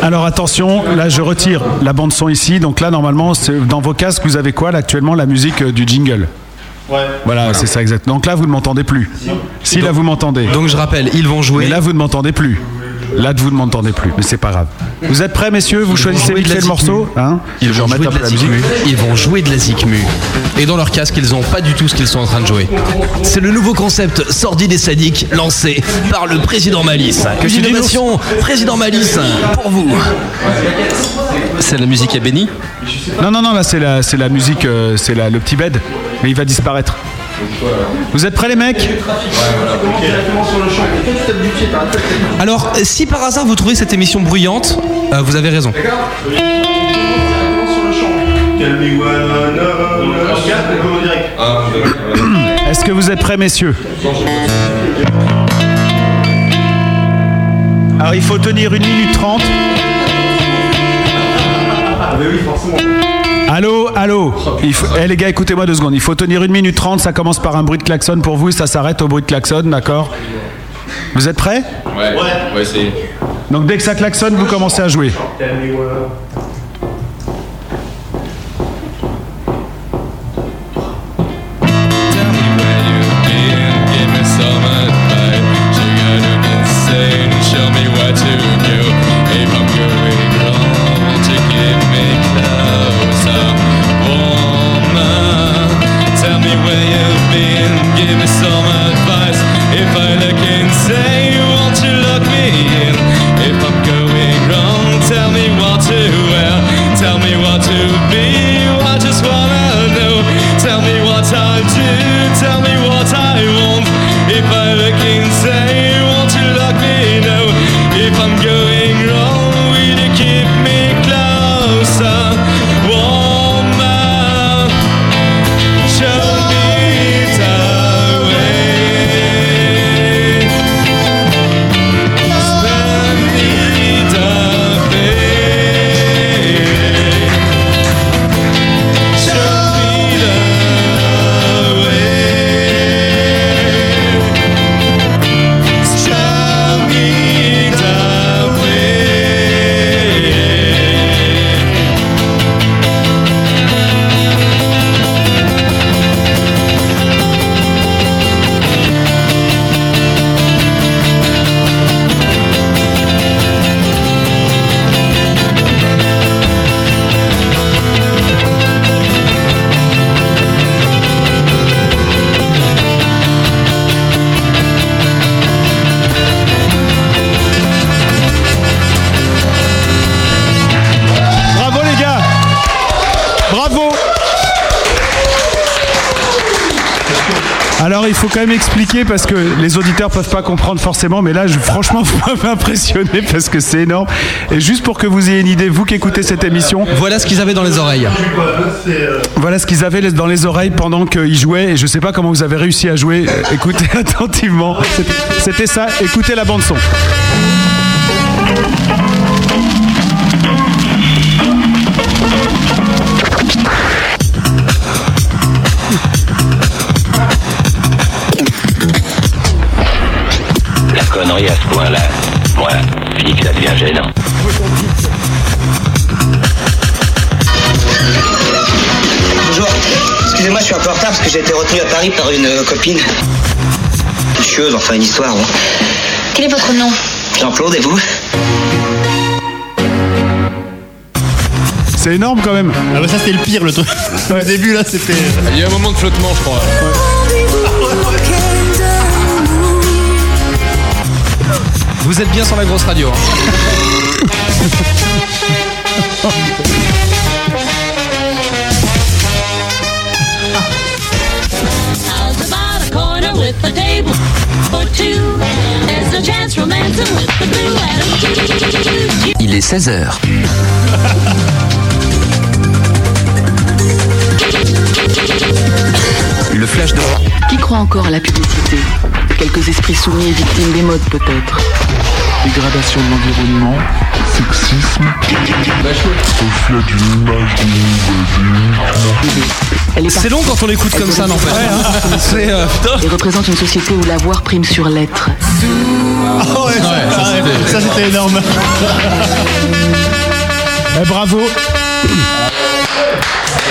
[SPEAKER 2] Alors attention, là je retire la bande son ici. Donc là normalement, c'est- dans vos casques, vous avez quoi là actuellement La musique euh, du jingle.
[SPEAKER 9] Ouais.
[SPEAKER 2] Voilà, c'est ça exact. Donc là vous ne m'entendez plus. Si là vous m'entendez.
[SPEAKER 3] Donc je rappelle, ils vont jouer.
[SPEAKER 2] Mais là vous ne m'entendez plus. Là vous ne m'entendez plus. Mais c'est pas grave. Vous êtes prêts messieurs Vous choisissez
[SPEAKER 3] jouer
[SPEAKER 2] vite
[SPEAKER 3] de la
[SPEAKER 2] fait le morceau.
[SPEAKER 3] zikmu.
[SPEAKER 2] Hein Je
[SPEAKER 3] Ils vont,
[SPEAKER 2] remette
[SPEAKER 3] jouer
[SPEAKER 2] un
[SPEAKER 3] de
[SPEAKER 2] peu
[SPEAKER 3] la
[SPEAKER 2] la musique.
[SPEAKER 3] zikmu. Ils vont jouer de la zikmu. Et dans leur casque, ils n'ont pas du tout ce qu'ils sont en train de jouer. C'est le nouveau concept sordide et sadique lancé par le président Malice.
[SPEAKER 2] tu dis,
[SPEAKER 3] L'innovation, président Malice, pour vous.
[SPEAKER 8] C'est la musique à Benny
[SPEAKER 2] Non non non, là c'est la c'est la musique, euh, c'est la- le petit bed. Mais il va disparaître. Vous êtes prêts les mecs
[SPEAKER 3] Alors, si par hasard vous trouvez cette émission bruyante, euh, vous avez raison.
[SPEAKER 2] Est-ce que vous êtes prêts, messieurs Alors, il faut tenir une minute 30. Allô, allô il faut... Eh, les gars, écoutez-moi deux secondes. Il faut tenir une minute 30. Ça commence par un bruit de klaxon pour vous et ça s'arrête au bruit de klaxon, d'accord Vous êtes prêts
[SPEAKER 13] Ouais, on va essayer.
[SPEAKER 2] Donc, dès que ça klaxonne, vous commencez à jouer.
[SPEAKER 5] Give me some advice. She got him insane. Show me what to do. If I'm going wrong, won't you give me closer? Woman, tell me where you've been. Give me some advice. If I look insane, won't you look me in? If I'm going wrong, tell me what to wear. Tell me what to be. I just wanna know. Tell me what I do. Tell me what I want. If I look insane, won't you let me know? If I'm going wrong, will you keep me closer? Woman, show me the way. Spare me the pain. Show me the
[SPEAKER 2] Bravo les gars Bravo Alors il faut quand même expliquer parce que les auditeurs peuvent pas comprendre forcément, mais là je, franchement vous m'avez impressionné parce que c'est énorme. Et juste pour que vous ayez une idée, vous qui écoutez cette émission,
[SPEAKER 3] Voilà ce qu'ils avaient dans les oreilles.
[SPEAKER 2] voilà ce qu'ils avaient les- dans les oreilles pendant qu'ils jouaient. Et je sais pas comment vous avez réussi à jouer. Euh, Écoutez attentivement. C'était- C'était ça. Écoutez la bande son.
[SPEAKER 14] La connerie à ce point-là, moi, je dis que ça devient gênant.
[SPEAKER 1] Bonjour. Excusez-moi, je suis un peu en retard parce que j'ai été retenu à Paris par une euh, copine. Une chieuse, enfin une histoire. hein.
[SPEAKER 7] Quel est votre nom
[SPEAKER 1] Jean-Claude, et vous
[SPEAKER 2] C'est énorme quand même.
[SPEAKER 9] Ah bah ça c'était le pire le truc. Au début là c'était.
[SPEAKER 13] Il y a un moment de flottement, je crois.
[SPEAKER 3] Vous êtes bien sur la grosse radio. hein.
[SPEAKER 15] How's about a corner with a table for two? There's a chance romancing with the blue attitude.
[SPEAKER 16] Il est 16h.
[SPEAKER 6] Le flash de.
[SPEAKER 16] Qui croit encore à la publicité Quelques esprits soumis et victimes des modes peut-être.
[SPEAKER 6] Dégradation de l'environnement, sexisme, reflet d'une image
[SPEAKER 3] C'est long quand on l'écoute comme ça, n'empêche. C'est, euh,
[SPEAKER 16] Il représente une société où l'avoir prime sur l'être.
[SPEAKER 9] Ah ouais, ça, ça, c'était énorme.
[SPEAKER 2] Eh, bravo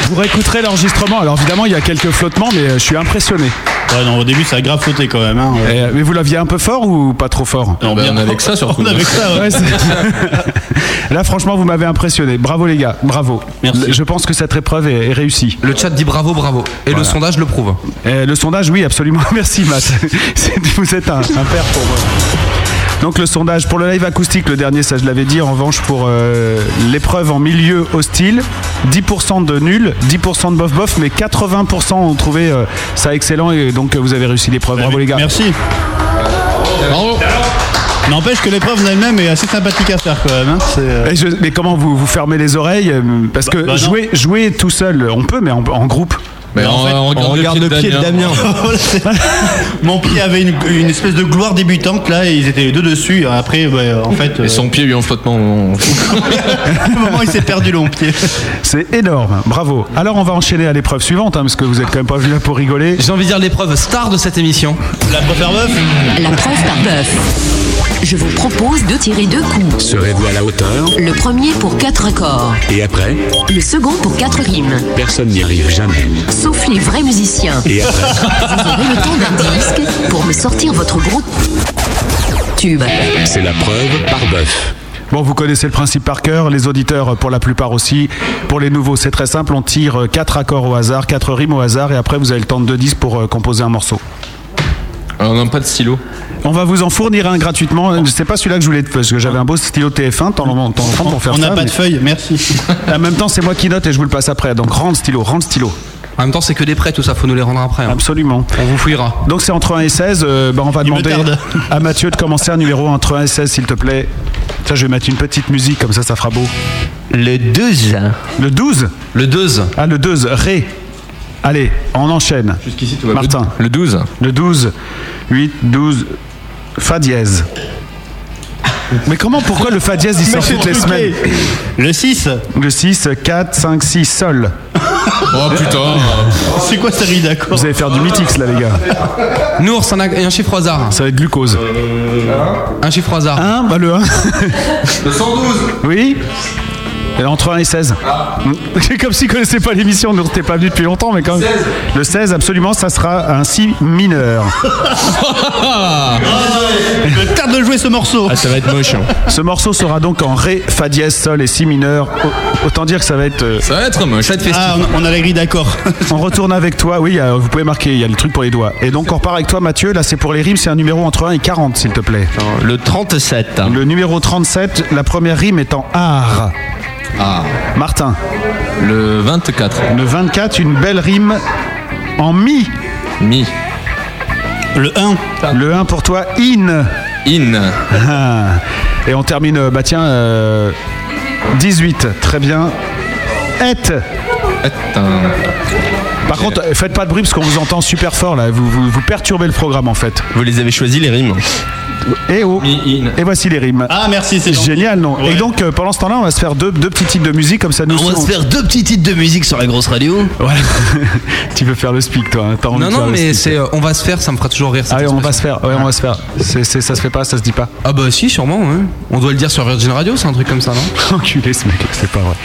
[SPEAKER 2] Vous réécouterez l'enregistrement. Alors évidemment, il y a quelques flottements, mais euh, je suis impressionné.
[SPEAKER 9] Ouais, non, au début ça a grave flotté quand même. hein.
[SPEAKER 2] Eh, mais vous l'aviez un peu fort ou pas trop fort
[SPEAKER 7] Ah, bah,
[SPEAKER 9] Non,
[SPEAKER 7] ben,
[SPEAKER 9] bien- On
[SPEAKER 7] hein.
[SPEAKER 9] avait que ça, ouais.
[SPEAKER 2] Ouais, c'est- Là, franchement, vous m'avez impressionné. Bravo, les gars. Bravo. Je pense que cette épreuve est, est réussie.
[SPEAKER 3] Le chat dit bravo, bravo. Et le sondage le prouve.
[SPEAKER 2] Euh, le sondage, oui, absolument. Merci, Matt. C'est- vous êtes un, un père pour moi. Donc le sondage pour le live acoustique, le dernier, ça je l'avais dit. En revanche, pour euh, l'épreuve en milieu hostile, 10% de nul, 10% de bof-bof, mais 80% ont trouvé euh, ça excellent et donc euh, vous avez réussi l'épreuve. Bravo les gars.
[SPEAKER 9] Merci. N'empêche que l'épreuve en elle-même est assez sympathique à faire quand même. hein. C'est, euh,
[SPEAKER 2] Et je- mais comment vous, vous fermez les oreilles euh, Parce que
[SPEAKER 9] bah non.
[SPEAKER 2] jouer, jouer tout seul, on peut, mais en, en groupe.
[SPEAKER 7] Ben,
[SPEAKER 9] Mais en fait, Voilà, c'est- Mon pied avait une, une espèce de gloire débutante là, et ils étaient les deux dessus. Après, ouais, en fait, euh,
[SPEAKER 7] Et son pied lui en flottement. on-
[SPEAKER 9] à un moment, il s'est perdu le long pied.
[SPEAKER 2] C'est énorme, bravo. Alors on va enchaîner à l'épreuve suivante, hein, parce que vous êtes quand même pas venu là pour rigoler.
[SPEAKER 3] J'ai envie de dire l'épreuve star de cette émission.
[SPEAKER 9] La préfère meuf
[SPEAKER 1] La preuve par bœuf. Je vous propose de tirer deux coups.
[SPEAKER 17] Serez-vous à la hauteur
[SPEAKER 1] Le premier pour quatre accords.
[SPEAKER 17] Et après
[SPEAKER 1] Le second pour quatre rimes.
[SPEAKER 17] Personne n'y arrive jamais.
[SPEAKER 1] Sauf les vrais musiciens.
[SPEAKER 17] Et après
[SPEAKER 1] Vous aurez le temps d'un disque pour me sortir votre gros tube.
[SPEAKER 17] C'est la preuve par bœuf.
[SPEAKER 2] Bon, vous connaissez le principe par cœur, les auditeurs euh, pour la plupart aussi. Pour les nouveaux, c'est très simple, on tire euh, quatre accords au hasard, quatre rimes au hasard, et après vous avez le temps de deux disques pour euh, composer un morceau.
[SPEAKER 7] Alors, on n'a pas de stylo.
[SPEAKER 2] On va vous en fournir un gratuitement. Euh, C'est pas celui-là que je voulais, parce que j'avais un beau stylo TF1, tant l'en- tant l'en prends pour faire
[SPEAKER 9] On
[SPEAKER 2] ça.
[SPEAKER 9] n'a pas de feuille, merci.
[SPEAKER 2] En même temps, c'est moi qui note et je vous le passe après. Donc rends le stylo, rends le stylo.
[SPEAKER 3] En même temps, c'est que des prêts, tout ça, faut nous les rendre après. hein.
[SPEAKER 2] Absolument.
[SPEAKER 3] On vous fouillera.
[SPEAKER 2] Donc c'est entre 1 et 16. euh, bah, on va demander à Mathieu de commencer un numéro entre 1 et 16, s'il te plaît. Ça, je vais mettre une petite musique, comme ça, ça fera beau.
[SPEAKER 3] Le 12.
[SPEAKER 2] Le 12
[SPEAKER 3] Le 12.
[SPEAKER 2] Ah, le 12. Ré. Allez, on enchaîne. Jusqu'ici, tout
[SPEAKER 7] va bien.
[SPEAKER 2] Martin.
[SPEAKER 7] Le 12.
[SPEAKER 2] Le 12. 8, 12. Fa dièse. Mais comment, pourquoi le Fa dièse, il sort
[SPEAKER 9] Mais c'est
[SPEAKER 2] toutes les semaines
[SPEAKER 9] truqué. Le 6
[SPEAKER 2] Le 6, 4, 5, 6, Sol.
[SPEAKER 7] Oh putain
[SPEAKER 9] C'est quoi cette ride d'accord
[SPEAKER 2] Vous allez faire du mythix, là, les gars.
[SPEAKER 3] Nours, un, un chiffre au hasard.
[SPEAKER 2] Ça va être glucose.
[SPEAKER 3] Un chiffre au hasard.
[SPEAKER 2] 1, bah le 1.
[SPEAKER 3] Le 112.
[SPEAKER 2] Oui Et Entre 1 et 16. C'est comme s'il connaissait pas l'émission, nous t'es pas venu depuis longtemps, mais quand même. Le 16, absolument, ça sera un si mineur.
[SPEAKER 9] Je tarde de jouer ce morceau.
[SPEAKER 8] Ah,
[SPEAKER 2] Ah, ça va être moche. hein. Ce morceau sera donc en Ré, Fa dièse, Sol et Si mineur. Au- Autant dire que ça va être. euh,
[SPEAKER 7] Ça va être moche.
[SPEAKER 9] Ah, on, on a la grille d'accord.
[SPEAKER 2] On retourne avec toi, oui, euh, vous pouvez marquer, il y a le truc pour les doigts. Et donc on repart avec toi Mathieu, là c'est pour les rimes, c'est un numéro entre 1 et 40 s'il te plaît.
[SPEAKER 3] Le 37.
[SPEAKER 2] Le numéro 37, la première rime est en art.
[SPEAKER 7] Ah.
[SPEAKER 2] Martin.
[SPEAKER 7] Le 24.
[SPEAKER 2] Le 24, une belle rime en mi.
[SPEAKER 7] Mi.
[SPEAKER 9] Le 1.
[SPEAKER 2] Le 1 pour toi, in.
[SPEAKER 7] In.
[SPEAKER 2] Ah. Et on termine, euh, bah tiens, euh, 18, très bien. Et. Par contre, euh, faites pas de bruit parce qu'on vous entend super fort là, vous, vous, vous perturbez le programme en fait.
[SPEAKER 8] Vous les avez choisis les rimes.
[SPEAKER 2] Et oh Et voici les rimes.
[SPEAKER 9] Ah merci, c'est gentil.
[SPEAKER 2] Génial, non Et donc euh, pendant ce temps-là, on va se faire deux, deux petits titres de musique comme
[SPEAKER 9] Ah,
[SPEAKER 2] ça nous.
[SPEAKER 18] On va se faire deux petits titres de musique sur la grosse radio.
[SPEAKER 2] Voilà. tu veux faire le speak toi, hein, t'as envie
[SPEAKER 3] Non,
[SPEAKER 2] de faire
[SPEAKER 3] non,
[SPEAKER 2] le
[SPEAKER 3] mais
[SPEAKER 2] speak.
[SPEAKER 3] c'est. euh, on va se faire, ça me fera toujours rire.
[SPEAKER 2] Allez, on va se faire, ouais, on va se faire. C'est, c'est- ça se fait pas, ça se dit pas.
[SPEAKER 3] Ah bah si, sûrement, ouais. On doit le dire sur Virgin Radio, c'est un truc comme ça, non
[SPEAKER 2] Enculé ce mec, c'est pas vrai.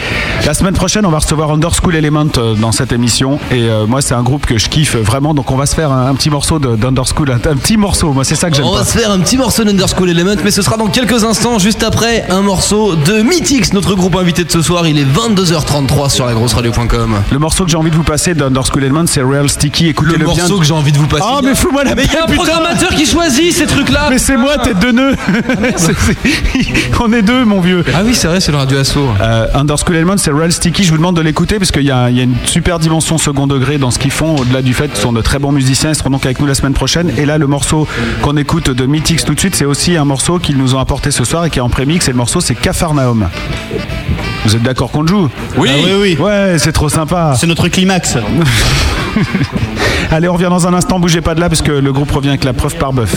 [SPEAKER 2] La semaine prochaine, on va recevoir Underschool Element euh, dans cette émission. Et euh, moi, c'est un groupe que je kiffe vraiment. Donc, on va se faire un, un petit morceau de- d'Underschool. Un, un petit morceau, moi, c'est ça que j'aime
[SPEAKER 3] Oh,
[SPEAKER 18] On
[SPEAKER 2] pas.
[SPEAKER 18] va se faire un petit morceau d'Underschool Element, mais ce sera dans quelques instants, juste après un morceau de Mythix, notre groupe invité de ce soir. Il est 22h33 sur la grosse radio.com.
[SPEAKER 2] Le morceau que j'ai envie de vous passer d'Underschool Element, c'est Real Sticky. Écoutez-le
[SPEAKER 3] Le
[SPEAKER 2] bien.
[SPEAKER 3] morceau que j'ai envie de vous passer.
[SPEAKER 2] Ah, mais fous-moi la
[SPEAKER 3] Mais Eh ben, il y a un
[SPEAKER 2] paix, putain.
[SPEAKER 3] programmateur qui choisit ces trucs-là
[SPEAKER 2] Mais c'est moi, tête de nœud C'est- c'est- On est deux, mon vieux
[SPEAKER 3] Ah oui, c'est vrai, c'est le radio assaut.
[SPEAKER 2] Euh, Underschool Element, c'est Real Sticky. Je vous demande de l'écouter parce qu'il y, a il y a une super dimension second degré dans ce qu'ils font. Au-delà du fait qu'ils sont de très bons musiciens, ils seront donc avec nous la semaine prochaine. Et là, le morceau qu'on écoute de Mythix tout de suite, c'est aussi un morceau qu'ils nous ont apporté ce soir et qui est en prémix. Et le morceau, c'est Cafarnaum. Vous êtes d'accord qu'on le joue
[SPEAKER 7] Oui.
[SPEAKER 9] Ah oui, oui.
[SPEAKER 2] Ouais, c'est trop sympa.
[SPEAKER 9] C'est notre climax.
[SPEAKER 2] Allez, on revient dans un instant. Bougez pas de là parce que le groupe revient avec la preuve par bœuf.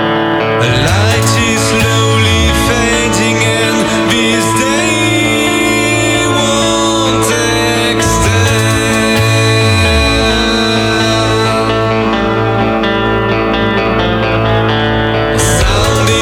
[SPEAKER 5] Light is slowly fading and this day won't extend. Sound is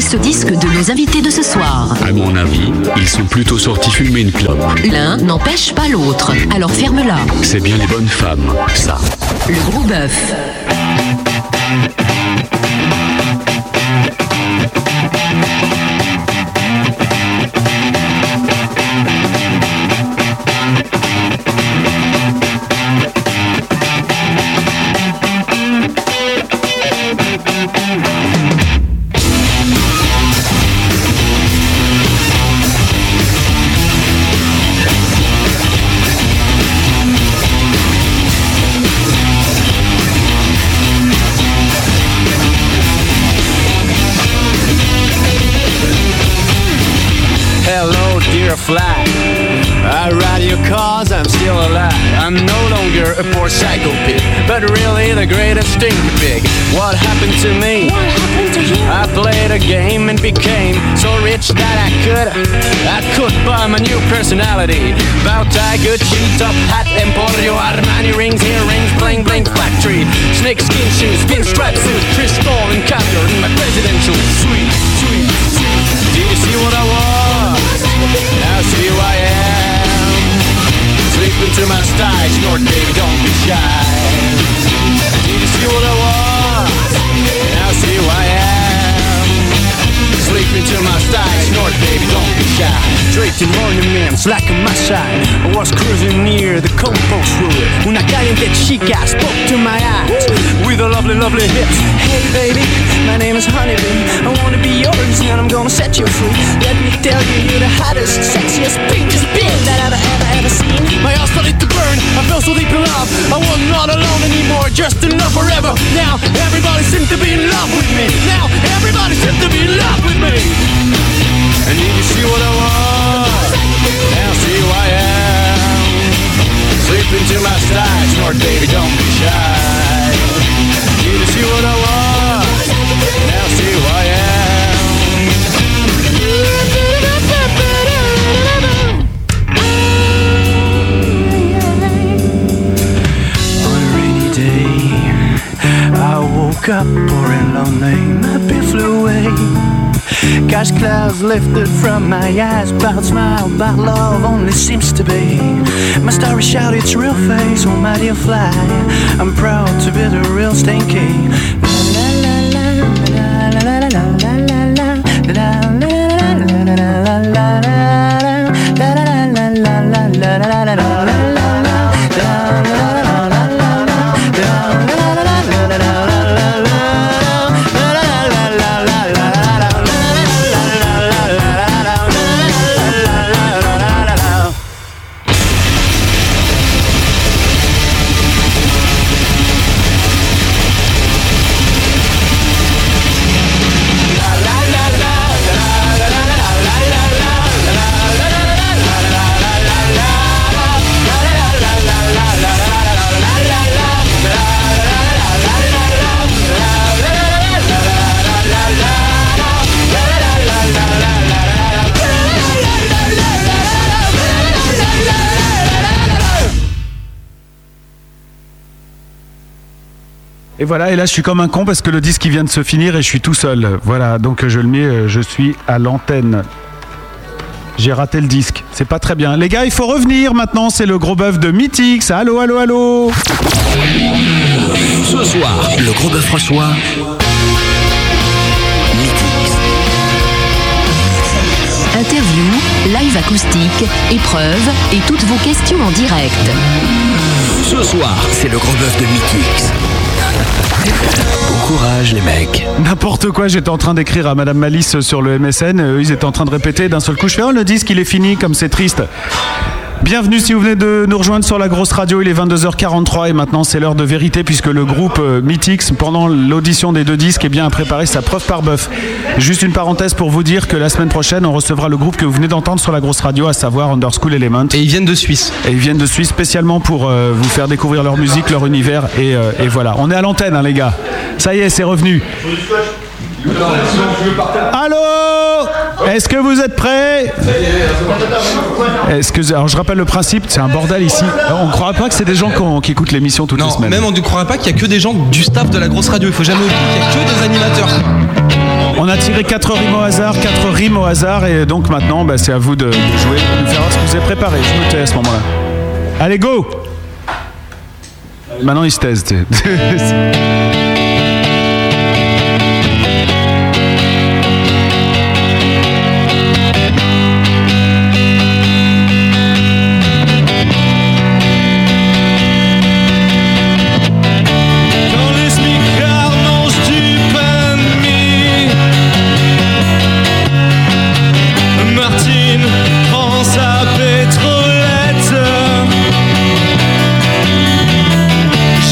[SPEAKER 1] ce disque de nos invités de ce soir.
[SPEAKER 17] À mon avis, ils sont plutôt sortis fumer une clope.
[SPEAKER 1] L'un n'empêche pas l'autre, alors ferme-la.
[SPEAKER 17] C'est bien les bonnes femmes, ça.
[SPEAKER 1] Le gros bœuf.
[SPEAKER 15] Hello, dear flag. I ride your cars, I'm still alive. I'm no longer a poor psycho pig, but really the greatest stink pig. What happened to me? What happened to you? I played a game and became so rich that I could, I could buy my new personality. Bowtie, Gucci, top hat, Emporio, Armani rings, earrings, bling bling factory, snake skin shoes, pinstripe suit, crystal and caviar in my presidential suite. Sweet, sweet. Do you see what I was? Now see who I am. Sleeping to my sties, Lord baby, don't be shy. Do you see what I was? Now see who I am. Sleeping to my sties, Lord baby, don't be shy. Straight to monuments like a Maasai. I was cruising near the compost wood. When I got in that chica, I spoke to my eyes with a lovely, lovely hit. Hey baby, my name is Honeybee. I wanna be yours and I'm gonna set you free. Let me tell you, you're the hottest, sexiest, pinkest being that I've ever, ever seen. My heart started to burn. I fell so deep in love. I was not alone anymore, just in love forever. Now everybody seems to be in love with me. Now everybody seems to be in love with me. And you can see what I was. Now see who I am. Sleeping to my side, smart baby, don't be shy. You can see what I was. Now see who I am. On a rainy day, I woke up pouring lonely. My beer flew away. Gosh, clouds lifted from my eyes. Proud smile, but love only seems to be. My story shout its real face. Oh, my dear fly, I'm proud to be the real stinky. La, la, la, la, la, la, la, la, la, la, la, la, la, la, la, la, la, la, la, la, la, la, la, la, la.
[SPEAKER 2] Et voilà, et là je suis comme un con parce que le disque il vient de se finir et je suis tout seul. Voilà, donc euh, je le mets, euh, je suis à l'antenne. J'ai raté le disque, c'est pas très bien. Les gars, il faut revenir maintenant, c'est le gros bœuf de Mythix. Allô, allô, allô
[SPEAKER 1] Ce soir,
[SPEAKER 2] le gros bœuf François.
[SPEAKER 1] Interview, live acoustique, épreuve et toutes vos questions en direct.
[SPEAKER 6] Ce soir, c'est le gros bœuf de Mythix. Bon courage, les mecs.
[SPEAKER 2] N'importe quoi, j'étais en train d'écrire à Madame Malice sur le MSN, euh, ils étaient en train de répéter, d'un seul coup je fais Oh le disque il est fini, comme c'est triste. Bienvenue si vous venez de nous rejoindre sur la grosse radio, il est 22h43 et maintenant c'est l'heure de vérité puisque le groupe euh, Mythix pendant l'audition des deux disques est bien à préparer sa preuve par bœuf. Juste une parenthèse pour vous dire que la semaine prochaine on recevra le groupe que vous venez d'entendre sur la grosse radio à savoir Underschool Element. Et ils viennent de Suisse. Et ils viennent de Suisse spécialement pour euh, vous faire découvrir leur musique, leur univers et, euh, et voilà. On est à l'antenne hein, les gars. Ça y est, c'est revenu. Allô Est-ce que vous êtes prêts Est-ce que alors je rappelle le principe, c'est un bordel ici. On ne croira pas que c'est des gens qui, ont- qui écoutent l'émission toutes les semaines.
[SPEAKER 3] Même on ne croirait pas qu'il y a que des gens du staff de la grosse radio. Il faut jamais oublier qu'il y a que des animateurs.
[SPEAKER 2] On a tiré 4 rimes au hasard, 4 rimes au hasard, et donc maintenant, bah, c'est à vous de, de jouer, de nous faire voir ce que vous avez préparé. Je me tais à ce moment-là. Allez, go Maintenant, il se taise. tu sais.
[SPEAKER 5] Dans les smicards mangent du pain de mie Martine prend sa pétrolette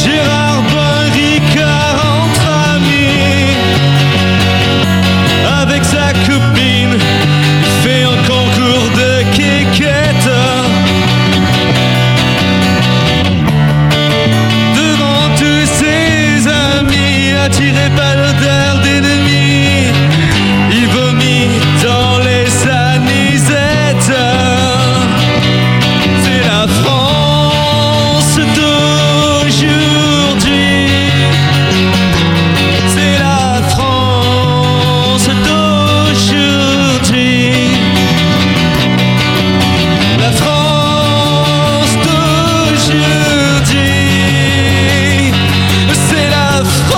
[SPEAKER 5] Gérard boit un Ricard entre amis Avec sa copine Il fait un concours de quéquette Devant tous ses amis, attiré par l'odeur d'ennemis, il vomit dans les anisettes. C'est la France d'aujourd'hui. C'est la France d'aujourd'hui. La France d'aujourd'hui, c'est la France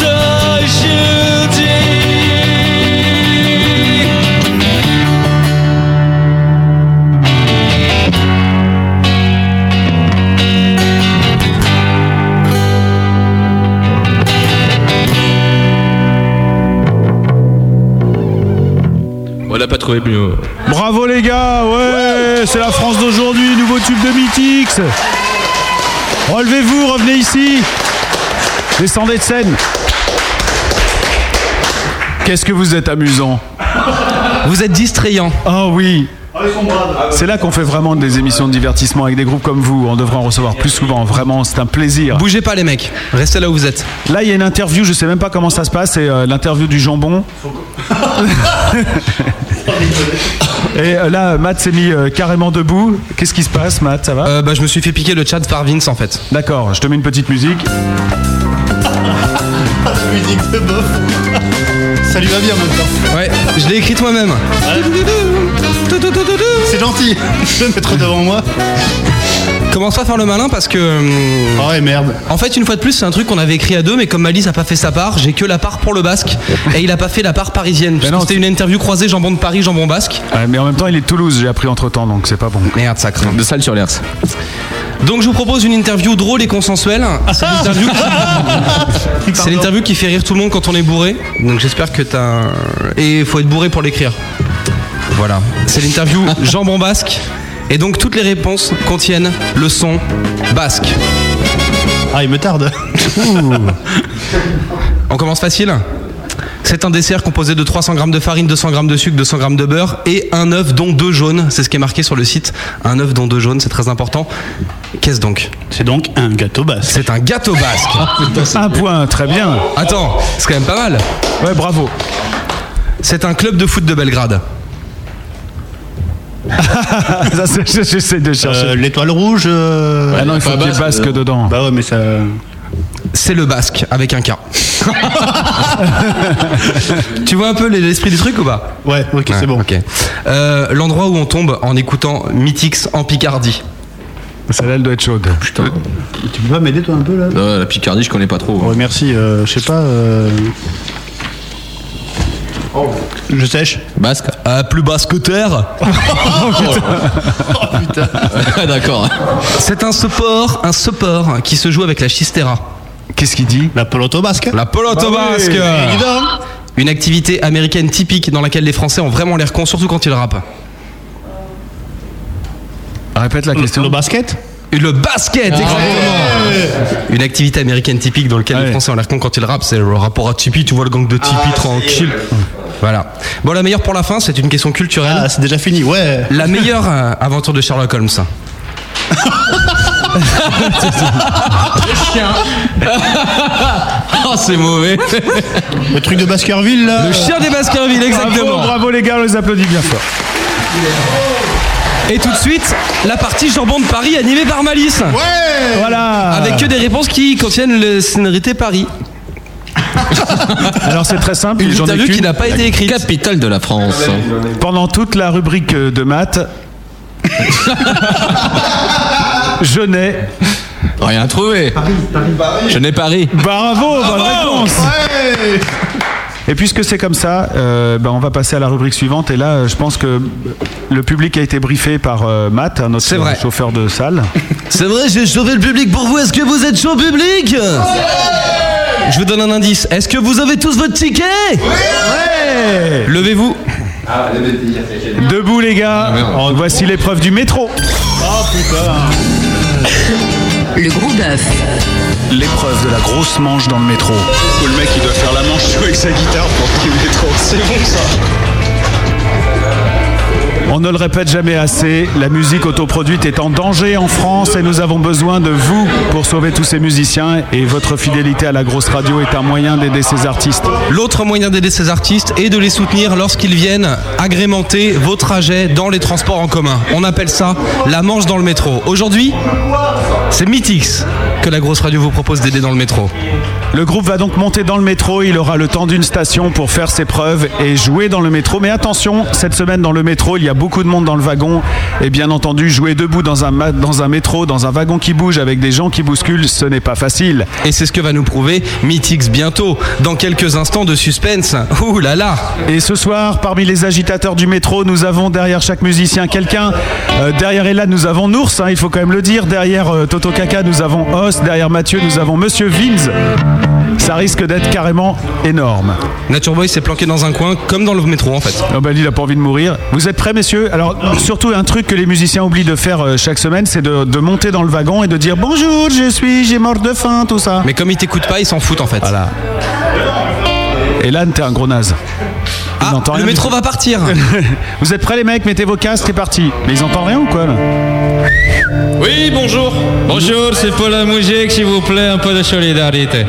[SPEAKER 5] d'aujourd'hui.
[SPEAKER 7] Voilà, pas trouvé mieux.
[SPEAKER 2] Bravo les gars, ouais, c'est la France d'aujourd'hui, nouveau tube de Mythix. Relevez-vous, revenez ici. Descendez de scène. Qu'est-ce que vous êtes amusant.
[SPEAKER 3] Vous êtes distrayant.
[SPEAKER 2] Oh oui. C'est là qu'on fait vraiment des émissions de divertissement avec des groupes comme vous. On devrait en recevoir plus souvent. Vraiment, c'est un plaisir.
[SPEAKER 3] Bougez pas les mecs. Restez là où vous êtes.
[SPEAKER 2] Là, il y a une interview. Je sais même pas comment ça se passe. C'est euh, l'interview du jambon. Et euh, là, Matt s'est mis euh, carrément debout. Qu'est-ce qui se passe, Matt Ça va
[SPEAKER 3] bah, Je me suis fait piquer le chat par Vince en fait.
[SPEAKER 2] D'accord, je te mets une petite musique.
[SPEAKER 11] La musique de bof. hein. Ça lui va bien en même temps.
[SPEAKER 3] Ouais, je l'ai écrite moi-même.
[SPEAKER 11] C'est gentil de le mettre devant moi.
[SPEAKER 3] Commence pas à faire le malin parce que. hum,
[SPEAKER 11] Oh ouais, merde.
[SPEAKER 3] En fait, une fois de plus, c'est un truc qu'on avait écrit à deux, mais comme Malice a pas fait sa part, j'ai que la part pour le basque et il a pas fait la part parisienne. Parce que C'était une interview croisée jambon de Paris, jambon basque.
[SPEAKER 2] Ouais, mais en même temps, il est de Toulouse, j'ai appris entre temps, donc c'est pas bon.
[SPEAKER 3] Merde, ça craint.
[SPEAKER 7] De salle sur l'herse.
[SPEAKER 3] Donc je vous propose une interview drôle et consensuelle. C'est l'interview qui... C'est l'interview qui fait rire tout le monde quand on est bourré. Donc j'espère que t'as. Et faut être bourré pour l'écrire. Voilà. C'est l'interview jambon basque. Et donc toutes les réponses contiennent le son basque.
[SPEAKER 11] Ah, il me tarde.
[SPEAKER 3] On commence facile c'est un dessert composé de 300 g de farine, 200 g de sucre, 200 g de beurre et un œuf dont deux jaunes. C'est ce qui est marqué sur le site. Un œuf dont deux jaunes, c'est très important. Qu'est-ce donc
[SPEAKER 11] C'est donc un gâteau basque.
[SPEAKER 3] C'est un gâteau basque.
[SPEAKER 2] un point, très bien.
[SPEAKER 3] Attends, c'est quand même pas mal.
[SPEAKER 2] Ouais, bravo.
[SPEAKER 3] C'est un club de foot de Belgrade.
[SPEAKER 2] Ça, c'est- J'essaie de chercher.
[SPEAKER 11] Euh, L'étoile rouge. euh,
[SPEAKER 2] ah non, il faut qu'il y ait basque dedans.
[SPEAKER 11] Bah ouais, mais ça.
[SPEAKER 3] C'est le basque avec un K. tu vois un peu l'esprit du truc ou pas
[SPEAKER 11] Ouais, ok,
[SPEAKER 3] Ouais,
[SPEAKER 11] c'est bon.
[SPEAKER 3] ok. Euh, L'endroit où on tombe en écoutant Mythix en Picardie.
[SPEAKER 7] Euh,
[SPEAKER 2] Celle-là, elle doit être chaude.
[SPEAKER 7] Putain.
[SPEAKER 11] Tu peux pas m'aider toi un peu là
[SPEAKER 7] Ah, la Picardie, je connais pas trop. hein.
[SPEAKER 11] Ouais, merci. euh, je sais pas. euh, Oh. Je sèche.
[SPEAKER 7] Basque
[SPEAKER 3] Ah, plus basque que terre
[SPEAKER 7] Ah, D'accord.
[SPEAKER 3] C'est un support, un support qui se joue avec la schistera.
[SPEAKER 2] Qu'est-ce qu'il dit
[SPEAKER 11] La pelote basque.
[SPEAKER 3] La Ah. pelote
[SPEAKER 2] Bah oui.
[SPEAKER 3] basque
[SPEAKER 11] Eh, dis donc.
[SPEAKER 3] Une activité américaine typique dans laquelle les Français ont vraiment l'air cons, surtout quand ils rappent.
[SPEAKER 2] Répète
[SPEAKER 7] Mm.
[SPEAKER 2] la question.
[SPEAKER 11] Le basket Ah.
[SPEAKER 3] Et Le basket,
[SPEAKER 2] Ah.
[SPEAKER 3] exactement Une activité américaine typique dans laquelle
[SPEAKER 2] Ouais.
[SPEAKER 3] les Français ont l'air cons quand ils rappent, c'est le rapport à Tipeee, tu vois le gang de Tipeee
[SPEAKER 2] Ah,
[SPEAKER 3] tranquille. Voilà. Bon, la meilleure pour la fin, c'est une question culturelle.
[SPEAKER 11] Ah, c'est déjà fini, ouais.
[SPEAKER 3] La meilleure euh, aventure de Sherlock Holmes. oh, c'est mauvais.
[SPEAKER 11] Le truc de Baskerville là.
[SPEAKER 3] Le chien des Baskerville,
[SPEAKER 2] Bravo,
[SPEAKER 3] exactement.
[SPEAKER 2] bravo les gars, on les applaudit bien fort.
[SPEAKER 3] Et tout de suite, la partie jambon de Paris animée par Malice.
[SPEAKER 11] Ouais
[SPEAKER 2] Voilà. Ah.
[SPEAKER 3] Avec que des réponses qui contiennent les sonorités Paris.
[SPEAKER 2] Alors c'est très simple.
[SPEAKER 7] Une
[SPEAKER 2] j'en ai
[SPEAKER 7] interview
[SPEAKER 2] qu'une.
[SPEAKER 7] qui n'a pas été La écrite. capitale de la France. hein.
[SPEAKER 2] Pendant toute la rubrique euh, de maths, je n'ai
[SPEAKER 7] rien trouvé. Je n'ai Paris.
[SPEAKER 2] Bravo, bonne réponse. Et puisque c'est comme ça, euh, ben, on va passer à la rubrique suivante. Et là, euh, je pense que le public a été briefé par euh, Matt, hein, notre chauffeur de salle.
[SPEAKER 18] C'est vrai, j'ai sauvé le public pour vous. Est-ce que vous êtes chaud public Je vous donne un indice. Est-ce que vous avez tous votre ticket
[SPEAKER 2] Levez-vous. Debout les gars, En voici l'épreuve du métro.
[SPEAKER 9] Oh
[SPEAKER 1] Le gros bœuf.
[SPEAKER 2] L'épreuve de la grosse manche dans le métro.
[SPEAKER 11] Ou Oh, le mec il doit faire la manche avec sa guitare pour qu'il mette trop. C'est bon ça.
[SPEAKER 2] On ne le répète jamais assez, la musique autoproduite est en danger en France et nous avons besoin de vous pour sauver tous ces musiciens et votre fidélité à la grosse radio est un moyen d'aider ces artistes.
[SPEAKER 3] L'autre moyen d'aider ces artistes est de les soutenir lorsqu'ils viennent agrémenter vos trajets dans les transports en commun. On appelle ça la manche dans le métro. Aujourd'hui, c'est Mythix que la grosse radio vous propose d'aider dans le métro.
[SPEAKER 2] Le groupe va donc monter dans le métro, il aura le temps d'une station pour faire ses preuves et jouer dans le métro. Mais attention, cette semaine dans le métro, il y a beaucoup de monde dans le wagon et bien entendu, jouer debout dans un, ma- dans un métro, dans un wagon qui bouge avec des gens qui bousculent, ce n'est pas facile.
[SPEAKER 3] Et c'est ce que va nous prouver Mythix bientôt, dans quelques instants de suspense. Ouh là là
[SPEAKER 2] Et ce soir, parmi les agitateurs du métro, nous avons derrière chaque musicien quelqu'un. Euh, derrière Ella, nous avons Nours, hein, il faut quand même le dire. Derrière euh, Toto Kaka, nous avons Os. Derrière Mathieu, nous avons Monsieur Vins. Ça risque d'être carrément énorme.
[SPEAKER 3] Nature Boy s'est planqué dans un coin, comme dans le métro en fait.
[SPEAKER 2] Ah bah, lui, il a pas envie de mourir. Vous êtes prêts, messieurs Alors, surtout, un truc que les musiciens oublient de faire euh, chaque semaine, c'est de, de monter dans le wagon et de dire bonjour, je suis, j'ai mort de faim, tout ça.
[SPEAKER 3] Mais comme il t'écoute pas, il s'en fout en fait. Voilà.
[SPEAKER 2] Elan, t'es un gros naze. Ah,
[SPEAKER 3] le métro va partir.
[SPEAKER 2] Vous êtes prêts, les mecs Mettez vos casques, c'est parti. Mais ils entendent rien ou quoi là
[SPEAKER 10] Oui, bonjour. Bonjour, c'est Paul Amoujek, s'il vous plaît, un peu de solidarité.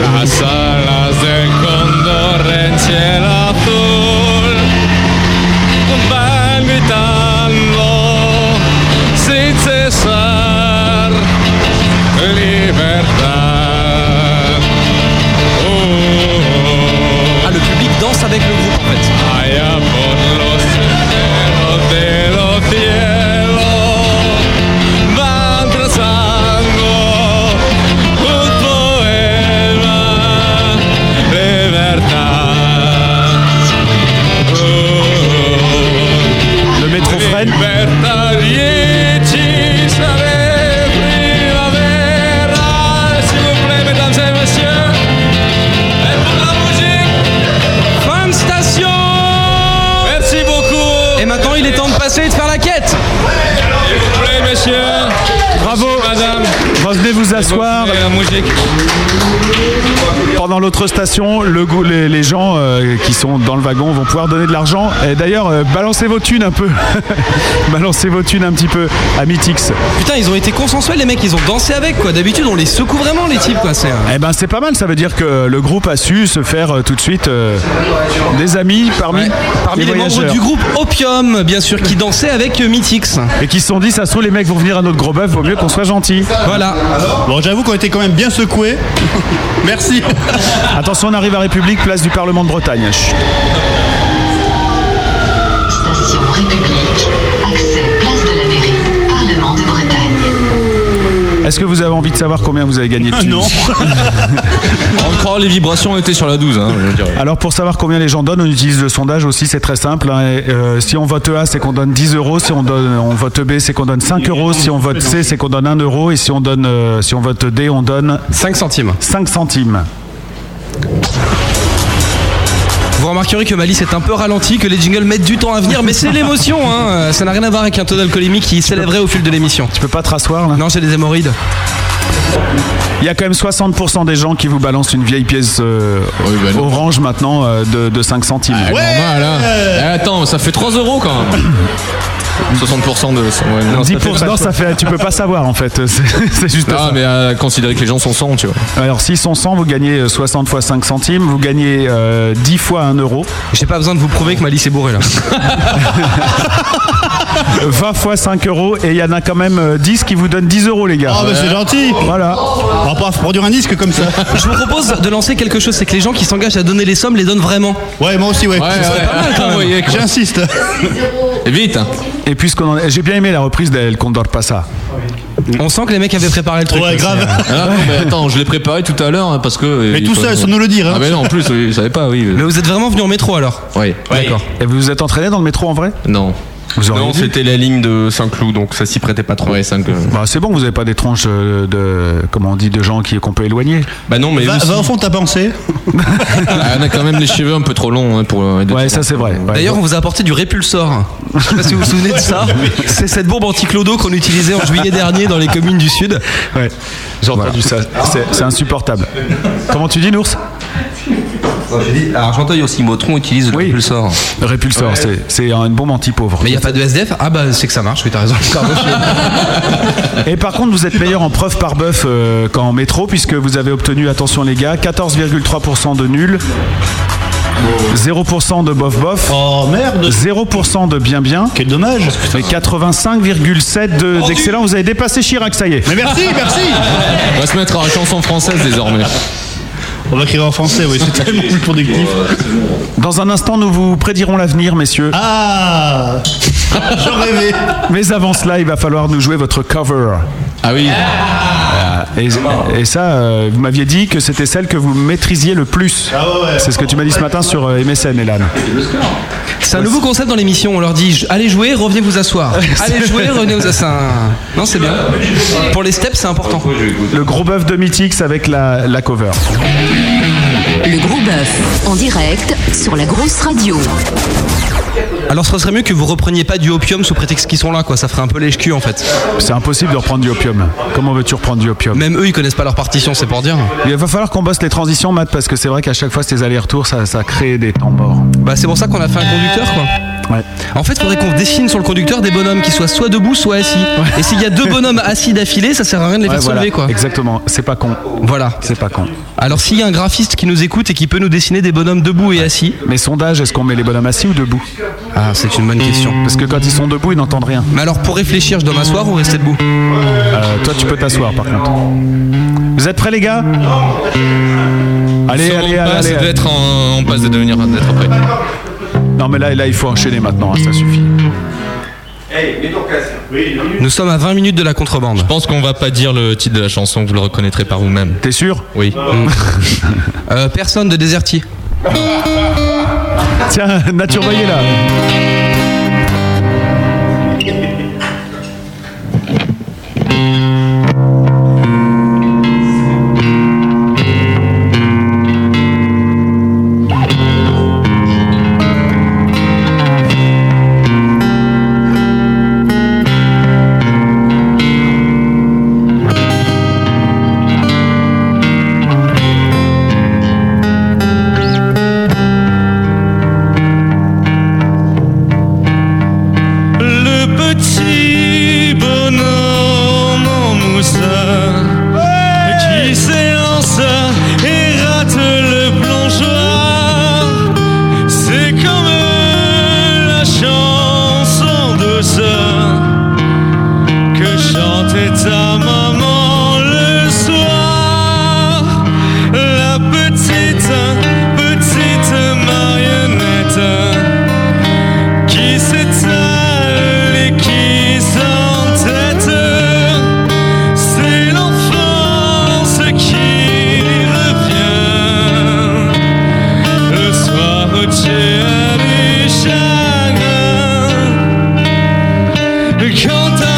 [SPEAKER 10] Las alas del cóndor en cielo azul van gritando sin cesar libertad.
[SPEAKER 5] Oh,
[SPEAKER 10] Ah, le public danse avec le groupe en fait. Allá por los senderos de los cielos van trazando un poema de verdad.
[SPEAKER 3] Oh,
[SPEAKER 2] Le métro freine.
[SPEAKER 3] Fin de station Merci beaucoup Et maintenant il est temps de passer et de faire la quête
[SPEAKER 10] Monsieur,
[SPEAKER 2] bravo,
[SPEAKER 10] madame.
[SPEAKER 2] Revenez vous asseoir. Pendant l'autre station, le go- les, les gens euh, qui sont dans le wagon vont pouvoir donner de l'argent. Et d'ailleurs, euh, balancez vos thunes un peu. balancez vos thunes un petit peu à Mythix.
[SPEAKER 3] Putain, ils ont été consensuels les mecs, ils ont dansé avec quoi. D'habitude on les secoue vraiment les types quoi. C'est un-
[SPEAKER 2] Eh ben c'est pas mal, ça veut dire que le groupe a su se faire euh, tout de suite euh, des amis parmi,
[SPEAKER 3] Parmi les, membres
[SPEAKER 2] voyageurs.
[SPEAKER 3] du groupe Opium, bien sûr, qui dansaient avec euh, Mythix.
[SPEAKER 2] Et qui se sont dit, ça se trouve, les mecs vont venir à notre gros bœuf, vaut mieux qu'on soit gentil.
[SPEAKER 3] Voilà.
[SPEAKER 9] Bon, j'avoue qu'on était quand même bien secoués. Merci.
[SPEAKER 2] Attention, on arrive à République, place du Parlement de Bretagne. Chut.
[SPEAKER 1] Station République. Accès place de la mairie. Parlement de Bretagne.
[SPEAKER 2] Est-ce que vous avez envie de savoir combien vous avez gagné de
[SPEAKER 3] Ah,
[SPEAKER 11] Ah,
[SPEAKER 2] thunes
[SPEAKER 7] Encore les vibrations étaient sur la 12. Hein, je veux dire.
[SPEAKER 2] Alors pour savoir combien les gens donnent, on utilise le sondage aussi, c'est très simple. hein, et, euh, si on vote A, c'est qu'on donne 10 euros. Si on, donne, on vote B, c'est qu'on donne 5 euros. Si on vote C, c'est qu'on donne 1 euro. Et si on, donne, euh, si on vote D, on donne
[SPEAKER 3] 5 centimes.
[SPEAKER 2] 5 centimes.
[SPEAKER 3] Vous remarquerez que ma liste est un peu ralentie, que les jingles mettent du temps à venir, mais c'est l'émotion, hein. Euh, Ça n'a rien à voir avec un taux d'alcoolémie qui s'élèverait au fil de l'émission.
[SPEAKER 2] Tu peux pas te rasseoir là
[SPEAKER 3] Non, j'ai des hémorroïdes.
[SPEAKER 2] Il y a quand même 60% des gens qui vous balancent une vieille pièce euh, orange maintenant euh, de, de 5 centimes.
[SPEAKER 7] Eh, Normal, hein. Eh, Attends, ça fait 3 euros quand même. 60% de. ouais, non.
[SPEAKER 2] 10%, non, ça fait, tu peux pas savoir en fait. C'est c'est juste
[SPEAKER 7] Non,
[SPEAKER 2] ça.
[SPEAKER 7] Ah, mais à considérer que les gens sont sans, tu vois.
[SPEAKER 2] Alors, si sont 100, vous gagnez euh, 60 fois 5 centimes, vous gagnez euh, 10 fois 1 euro.
[SPEAKER 3] J'ai pas besoin de vous prouver que Malice est bourrée là.
[SPEAKER 2] 20 fois 5 euros et il y en a quand même euh, 10 qui vous donnent 10 euros, les gars.
[SPEAKER 9] Ah, bah, c'est gentil.
[SPEAKER 2] Voilà.
[SPEAKER 9] On va pas produire un disque comme ça.
[SPEAKER 3] Je vous propose de lancer quelque chose, c'est que les gens qui s'engagent à donner les sommes les donnent vraiment.
[SPEAKER 9] Ouais, moi aussi, ouais.
[SPEAKER 3] Ce serait pas mal, quand même.
[SPEAKER 9] J'insiste.
[SPEAKER 7] Vite. hein.
[SPEAKER 2] Et puisqu'on en est- j'ai bien aimé la reprise d'El Condor Pasa.
[SPEAKER 3] On sent que les mecs avaient préparé le truc.
[SPEAKER 7] Ouais, grave. Ah, attends, je l'ai préparé tout à l'heure hein, parce que.
[SPEAKER 3] Mais
[SPEAKER 7] il
[SPEAKER 3] tout
[SPEAKER 7] faut-
[SPEAKER 3] seul, sans nous le dire, hein.
[SPEAKER 7] Ah, mais non, en plus, je savais pas, oui.
[SPEAKER 3] Mais vous êtes vraiment venu en métro alors
[SPEAKER 7] Oui.
[SPEAKER 3] D'accord.
[SPEAKER 2] Et vous vous êtes entraîné dans le métro en vrai
[SPEAKER 7] Non.
[SPEAKER 8] non, c'était la ligne de Saint-Cloud, donc ça s'y prêtait pas trop.
[SPEAKER 2] Bah, c'est bon, vous avez pas des tronches euh, de, comment on dit, de gens qui- qu'on peut éloigner.
[SPEAKER 8] Bah non,
[SPEAKER 9] va, va au fond de ta pensée.
[SPEAKER 7] Ah, on a quand même les cheveux un peu trop longs hein, pour. euh, être-
[SPEAKER 2] Ouais, ça c'est vrai. Ouais.
[SPEAKER 3] D'ailleurs, on vous a apporté du répulsor. Je sais pas si vous vous souvenez de ça. C'est cette bourbe anti-clodo qu'on utilisait en juillet dernier dans les communes du Sud.
[SPEAKER 2] Ouais, j'ai entendu ça. C'est- C'est insupportable. Comment tu dis, Nours
[SPEAKER 3] J'ai dit, à Argenteuil aussi, Motron utilise le répulsor.
[SPEAKER 2] Répulsor,
[SPEAKER 3] Ouais.
[SPEAKER 2] c'est- c'est une bombe anti-pauvre.
[SPEAKER 3] Mais il n'y a pas de SDF Ah bah c'est que ça marche, oui t'as raison. Pardon, je suis-
[SPEAKER 2] Et par contre, vous êtes meilleur en preuve par bœuf euh, qu'en métro, puisque vous avez obtenu, attention les gars, 14,3% de nul. 0% de bof bof.
[SPEAKER 9] Oh merde
[SPEAKER 2] 0% de bien bien.
[SPEAKER 9] Quel dommage
[SPEAKER 2] Et 85,7 de- d'excellent. vous avez dépassé Chirac, ça y est.
[SPEAKER 9] Mais merci, merci
[SPEAKER 7] On va se mettre en chanson française désormais.
[SPEAKER 9] On va écrire en français, oui, c'est tellement plus productif.
[SPEAKER 2] Dans un instant, nous vous prédirons l'avenir, messieurs.
[SPEAKER 9] Ah J'en rêvais
[SPEAKER 2] Mais avant cela, il va falloir nous jouer votre cover.
[SPEAKER 7] Ah oui.
[SPEAKER 2] Et, et ça, euh, vous m'aviez dit que c'était celle que vous maîtrisiez le plus. C'est ce que tu m'as dit ce matin sur euh, MSN, Elan.
[SPEAKER 3] C'est un nouveau concept dans l'émission, on leur dit je- allez jouer, revenez vous asseoir. Allez jouer, revenez vous asseoir. C'est un- Non, c'est bien. Pour les steps, c'est important.
[SPEAKER 2] Le gros bœuf de Mythix avec la, la cover.
[SPEAKER 19] Le gros bœuf, en direct sur la grosse radio.
[SPEAKER 3] Alors ce serait mieux que vous repreniez pas du opium sous prétexte qu'ils sont là, quoi. Ça ferait un peu lèche cul en fait.
[SPEAKER 2] C'est impossible de reprendre du opium. Comment veux-tu reprendre du opium
[SPEAKER 3] Même eux, ils connaissent pas leur partition, c'est pour dire.
[SPEAKER 2] Il va falloir qu'on bosse les transitions, Matt, parce que c'est vrai qu'à chaque fois, ces allers-retours, ça, ça crée des temps morts.
[SPEAKER 3] Bah c'est pour ça qu'on a fait un conducteur, quoi.
[SPEAKER 2] Ouais.
[SPEAKER 3] En fait, faudrait qu'on dessine sur le conducteur des bonhommes qui soient soit debout, soit assis. Et s'il y a deux bonhommes assis d'affilée, ça sert à rien de les
[SPEAKER 2] Ouais,
[SPEAKER 3] faire se
[SPEAKER 2] voilà.
[SPEAKER 3] lever, quoi.
[SPEAKER 2] Exactement, c'est pas con.
[SPEAKER 3] Voilà.
[SPEAKER 2] C'est pas con.
[SPEAKER 3] Alors s'il y a un graphiste qui nous écoute et qui peut nous dessiner des bonhommes debout et assis.
[SPEAKER 2] Mais sondage, est-ce qu'on met les bonhommes assis ou debout
[SPEAKER 3] Ah, c'est une bonne question.
[SPEAKER 2] Parce que quand ils sont debout, ils n'entendent rien.
[SPEAKER 3] Mais alors pour réfléchir, je dois m'asseoir ou rester debout
[SPEAKER 2] Euh, toi, tu peux t'asseoir, par contre. Vous êtes prêts, les gars Allez,
[SPEAKER 7] Sur
[SPEAKER 2] allez,
[SPEAKER 7] on passe,
[SPEAKER 2] allez,
[SPEAKER 7] doit
[SPEAKER 2] allez.
[SPEAKER 7] être en- on passe de devenir d'être prêt.
[SPEAKER 2] Non, mais là, là, il faut enchaîner maintenant, hein, ça suffit.
[SPEAKER 3] Nous sommes à 20 minutes de la contrebande.
[SPEAKER 7] Je pense qu'on va pas dire le titre de la chanson, vous le reconnaîtrez par vous-même.
[SPEAKER 2] T'es sûr
[SPEAKER 7] Oui.
[SPEAKER 3] Euh, personne de déserti.
[SPEAKER 2] Tiens, Nature Voyer, là.
[SPEAKER 5] Le petit bonhomme en moussin qui s'élance et rate le plongeoir. C'est comme euh, la chanson de ça que chantait ta maman le soir. La petite, petite marionnette qui s'étale et qui s'entête. C'est l'enfance qui revient. Le soir, au ciel du chagrin.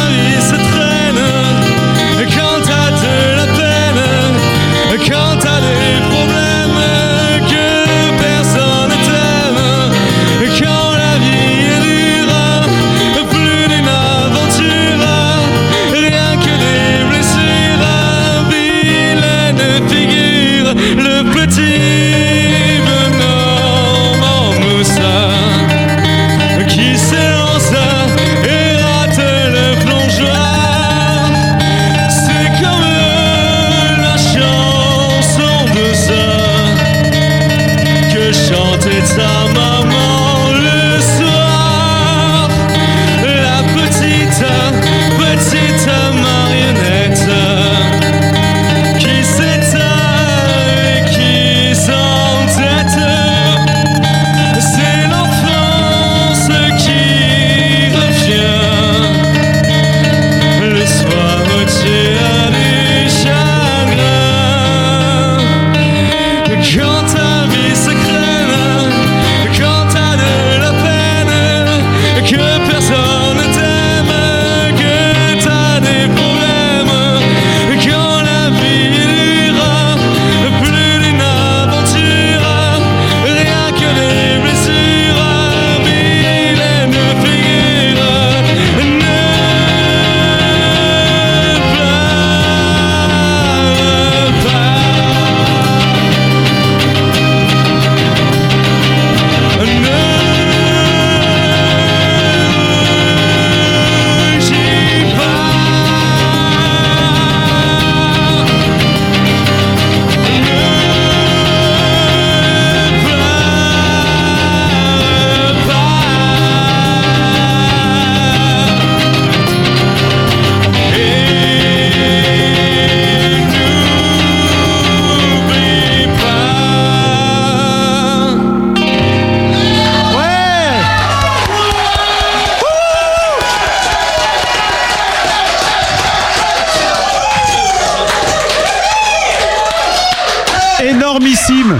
[SPEAKER 2] énormissime.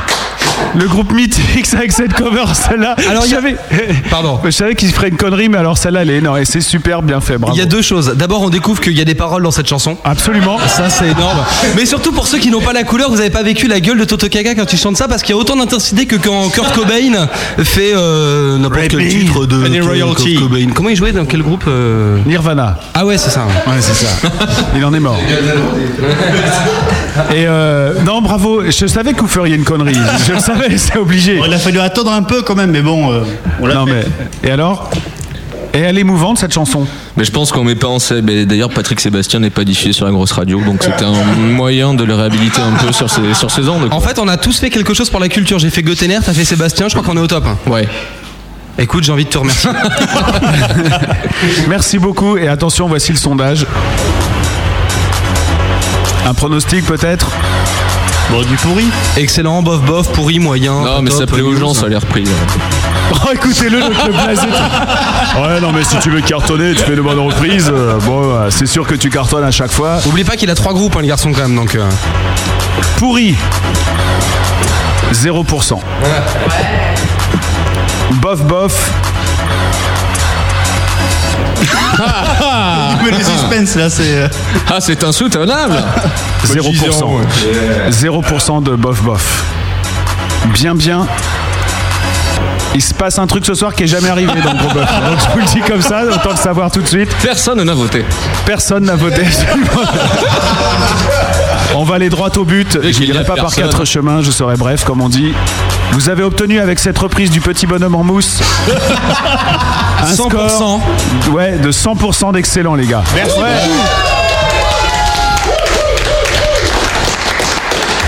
[SPEAKER 2] Le groupe Mythix avec cette cover, celle-là.
[SPEAKER 3] Alors,
[SPEAKER 2] je
[SPEAKER 3] il y a-
[SPEAKER 2] savais, pardon. Je savais qu'il ferait une connerie, mais alors celle-là, elle est énorme et c'est super bien fait. Bravo.
[SPEAKER 3] Il y a deux choses. D'abord, on découvre qu'il y a des paroles dans cette chanson.
[SPEAKER 2] Absolument.
[SPEAKER 3] Ça, c'est énorme. Mais surtout pour ceux qui n'ont pas la couleur, vous n'avez pas vécu la gueule de Toto Kaga quand il chante ça, parce qu'il y a autant d'intensité que quand Kurt Cobain fait euh, n'importe quel titre de
[SPEAKER 18] Any
[SPEAKER 3] Kurt
[SPEAKER 18] royalty.
[SPEAKER 3] Cobain. Comment il jouait dans quel groupe euh
[SPEAKER 2] Nirvana.
[SPEAKER 3] Ah ouais, c'est ça.
[SPEAKER 2] Ouais, c'est ça. Il en est mort. Et euh, non, bravo. Je savais que vous feriez une connerie. Je le savais, c'est obligé.
[SPEAKER 9] il a fallu attendre un peu quand même, mais bon, euh, on l'a
[SPEAKER 2] Non,
[SPEAKER 9] fait.
[SPEAKER 2] mais- Et alors Et elle est émouvante cette chanson.
[SPEAKER 7] Mais je pense qu'on met pas en scène. mais D'ailleurs, Patrick Sébastien n'est pas diffusé sur la grosse radio, donc c'était un moyen de le réhabiliter un peu sur ses, sur ses ondes.
[SPEAKER 3] En fait, on a tous fait quelque chose pour la culture. J'ai fait Gotener, t'as fait Sébastien, je crois qu'on est au top.
[SPEAKER 7] Ouais.
[SPEAKER 3] Écoute, j'ai envie de te remercier.
[SPEAKER 2] Merci beaucoup et attention, voici le sondage. Un pronostic peut-être
[SPEAKER 9] Bon, du pourri.
[SPEAKER 3] Excellent, bof bof, pourri, moyen.
[SPEAKER 7] Non, mais ça plaît aux
[SPEAKER 3] hein.
[SPEAKER 7] gens, ça a l'air repris.
[SPEAKER 2] Oh, écoutez-le, le club blasé. Ouais, non, mais si tu veux cartonner, tu fais de bonnes reprises. euh, bon, euh, c'est sûr que tu cartonnes à chaque fois.
[SPEAKER 3] Oublie pas qu'il a trois groupes, hein, le garçon, quand même. Donc, euh.
[SPEAKER 2] Pourri 0%. Bof bof
[SPEAKER 9] Mais le suspense là, c'est. euh,
[SPEAKER 7] Ah, c'est insoutenable
[SPEAKER 2] 0%. 0% de bof bof. Bien bien. Il se passe un truc ce soir qui est jamais arrivé dans le gros bœuf. Donc je vous le dis comme ça, autant le savoir tout de suite.
[SPEAKER 7] Personne n'a voté.
[SPEAKER 2] Personne n'a voté. On va aller droit au but.
[SPEAKER 7] Et
[SPEAKER 2] Je
[SPEAKER 7] qu'il y
[SPEAKER 2] n'irai
[SPEAKER 7] a
[SPEAKER 2] pas par
[SPEAKER 7] personne.
[SPEAKER 2] quatre chemins, je serai bref, comme on dit. Vous avez obtenu avec cette reprise du petit bonhomme en mousse un
[SPEAKER 3] 100%.
[SPEAKER 2] score
[SPEAKER 7] Ah,
[SPEAKER 2] ouais, de 100% d'excellent, les gars.
[SPEAKER 9] Merci.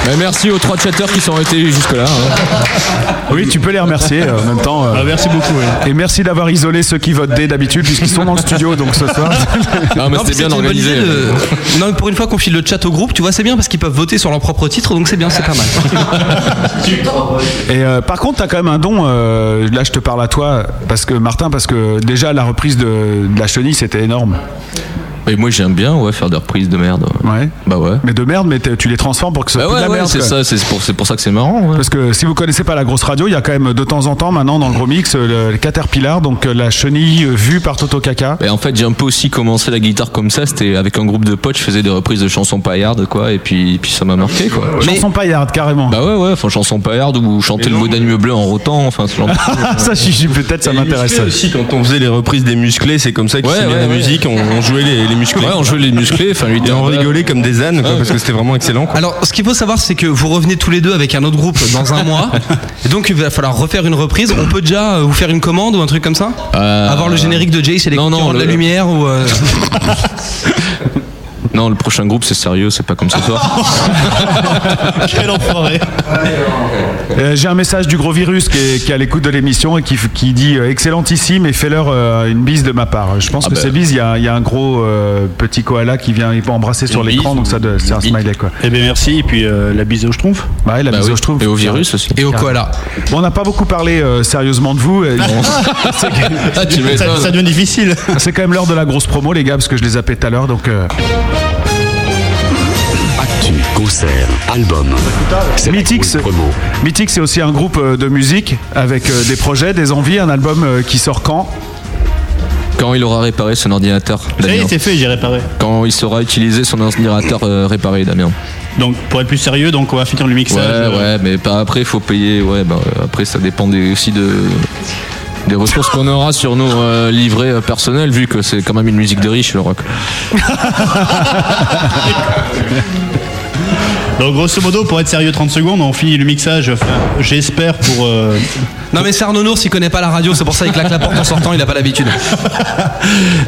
[SPEAKER 7] Mais merci aux trois chatters qui sont été jusque-là.
[SPEAKER 2] Oui, tu peux les remercier euh, en même temps.
[SPEAKER 7] Ah,
[SPEAKER 2] euh.
[SPEAKER 9] Ah, merci beaucoup.
[SPEAKER 2] Et merci d'avoir isolé ceux qui votent D d'habitude, puisqu'ils sont dans le studio, donc ce soir.
[SPEAKER 7] Non, mais
[SPEAKER 3] Non,
[SPEAKER 7] c'était bien
[SPEAKER 3] une bonne
[SPEAKER 7] organisé. euh.
[SPEAKER 3] idée de- Non, mais pour une fois qu'on file le chat au groupe, tu vois, c'est bien parce qu'ils peuvent voter sur leur propre titre, donc c'est bien, c'est pas mal.
[SPEAKER 2] Et euh, par contre, t'as quand même un don. euh, là, je te parle à toi, parce que Martin, parce que déjà la reprise de, de la chenille, c'était énorme.
[SPEAKER 7] Et moi, j'aime bien ouais, faire des reprises de merde.
[SPEAKER 2] Ouais.
[SPEAKER 7] Bah ouais.
[SPEAKER 2] Mais de merde, mais t'es- tu les transformes pour que ce soit
[SPEAKER 7] Bah
[SPEAKER 2] plus de
[SPEAKER 7] ouais,
[SPEAKER 2] la
[SPEAKER 7] ouais,
[SPEAKER 2] merde.
[SPEAKER 7] c'est
[SPEAKER 2] quoi.
[SPEAKER 7] ça, c'est pour, c'est pour ça que c'est marrant. ouais.
[SPEAKER 2] Parce que si vous connaissez pas la grosse radio, il y a quand même de temps en temps maintenant dans le gros mix euh, le, le Caterpillar, donc euh, la chenille euh, vue par Toto Kaka.
[SPEAKER 7] Et en fait, j'ai un peu aussi commencé la guitare comme ça. C'était avec un groupe de potes, je faisais des reprises de chansons paillardes, quoi. Et puis, puis ça m'a marqué, quoi.
[SPEAKER 2] Chanson paillarde carrément.
[SPEAKER 7] Bah ouais, ouais, enfin, chanson paillarde ou chanter le mot d'anime bleu en rotant, enfin, ce genre de choses.
[SPEAKER 2] ça, chichi, peut-être ça m'intéresse.
[SPEAKER 8] aussi, quand on faisait les reprises des musclés, c'est comme ça qu'ils
[SPEAKER 7] Ouais,
[SPEAKER 8] s'est mis
[SPEAKER 7] ouais,
[SPEAKER 8] à la
[SPEAKER 7] ouais.
[SPEAKER 8] musique, on, on jouait les, les musclés.
[SPEAKER 7] Ouais, on jouait les musclés, enfin, lui,
[SPEAKER 8] Et on rigolait comme des ânes, quoi, parce que c'était vraiment excellent. quoi.
[SPEAKER 3] Alors, ce qu'il faut savoir, c'est que vous revenez tous les deux avec un autre groupe dans un mois. Et donc, il va falloir refaire une reprise. On peut déjà euh, vous faire une commande ou un truc comme ça
[SPEAKER 7] Euh,
[SPEAKER 3] Avoir le générique de Jay, c'est les
[SPEAKER 7] non, non,
[SPEAKER 3] clients de la
[SPEAKER 7] le-
[SPEAKER 3] lumière ou. euh,
[SPEAKER 7] Non, le prochain groupe, c'est sérieux, c'est pas comme ce soir.
[SPEAKER 9] Quel enfoiré.
[SPEAKER 2] Euh, J'ai un message du gros virus qui est, qui est à l'écoute de l'émission et qui, qui dit euh, excellentissime et fais-leur euh, une bise de ma part. Je pense
[SPEAKER 7] Ah
[SPEAKER 2] que
[SPEAKER 7] bah.
[SPEAKER 2] c'est bise, il y a, il y a un gros euh, petit koala qui vient embrasser sur
[SPEAKER 7] Une
[SPEAKER 2] l'écran,
[SPEAKER 7] bise
[SPEAKER 2] donc ça doit- c'est un
[SPEAKER 7] bite.
[SPEAKER 2] smiley quoi.
[SPEAKER 9] Eh bien, merci. Et puis, euh, la bise au schtroumpf.
[SPEAKER 2] Bah ouais, la
[SPEAKER 7] Bah
[SPEAKER 2] bise
[SPEAKER 7] oui.
[SPEAKER 2] au Schtroumpf.
[SPEAKER 7] Et au virus aussi.
[SPEAKER 3] Et au koala.
[SPEAKER 2] Bon, on n'a pas beaucoup parlé euh, sérieusement de vous. et-
[SPEAKER 7] Ah,
[SPEAKER 9] Ça,
[SPEAKER 7] tu m'étonnes.
[SPEAKER 9] ça devient difficile.
[SPEAKER 2] c'est quand même l'heure de la grosse promo les gars parce que je les appelais tout à l'heure donc. euh,
[SPEAKER 17] Actu, concert, album. C'est la
[SPEAKER 2] Mythix,
[SPEAKER 17] grosse promo.
[SPEAKER 2] Mythix, c'est aussi un groupe euh, de musique avec euh, des projets, des envies, un album euh, qui sort quand
[SPEAKER 7] Quand il aura réparé son ordinateur,
[SPEAKER 9] Ça y
[SPEAKER 7] Damien.
[SPEAKER 9] est, Eh, c'est fait, j'ai réparé.
[SPEAKER 7] Quand il saura utiliser son ordinateur euh, réparé, Damien.
[SPEAKER 9] Donc, pour être plus sérieux, donc on va finir le
[SPEAKER 7] Ouais,
[SPEAKER 9] mixage.
[SPEAKER 7] ouais, mais pas après, faut payer. Ouais, bah, euh, après, ça dépend des- aussi de des ressources qu'on aura sur nos euh, livrets euh, personnels, vu que c'est quand même une musique de riche, le rock.
[SPEAKER 9] Donc, grosso modo, pour être sérieux, 30 secondes, on finit le mixage. enfin, J'espère pour. euh,
[SPEAKER 3] Non, mais c'est Arnaud Nours, il connaît pas la radio, c'est pour ça qu'il claque la porte en sortant, il a pas l'habitude.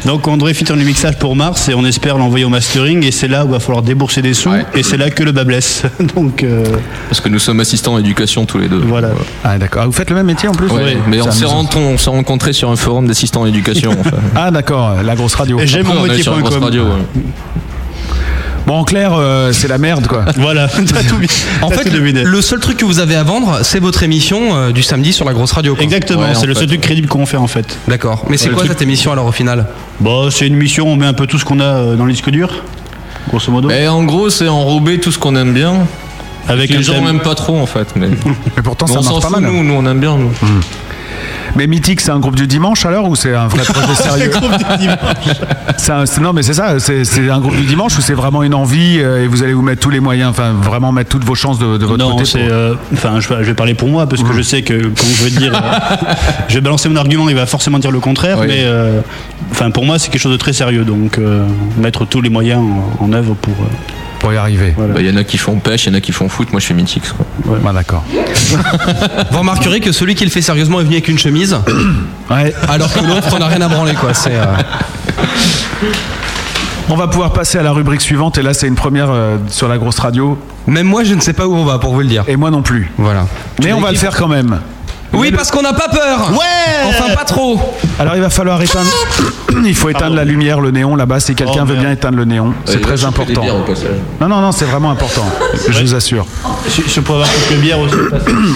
[SPEAKER 9] Donc on devrait finir le mixage pour mars et on espère l'envoyer au mastering et c'est là où va falloir débourser des sous
[SPEAKER 7] Ouais.
[SPEAKER 9] et c'est là que le bas blesse. Donc euh,
[SPEAKER 7] Parce que nous sommes assistants en éducation tous les deux.
[SPEAKER 9] voilà.
[SPEAKER 2] Ah d'accord. Ah, vous faites le même métier en plus
[SPEAKER 7] Ouais, mais
[SPEAKER 2] C'est
[SPEAKER 7] on s'est
[SPEAKER 2] amusant.
[SPEAKER 7] rencontrés- on s'est rencontrés sur un forum d'assistants en éducation. en fait.
[SPEAKER 2] Ah d'accord, la grosse radio.
[SPEAKER 9] Et J'aime
[SPEAKER 7] Après,
[SPEAKER 9] mon
[SPEAKER 7] on est sur la grosse
[SPEAKER 9] métier.com.
[SPEAKER 7] radio. ouais.
[SPEAKER 2] Bon en clair, euh, c'est la merde quoi.
[SPEAKER 9] Voilà, t'as tout, mis-
[SPEAKER 3] En
[SPEAKER 9] t'as
[SPEAKER 3] fait,
[SPEAKER 9] tout deviné.
[SPEAKER 3] le seul truc que vous avez à vendre, c'est votre émission euh, du samedi sur la grosse radio. quoi.
[SPEAKER 9] Exactement,
[SPEAKER 7] Ouais, en
[SPEAKER 9] c'est le
[SPEAKER 7] fait.
[SPEAKER 9] seul truc crédible qu'on fait en fait.
[SPEAKER 3] D'accord. Mais c'est
[SPEAKER 9] le
[SPEAKER 3] quoi
[SPEAKER 9] truc-
[SPEAKER 3] cette émission alors au final
[SPEAKER 9] Bon, c'est une mission, on met un peu tout ce qu'on a euh, dans le disque dur, grosso modo.
[SPEAKER 7] Et en gros, c'est enrober tout ce qu'on aime bien. Avec les gens même pas trop en fait, mais.
[SPEAKER 2] Mais pourtant,
[SPEAKER 7] Mais
[SPEAKER 2] ça
[SPEAKER 7] on
[SPEAKER 2] marche
[SPEAKER 7] s'en
[SPEAKER 2] pas
[SPEAKER 7] fout,
[SPEAKER 2] mal. hein.
[SPEAKER 7] nous, nous, on aime bien, nous.
[SPEAKER 2] Mais Mythique, c'est un groupe du dimanche alors ou c'est un vrai projet sérieux
[SPEAKER 9] Le groupe du
[SPEAKER 2] C'est un- c'est- Non, mais c'est ça, c'est c'est un groupe du dimanche ou c'est vraiment une envie euh, et vous allez vous mettre tous les moyens, enfin vraiment mettre toutes vos chances de, de votre
[SPEAKER 9] Non,
[SPEAKER 2] côté
[SPEAKER 9] c'est. euh, Enfin, je, vais- je vais parler pour moi parce que je sais que quand je vais dire, euh, je vais balancer mon argument, il va forcément dire le contraire. Mais euh, enfin, pour moi, c'est quelque chose de très sérieux. Donc, euh, mettre tous les moyens en, en œuvre pour. euh,
[SPEAKER 2] pour y arriver. Ah,
[SPEAKER 7] Il Bah, y en a qui font pêche, il y en a qui font foot, moi je fais mythique.
[SPEAKER 2] d'accord.
[SPEAKER 3] Vous remarquerez que celui qui le fait sérieusement est venu avec une chemise. Alors que l'autre on n'a rien à branler quoi. C'est euh,
[SPEAKER 2] On va pouvoir passer à la rubrique suivante et là c'est une première euh, sur la grosse radio.
[SPEAKER 3] Même moi je ne sais pas où on va pour vous le dire.
[SPEAKER 2] Et moi non plus.
[SPEAKER 3] Voilà.
[SPEAKER 2] Mais on va le faire quand même.
[SPEAKER 3] Oui parce qu'on n'a pas peur.
[SPEAKER 2] Ouais.
[SPEAKER 3] Enfin pas trop.
[SPEAKER 2] Alors il va falloir éteindre. Il faut éteindre la lumière, le néon là-bas. Si
[SPEAKER 9] Oh,
[SPEAKER 2] quelqu'un veut bien éteindre le néon,
[SPEAKER 7] Bah,
[SPEAKER 2] c'est très important. Non, non, non, c'est vraiment important. Je vous assure.
[SPEAKER 9] Je, peux avoir quelques bières aussi.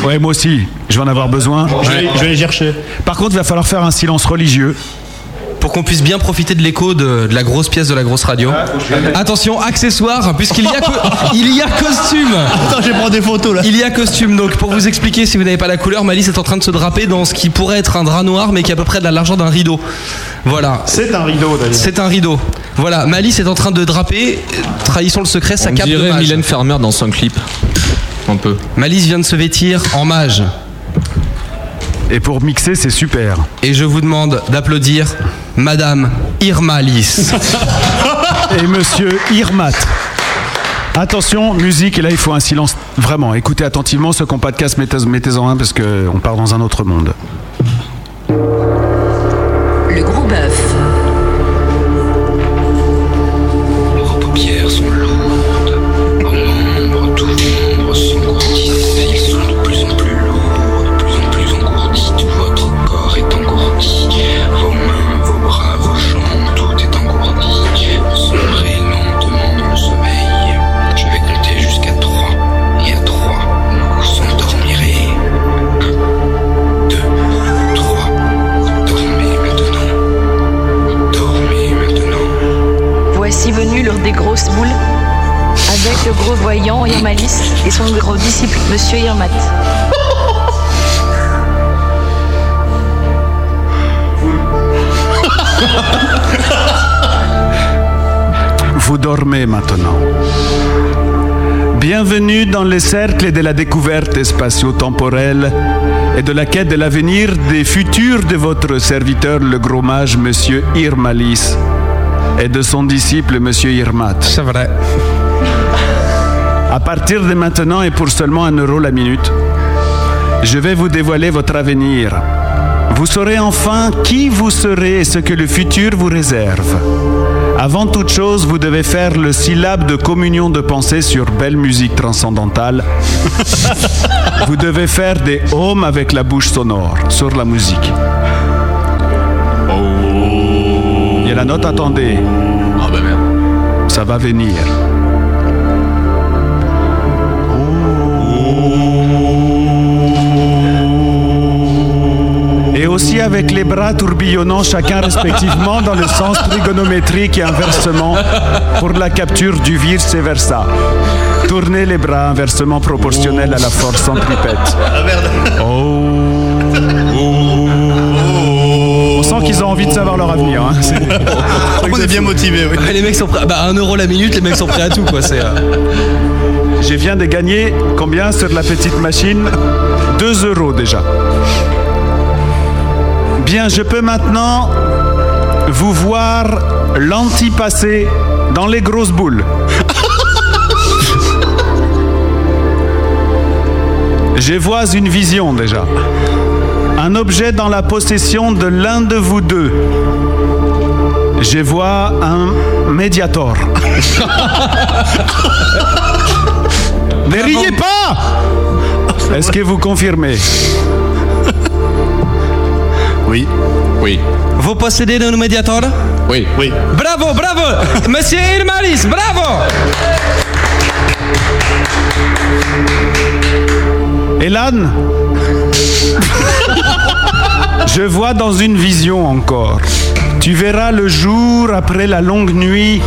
[SPEAKER 2] ouais, moi aussi. Je vais en avoir besoin.
[SPEAKER 9] Je vais- je vais les chercher.
[SPEAKER 2] Par contre, il va falloir faire un silence religieux.
[SPEAKER 3] Pour qu'on puisse bien profiter de l'écho de, de la grosse pièce de la grosse radio.
[SPEAKER 2] Ah,
[SPEAKER 3] Attention, accessoires, puisqu'il y a, co- il y a costume.
[SPEAKER 9] Attends, je vais prendre des photos là.
[SPEAKER 3] Il y a costume, donc pour vous expliquer, si vous n'avez pas la couleur, Malice est en train de se draper dans ce qui pourrait être un drap noir, mais qui est à peu près de la largeur d'un rideau. Voilà.
[SPEAKER 9] C'est un rideau d'ailleurs.
[SPEAKER 3] C'est un rideau. Voilà, Malice est en train de draper. Trahissons le secret, ça
[SPEAKER 7] On
[SPEAKER 3] capte
[SPEAKER 7] dirait
[SPEAKER 3] mage.
[SPEAKER 7] Mylène Farmer dans son clip. Un peu.
[SPEAKER 3] Malice vient de se vêtir en mage.
[SPEAKER 2] Et pour mixer, c'est super.
[SPEAKER 3] Et je vous demande d'applaudir Madame Irmalice.
[SPEAKER 2] Et monsieur Irmat. Attention, musique, et là il faut un silence. Vraiment, écoutez attentivement ceux qui n'ont pas de casque, mettez- mettez-en un parce qu'on part dans un autre monde.
[SPEAKER 19] Le gros bœuf.
[SPEAKER 1] Leurs paupières sont lourdes. En nombre, tous les membres s'engourdissent. Ils sont de plus en plus lourds, de plus en plus engourdis. Tout votre corps est engourdi. Vos mains, vos bras, vos jambes, tout est engourdi. Vous sombrez lentement dans le sommeil. Je vais compter jusqu'à trois. Et à trois, vous endormirez. Un, deux, trois. Dormez maintenant. Dormez maintenant.
[SPEAKER 20] Voici venu l'heure des grosses boules, avec le gros voyant Irmalis et son gros disciple, Monsieur Irmat.
[SPEAKER 2] Vous dormez maintenant. Bienvenue dans les cercles de la découverte spatio-temporelle et de la quête de l'avenir des futurs de votre serviteur, le gros mage, monsieur Irmalis, et de son disciple, monsieur Irmat. C'est
[SPEAKER 3] vrai.
[SPEAKER 2] À partir de maintenant et pour seulement un euro la minute, je vais vous dévoiler votre avenir. Vous saurez enfin qui vous serez et ce que le futur vous réserve. Avant toute chose, vous devez faire le syllabe de communion de pensée sur belle musique transcendantale. vous devez faire des homes avec la bouche sonore sur la musique. Il y a la note, attendez. Ça va venir. Et aussi avec les bras tourbillonnant chacun respectivement dans le sens trigonométrique et inversement pour la capture du vice versa. Tournez les bras inversement proportionnel à la force centripète. On sent qu'ils ont envie de savoir leur avenir. hein. C'est-
[SPEAKER 9] Ah,
[SPEAKER 3] On est bien motivés, Les mecs sont prêts. Bah, un euro la minute, les mecs sont prêts à tout, quoi. C'est. euh,
[SPEAKER 2] Je viens de gagner combien sur la petite machine 2 euros déjà. Bien, je peux maintenant vous voir l'antipassé dans les grosses boules. Je vois une vision déjà. Un objet dans la possession de l'un de vous deux. Je vois un médiator. Ne riez pas Est-ce que vous confirmez
[SPEAKER 9] Oui.
[SPEAKER 7] Oui.
[SPEAKER 3] Vous possédez un médiator
[SPEAKER 7] Oui.
[SPEAKER 9] Oui.
[SPEAKER 3] Bravo, bravo Monsieur Irmalis, bravo
[SPEAKER 2] Elan Je vois dans une vision encore. Tu verras le jour après la longue nuit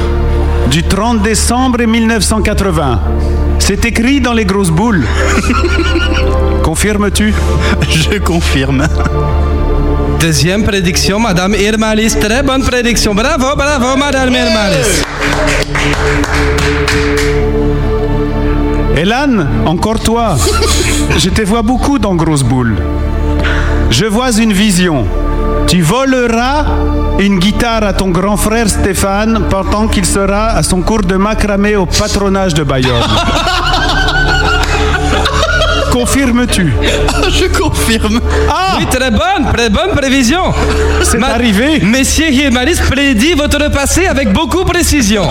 [SPEAKER 2] du 30 décembre 1980. C'est écrit dans les grosses boules. Confirmes-tu
[SPEAKER 9] Je confirme.
[SPEAKER 3] Deuxième prédiction, Madame Irmalis. Très bonne prédiction. Bravo, bravo, Madame Irmalis.
[SPEAKER 2] Elan, encore toi. Je te vois beaucoup dans Grosse Boule. Je vois une vision. Tu voleras une guitare à ton grand frère Stéphane pendant qu'il sera à son cours de macramé au patronage de Bayonne. Confirmes-tu
[SPEAKER 3] Je confirme. Ah Oui, très bonne, très bonne prévision. C'est arrivé. Messieurs Irmalis prédit votre passé avec beaucoup de précision.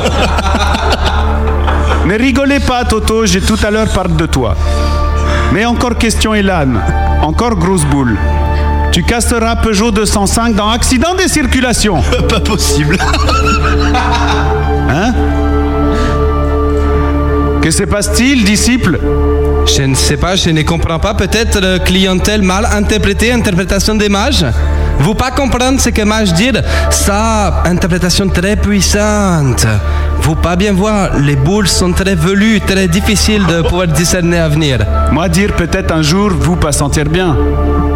[SPEAKER 2] Ne rigolez pas, Toto, j'ai tout à l'heure parlé de toi. Mais encore question, Elan. Encore grosse boule. Tu casseras Peugeot 205 dans accident des circulations. Pas possible. Hein Que se passe-t-il, disciple
[SPEAKER 3] Je ne sais pas, je ne comprends pas. Peut-être euh, clientèle mal interprétée, interprétation des mages. Vous pas comprendre ce que mage dit Ça, interprétation très puissante. Vous pas bien voir, les boules sont très velues, très difficiles de pouvoir discerner à venir.
[SPEAKER 2] Moi dire peut-être un jour, vous pas sentir bien.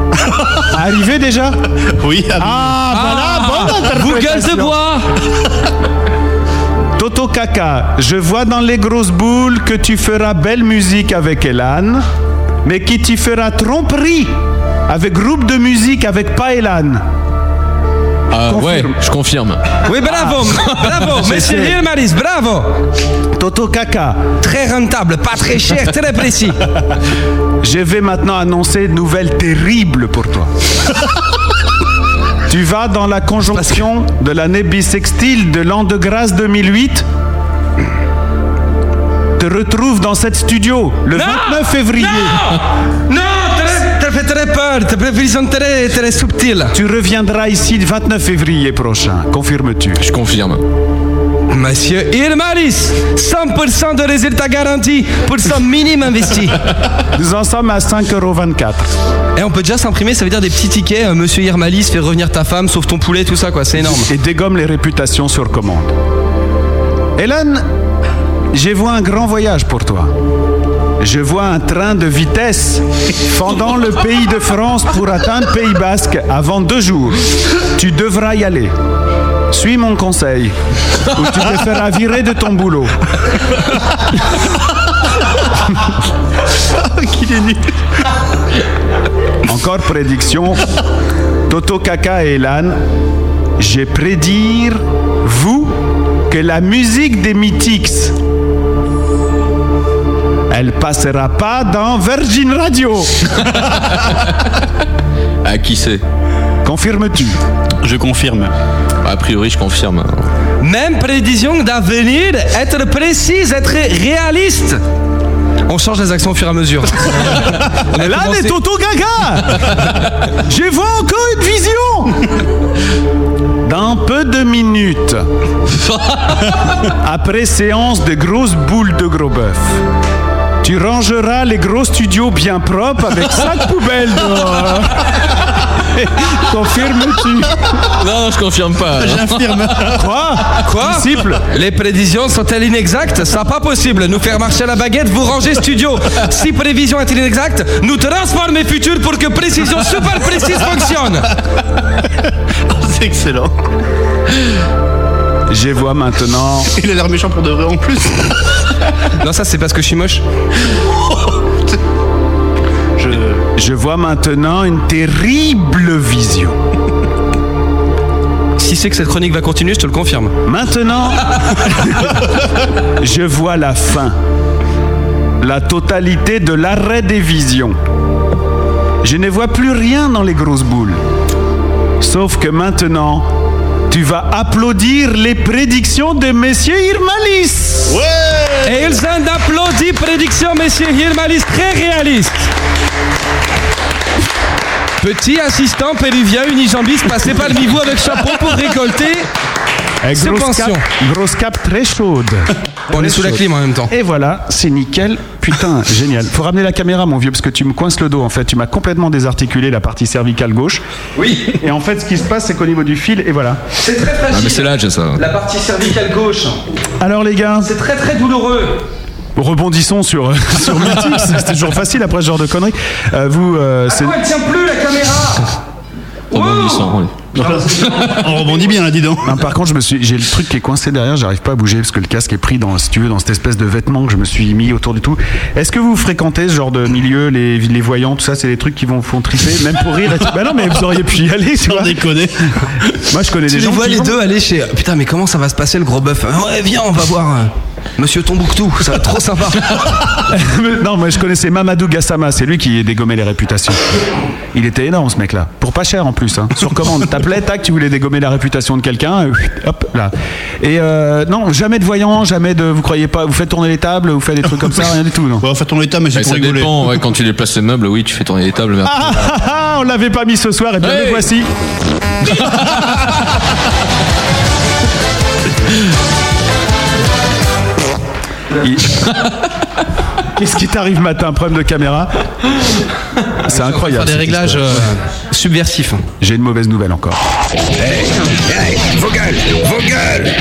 [SPEAKER 2] Arrivé déjà
[SPEAKER 9] Oui.
[SPEAKER 2] Ah, voilà, bonne interprétation.
[SPEAKER 3] Vous gueule de bois
[SPEAKER 2] Toto Kaka, je vois dans les grosses boules que tu feras belle musique avec Elan, mais qui t'y fera tromperie avec groupe de musique avec pas Elan.
[SPEAKER 7] Ah ouais, je confirme.
[SPEAKER 3] Oui, bravo, bravo,
[SPEAKER 2] Je
[SPEAKER 3] monsieur
[SPEAKER 2] sais.
[SPEAKER 3] Irmalis, bravo.
[SPEAKER 2] Toto Kaka.
[SPEAKER 3] Très rentable, pas très cher, très précis.
[SPEAKER 2] Je vais maintenant annoncer une nouvelle terrible pour toi. tu vas dans la conjonction de l'année bissextile de l'an de grâce 2008. Te retrouve dans cette studio le 29 février.
[SPEAKER 3] Non, très, très, très peur, très prévision très, très subtile.
[SPEAKER 2] Tu reviendras ici le 29 février prochain, confirmes-tu
[SPEAKER 7] Je confirme.
[SPEAKER 3] Monsieur Irmalis, 100% de résultat garanti pour somme minime investie.
[SPEAKER 2] Nous en sommes à 5,24€.
[SPEAKER 3] Et on peut déjà s'imprimer, ça veut dire des petits tickets. euh, Monsieur Irmalis, fais revenir ta femme, sauve ton poulet, tout ça, quoi, c'est énorme.
[SPEAKER 2] Et dégomme les réputations sur commande. Hélène, je vois un grand voyage pour toi. Je vois un train de vitesse fendant le pays de France pour atteindre Pays Basque avant deux jours. Tu devras y aller. Suis mon conseil, ou tu te feras virer de ton boulot.
[SPEAKER 9] Qu'il est nul.
[SPEAKER 2] Encore prédiction. Toto Kaka et Elan, je prédire, vous, que la musique des Mythics, elle passera pas dans Virgin Radio.
[SPEAKER 7] À Ah, qui c'est
[SPEAKER 2] Confirmes-tu
[SPEAKER 9] Je confirme.
[SPEAKER 7] A priori, je confirme.
[SPEAKER 3] Même prévision d'avenir, être précise, être réaliste. On change les accents au fur et à mesure. On a
[SPEAKER 2] Elan
[SPEAKER 3] commencé-
[SPEAKER 2] et Toto Kaka Je vois encore une vision Dans peu de minutes, après séance de grosses boules de gros bœuf, tu rangeras les gros studios bien propres avec sac poubelle dehors. Confirmes-tu
[SPEAKER 7] Non, non, je confirme pas.
[SPEAKER 2] Quoi
[SPEAKER 3] Quoi
[SPEAKER 2] Disciple
[SPEAKER 3] Les prévisions sont-elles inexactes Ça pas possible. Nous faire marcher la baguette, vous ranger studio. Si prévision est inexacte, nous transformer futur pour que précision super précise fonctionne.
[SPEAKER 9] C'est excellent.
[SPEAKER 2] Je vois maintenant
[SPEAKER 9] Il a l'air méchant pour de vrai en plus.
[SPEAKER 3] Non, ça c'est parce que je suis moche.
[SPEAKER 9] Je...
[SPEAKER 2] Je vois maintenant une terrible vision.
[SPEAKER 3] Si c'est que cette chronique va continuer, je te le confirme.
[SPEAKER 2] Maintenant, je vois la fin. La totalité de l'arrêt des visions. Je ne vois plus rien dans les grosses boules. Sauf que maintenant, tu vas applaudir les prédictions de Messieurs Irmalis.
[SPEAKER 3] Et ils ont applaudi prédiction, messieurs Hirmalis, très réaliste. Petit assistant péruvien unijambiste passé par le niveau avec chapeau pour récolter
[SPEAKER 2] Eh,
[SPEAKER 3] ses
[SPEAKER 2] grosse,
[SPEAKER 3] pensions.
[SPEAKER 2] cap, grosse cap très chaude.
[SPEAKER 3] On est sous la
[SPEAKER 2] chaude.
[SPEAKER 3] clim en même temps.
[SPEAKER 2] Et voilà, c'est nickel. Putain, génial. Faut ramener la caméra, mon vieux, parce que tu me coinces le dos, en fait. Tu m'as complètement désarticulé la partie cervicale gauche.
[SPEAKER 3] Oui.
[SPEAKER 2] Et en fait, ce qui se passe, c'est qu'au niveau du fil, et voilà.
[SPEAKER 3] Ah, C'est très fragile.
[SPEAKER 7] Ah, mais c'est là, j'ai ça.
[SPEAKER 3] La partie cervicale gauche,
[SPEAKER 2] Alors, les gars,
[SPEAKER 5] Ah
[SPEAKER 3] c'est très très douloureux.
[SPEAKER 2] Rebondissons sur, euh, sur Mythique, c'est toujours facile après ce genre de conneries. Euh, vous, euh, c'est.
[SPEAKER 5] elle tient plus la caméra
[SPEAKER 2] On rebondit bien là, dis donc. par contre, je me suis, j'ai le truc qui est coincé derrière, j'arrive pas à bouger parce que le casque est pris dans, si tu veux, dans cette espèce de vêtement que je me suis mis autour du tout. Est-ce que vous fréquentez ce genre de milieu, les, les voyants, tout ça, c'est des trucs qui vont font triper, même pour rire. et tout. Bah non, mais vous auriez pu y aller, tu vois. Moi, je connais
[SPEAKER 3] Tu
[SPEAKER 2] des
[SPEAKER 3] les
[SPEAKER 2] gens.
[SPEAKER 3] vois
[SPEAKER 2] qui
[SPEAKER 3] les
[SPEAKER 2] vont.
[SPEAKER 3] deux aller chez. Putain, mais comment ça va se passer le gros bœuf hein? Ouais, viens, on va voir. euh, Monsieur Tombouctou, ça va être trop sympa.
[SPEAKER 2] Mais non, moi je connaissais Mamadou Gassama, c'est lui qui dégommait les réputations. Il était énorme ce mec-là, pour pas cher en plus. hein. Sur commande, t'appelais, tac, tu voulais dégommer la réputation de quelqu'un, euh, hop là. Et euh, non, jamais de voyant, jamais de, vous croyez pas, vous faites tourner les tables, vous faites des trucs comme ça, rien du tout. Non.
[SPEAKER 9] faites tourner les tables,
[SPEAKER 7] Mais ça dépend, ouais, quand tu déplaces les meubles, oui, tu fais tourner les tables. mais après-
[SPEAKER 2] Ah, ah, ah, on l'avait pas mis ce soir, et bien
[SPEAKER 7] Hey
[SPEAKER 2] le voici. Il- Qu'est-ce qui t'arrive matin, problème de caméra C'est incroyable.
[SPEAKER 3] Faire des
[SPEAKER 2] cette
[SPEAKER 3] réglages,
[SPEAKER 2] histoire.
[SPEAKER 3] euh, subversifs.
[SPEAKER 2] J'ai une mauvaise nouvelle encore.
[SPEAKER 6] Hey, hey, vos gueules, vos gueules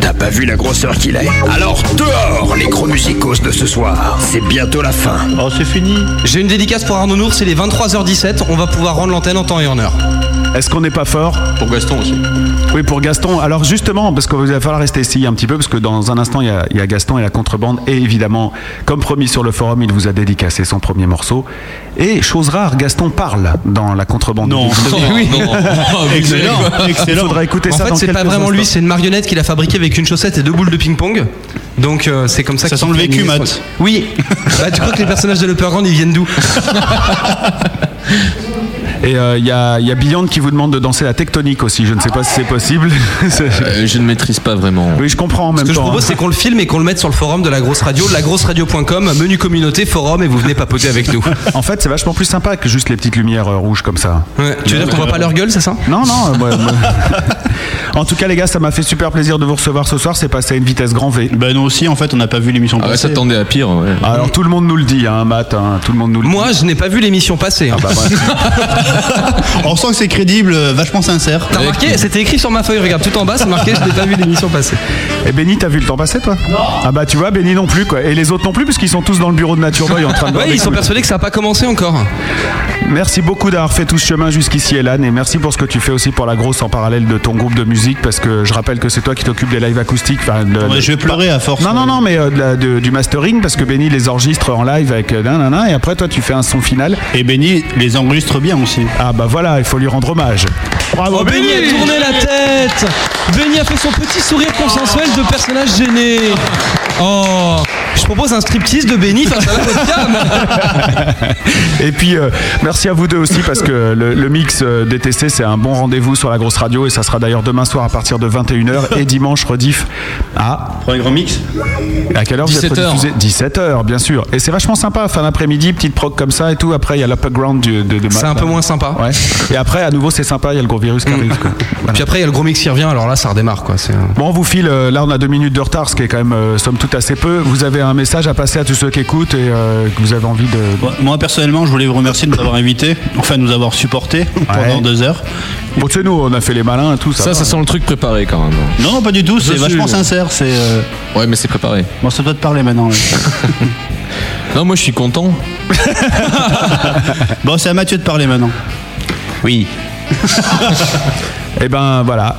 [SPEAKER 6] T'as pas vu la grosseur qu'il est Alors dehors les gros musicos de ce soir, c'est bientôt la fin.
[SPEAKER 9] Oh, c'est fini.
[SPEAKER 3] J'ai une dédicace pour Arnaud Nours, il est 23h17, on va pouvoir rendre l'antenne en temps et en heure.
[SPEAKER 2] Est-ce qu'on n'est pas fort
[SPEAKER 7] Pour Gaston aussi.
[SPEAKER 2] Oui, pour Gaston. Alors justement, parce qu'il va falloir rester ici un petit peu, parce que dans un instant, il y, a, il y a Gaston et la contrebande. Et évidemment, comme promis sur le forum, il vous a dédicacé son premier morceau. Et chose rare, Gaston parle dans la contrebande.
[SPEAKER 9] Non,
[SPEAKER 2] Vous-
[SPEAKER 9] non, non. Oh, vous Excellent, allez. excellent.
[SPEAKER 2] Faudra écouter
[SPEAKER 3] en
[SPEAKER 2] ça
[SPEAKER 3] fait,
[SPEAKER 2] dans
[SPEAKER 3] c'est pas
[SPEAKER 2] quelques
[SPEAKER 3] vraiment lui,
[SPEAKER 2] instants.
[SPEAKER 3] c'est une marionnette qu'il a fabriquée avec une chaussette et deux boules de ping-pong. Donc euh, c'est comme ça
[SPEAKER 9] Ça
[SPEAKER 3] qu'il
[SPEAKER 9] sent le
[SPEAKER 3] fait
[SPEAKER 9] vécu,
[SPEAKER 3] une-
[SPEAKER 9] Matt.
[SPEAKER 3] Oui. bah, tu crois que les personnages de l'Upperground ils viennent d'où
[SPEAKER 2] Et euh, il y, a, il y a Beyond qui vous demande de danser la tectonique aussi. Je ne sais pas si c'est possible.
[SPEAKER 7] euh, je ne maîtrise pas vraiment.
[SPEAKER 2] Oui, je comprends en
[SPEAKER 3] Ce
[SPEAKER 2] même
[SPEAKER 3] que je
[SPEAKER 2] temps. hein.
[SPEAKER 3] propose, c'est qu'on le filme et qu'on le mette sur le forum de la grosse radio, lagrosseradio.com, menu communauté, forum, et vous venez papoter avec nous.
[SPEAKER 2] En fait, c'est vachement plus sympa que juste les petites lumières euh, rouges comme ça.
[SPEAKER 3] Ouais, tu veux dire qu'on voit pas leur gueule, c'est ça
[SPEAKER 2] Non, non. euh, moi, moi- en tout cas, les gars, ça m'a fait super plaisir de vous recevoir ce soir. C'est passé à une vitesse grand V.
[SPEAKER 9] Ben, nous aussi, en fait, on n'a pas vu l'émission
[SPEAKER 7] Ah ouais,
[SPEAKER 9] passer.
[SPEAKER 7] s'attendait à pire, ouais.
[SPEAKER 2] Ah, Alors, tout le monde nous le dit, hein, Matt. hein, tout le monde nous le
[SPEAKER 3] Moi, je n'ai pas vu l'émission passer.
[SPEAKER 2] Ah bah,
[SPEAKER 3] hein.
[SPEAKER 9] on sent que c'est crédible, euh, vachement sincère.
[SPEAKER 3] T'as remarqué C'était écrit sur ma feuille, regarde, tout en bas, c'est marqué, je n'ai pas vu l'émission passer.
[SPEAKER 2] dit. Et Benny, t'as vu le temps passer, toi Non. Ah, bah, tu vois, Benny non plus, quoi. Et les autres non plus, puisqu'ils sont tous dans le bureau de Nature Boy en train de. boire
[SPEAKER 3] Ouais,
[SPEAKER 2] des
[SPEAKER 3] ils sont
[SPEAKER 2] coups.
[SPEAKER 3] persuadés que ça n'a pas commencé encore.
[SPEAKER 2] Merci beaucoup d'avoir fait tout ce chemin jusqu'ici, Elan, et merci pour ce que tu fais aussi pour la grosse en parallèle de ton groupe de musique, parce que je rappelle que c'est toi qui t'occupes des lives acoustiques. enfin, de-
[SPEAKER 9] Ouais,
[SPEAKER 2] de-
[SPEAKER 9] je vais pleurer à force.
[SPEAKER 2] Non, non, non, mais euh, de la- de- du mastering, parce que Benny les enregistre en live avec euh, nanana, et après toi tu fais un son final.
[SPEAKER 9] Et Benny les enregistre bien aussi.
[SPEAKER 2] Ah bah voilà, il faut lui rendre hommage. Bravo
[SPEAKER 3] Oh, Benny a tourné la tête Benny a fait son petit sourire consensuel de personnage gêné Oh Je propose un striptease de Benny face à la webcam
[SPEAKER 2] Et puis euh, merci à vous deux aussi parce que le, le mix euh, DTC c'est un bon rendez-vous sur la grosse radio et ça sera d'ailleurs demain soir à partir de 21h et dimanche rediff à
[SPEAKER 9] Pour un grand mix
[SPEAKER 2] à quelle heure vous êtes
[SPEAKER 9] 17h.
[SPEAKER 2] rediffusé 17h bien sûr. Et c'est vachement sympa fin d'après-midi petite prog comme ça et tout après il y a l'upperground du- de, de
[SPEAKER 3] C'est un peu moins sympa. Mm.
[SPEAKER 2] Ouais. Et après à nouveau c'est sympa, il y a le gros virus qui arrive. quoi.
[SPEAKER 3] Puis après, il y a le gros mix qui revient, alors là, ça redémarre quoi. C'est...
[SPEAKER 2] Bon, on vous file, euh, là on a deux minutes de retard, ce qui est quand même, euh, somme toute, assez peu. Vous avez un message à passer à tous ceux qui écoutent et euh, que vous avez envie de...
[SPEAKER 9] Moi- Moi personnellement, je voulais vous remercier de nous avoir invités, enfin de nous avoir supportés pendant deux heures.
[SPEAKER 2] Bon, tu sais, nous, on a fait les malins et tout ça.
[SPEAKER 7] Ça,
[SPEAKER 2] va.
[SPEAKER 7] ça sent le truc préparé quand même.
[SPEAKER 9] Non, pas du tout,
[SPEAKER 7] Je
[SPEAKER 9] c'est
[SPEAKER 7] suis-
[SPEAKER 9] vachement sincère. C'est euh,
[SPEAKER 7] Ouais, mais c'est préparé.
[SPEAKER 9] Bon, ça doit te parler maintenant. oui.
[SPEAKER 7] Non, moi je suis content.
[SPEAKER 9] bon, c'est à Mathieu de parler maintenant.
[SPEAKER 7] Oui.
[SPEAKER 2] Eh ben voilà.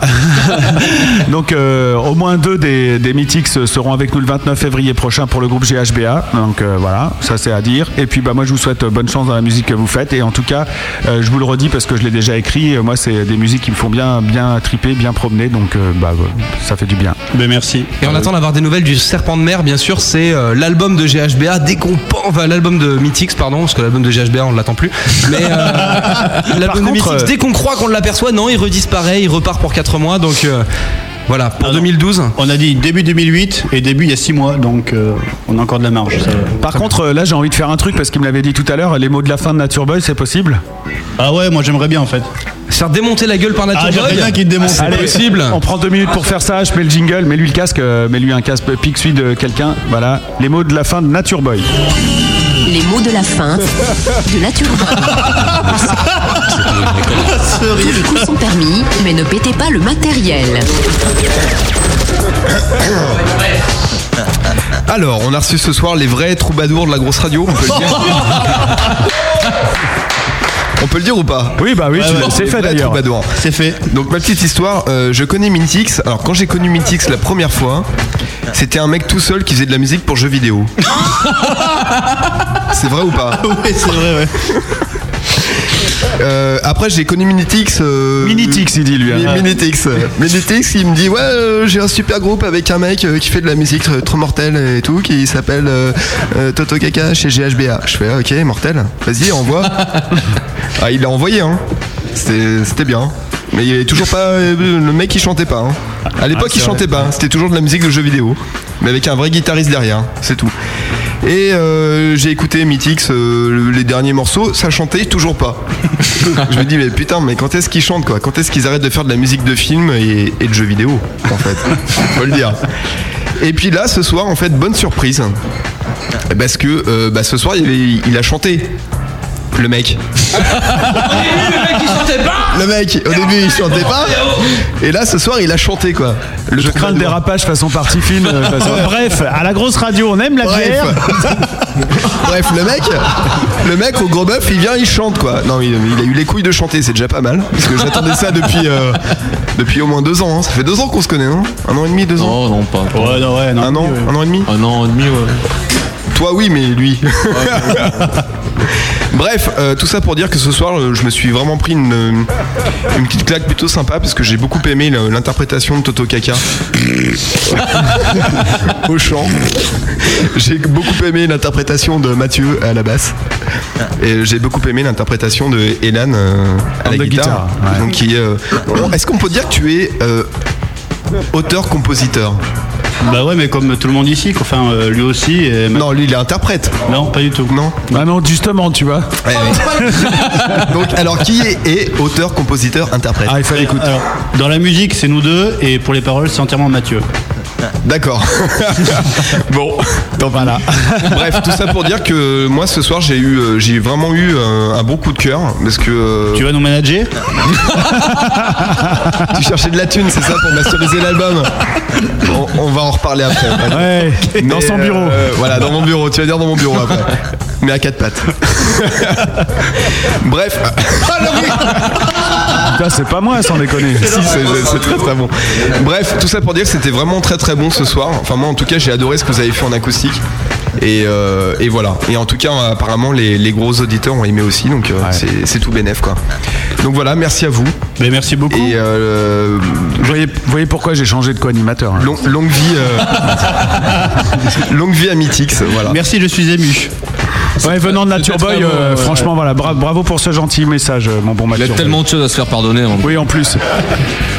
[SPEAKER 2] Donc euh, au moins deux des, des Mythics seront avec nous le 29 février prochain pour le groupe GHBA. Donc euh, voilà, ça c'est à dire. Et puis bah moi je vous souhaite euh, bonne chance dans la musique que vous faites. Et en tout cas, euh, je vous le redis parce que je l'ai déjà écrit. euh, Moi c'est des musiques qui me font bien bien triper, bien promener. Donc euh, bah ouais, ça fait du bien.
[SPEAKER 9] Ben merci.
[SPEAKER 3] Et on attend d'avoir des nouvelles du Serpent de Mer, bien sûr, c'est euh, l'album de GHBA. Dès qu'on pen- enfin, l'album de Mythix, pardon, parce que l'album de GHBA, on ne l'attend plus. Mais euh, l'album de
[SPEAKER 2] contre,
[SPEAKER 3] Mythix,
[SPEAKER 2] euh,
[SPEAKER 3] dès qu'on croit qu'on l'aperçoit, non, il redisparaît, il repart pour 4 mois. Donc euh, voilà, pour 2012.
[SPEAKER 9] On a dit début 2008 et début il y a 6 mois, donc euh, on a encore de la marge. ça va.
[SPEAKER 2] Par contre, euh, là j'ai envie de faire un truc parce qu'il me l'avait dit tout à l'heure. Les mots de la fin de Nature Boy, c'est possible
[SPEAKER 9] Ah ouais, moi j'aimerais bien en fait.
[SPEAKER 3] Se faire démonter la gueule par Nature
[SPEAKER 9] Ah, j'aimerais
[SPEAKER 3] Boy
[SPEAKER 9] bien qu'il te démonte.
[SPEAKER 3] C'est
[SPEAKER 2] Allez,
[SPEAKER 3] possible.
[SPEAKER 2] On prend deux minutes pour faire ça. Je mets le jingle, mets lui le casque, euh, mets lui un casque Pixie de quelqu'un. Voilà, les mots de la fin de Nature Boy.
[SPEAKER 19] Les mots de la fin de Nature Boy. Tous les coups sont permis, mais ne pétez pas le matériel.
[SPEAKER 21] Alors, on a reçu ce soir les vrais troubadours de la grosse radio, on peut le dire. On peut le dire ou pas
[SPEAKER 2] Oui, bah oui, tu l'as- c'est fait d'ailleurs.
[SPEAKER 21] C'est fait. Donc ma petite histoire, euh, je connais Mintix. Alors quand j'ai connu Mintix la première fois, c'était un mec tout seul qui faisait de la musique pour jeux vidéo. c'est vrai ou pas Oui, c'est vrai, ouais. Euh, après j'ai connu Minitix. euh, Minitix
[SPEAKER 2] il dit lui.
[SPEAKER 21] Mi-
[SPEAKER 2] hein.
[SPEAKER 21] Minitix. Minitix il me dit ouais euh, j'ai un super groupe avec un mec euh, qui fait de la musique tr- trop mortelle et tout qui s'appelle euh, euh, Toto Kaka chez GHBA. Je fais ah, ok mortel, vas-y envoie. ah il l'a envoyé hein. C'était c'était bien. Mais il y avait toujours pas euh, le mec il chantait pas. hein. À l'époque
[SPEAKER 2] Ah, c'est
[SPEAKER 21] il chantait
[SPEAKER 2] vrai.
[SPEAKER 21] pas, c'était toujours de la musique de jeux vidéo, mais avec un vrai guitariste derrière, c'est tout. Et euh, j'ai écouté Mythix euh, le- les derniers morceaux, ça chantait toujours pas. je me dis mais putain mais quand est-ce qu'ils chantent quoi Quand est-ce qu'ils arrêtent de faire de la musique de film et, et de jeux vidéo en fait Faut le dire. Et puis là ce soir en fait bonne surprise parce que euh, bah, ce soir il, avait- il a chanté le mec. Le mec, au début, il chantait pas. Et là, ce soir, il a chanté quoi. Le
[SPEAKER 2] je crains le dérapage façon partie film. euh, façon- Bref, à la grosse radio, on aime la bière.
[SPEAKER 21] Bref, le mec, le mec au gros bœuf, il vient, il chante quoi. Non, il, il a eu les couilles de chanter, c'est déjà pas mal. Parce que j'attendais ça depuis, euh, depuis au moins deux ans. hein. Ça fait deux ans qu'on se connaît, non Un an et demi, deux ans
[SPEAKER 7] Oh non, pas.
[SPEAKER 21] Ouais, non, ouais,
[SPEAKER 9] Ah
[SPEAKER 21] un, an, un an et demi
[SPEAKER 7] Un an et demi, ouais.
[SPEAKER 21] Toi, oui, mais lui. Bref, euh, tout ça pour dire que ce soir, euh, je me suis vraiment pris une, euh, une petite claque plutôt sympa parce que j'ai beaucoup aimé le- l'interprétation de Toto Kaka au chant. J'ai beaucoup aimé l'interprétation de Mathieu à la basse. Et j'ai beaucoup aimé l'interprétation de Elan euh, à la
[SPEAKER 2] de
[SPEAKER 21] guitare.
[SPEAKER 2] guitare, ouais.
[SPEAKER 21] Donc, qui est, euh, Est-ce qu'on peut dire que tu es euh, auteur-compositeur
[SPEAKER 9] Bah ouais, mais comme tout le monde ici, quoi. enfin euh, lui aussi.
[SPEAKER 21] Non, lui il est interprète.
[SPEAKER 9] Non, pas du tout.
[SPEAKER 21] Non.
[SPEAKER 2] Bah non, justement, tu vois.
[SPEAKER 3] Oh,
[SPEAKER 21] Donc, alors qui est, est auteur, compositeur, interprète
[SPEAKER 9] Ah,
[SPEAKER 21] il fallait
[SPEAKER 9] écouter. dans la musique, c'est nous deux, et pour les paroles, c'est entièrement Mathieu.
[SPEAKER 21] D'accord. bon,
[SPEAKER 9] donc voilà.
[SPEAKER 21] Bref, tout ça pour dire que moi ce soir j'ai eu, euh, j'ai vraiment eu euh, un bon coup de cœur parce que. euh, Tu
[SPEAKER 9] vas nous manager
[SPEAKER 21] Tu cherchais de la thune, c'est ça, pour masteriser l'album on, on va en reparler après.
[SPEAKER 2] dans son bureau.
[SPEAKER 7] Euh,
[SPEAKER 21] voilà, dans mon bureau. Tu vas dire dans mon bureau après. Mais à quatre pattes. Bref.
[SPEAKER 2] Putain, c'est pas moi, sans déconner.
[SPEAKER 21] Si, c'est c'est très très Ah bon. Bref, tout ça pour dire que c'était vraiment très très bon ce soir. Enfin, moi en tout cas, j'ai adoré ce que vous avez fait en acoustique. Et, euh, et voilà. Et en tout cas, euh, apparemment, les, les gros auditeurs ont aimé aussi. Donc, euh, c'est- c'est tout bénef quoi. Donc voilà, merci à vous.
[SPEAKER 9] Mais merci beaucoup.
[SPEAKER 21] Et euh,
[SPEAKER 2] Vous voyez, vous voyez pourquoi j'ai changé de co-animateur. hein.
[SPEAKER 21] long- longue vie. euh, longue vie à Mythix. Voilà.
[SPEAKER 9] Merci, je suis ému.
[SPEAKER 2] Ouais, venant de Nature
[SPEAKER 7] très
[SPEAKER 2] Boy,
[SPEAKER 7] bon,
[SPEAKER 2] euh,
[SPEAKER 7] ouais.
[SPEAKER 2] franchement, voilà, bra- bravo pour ce gentil message, euh, mon bon
[SPEAKER 7] Il a
[SPEAKER 2] Mathieu.
[SPEAKER 7] tellement de choses à se faire pardonner. hein.
[SPEAKER 2] Oui, en plus.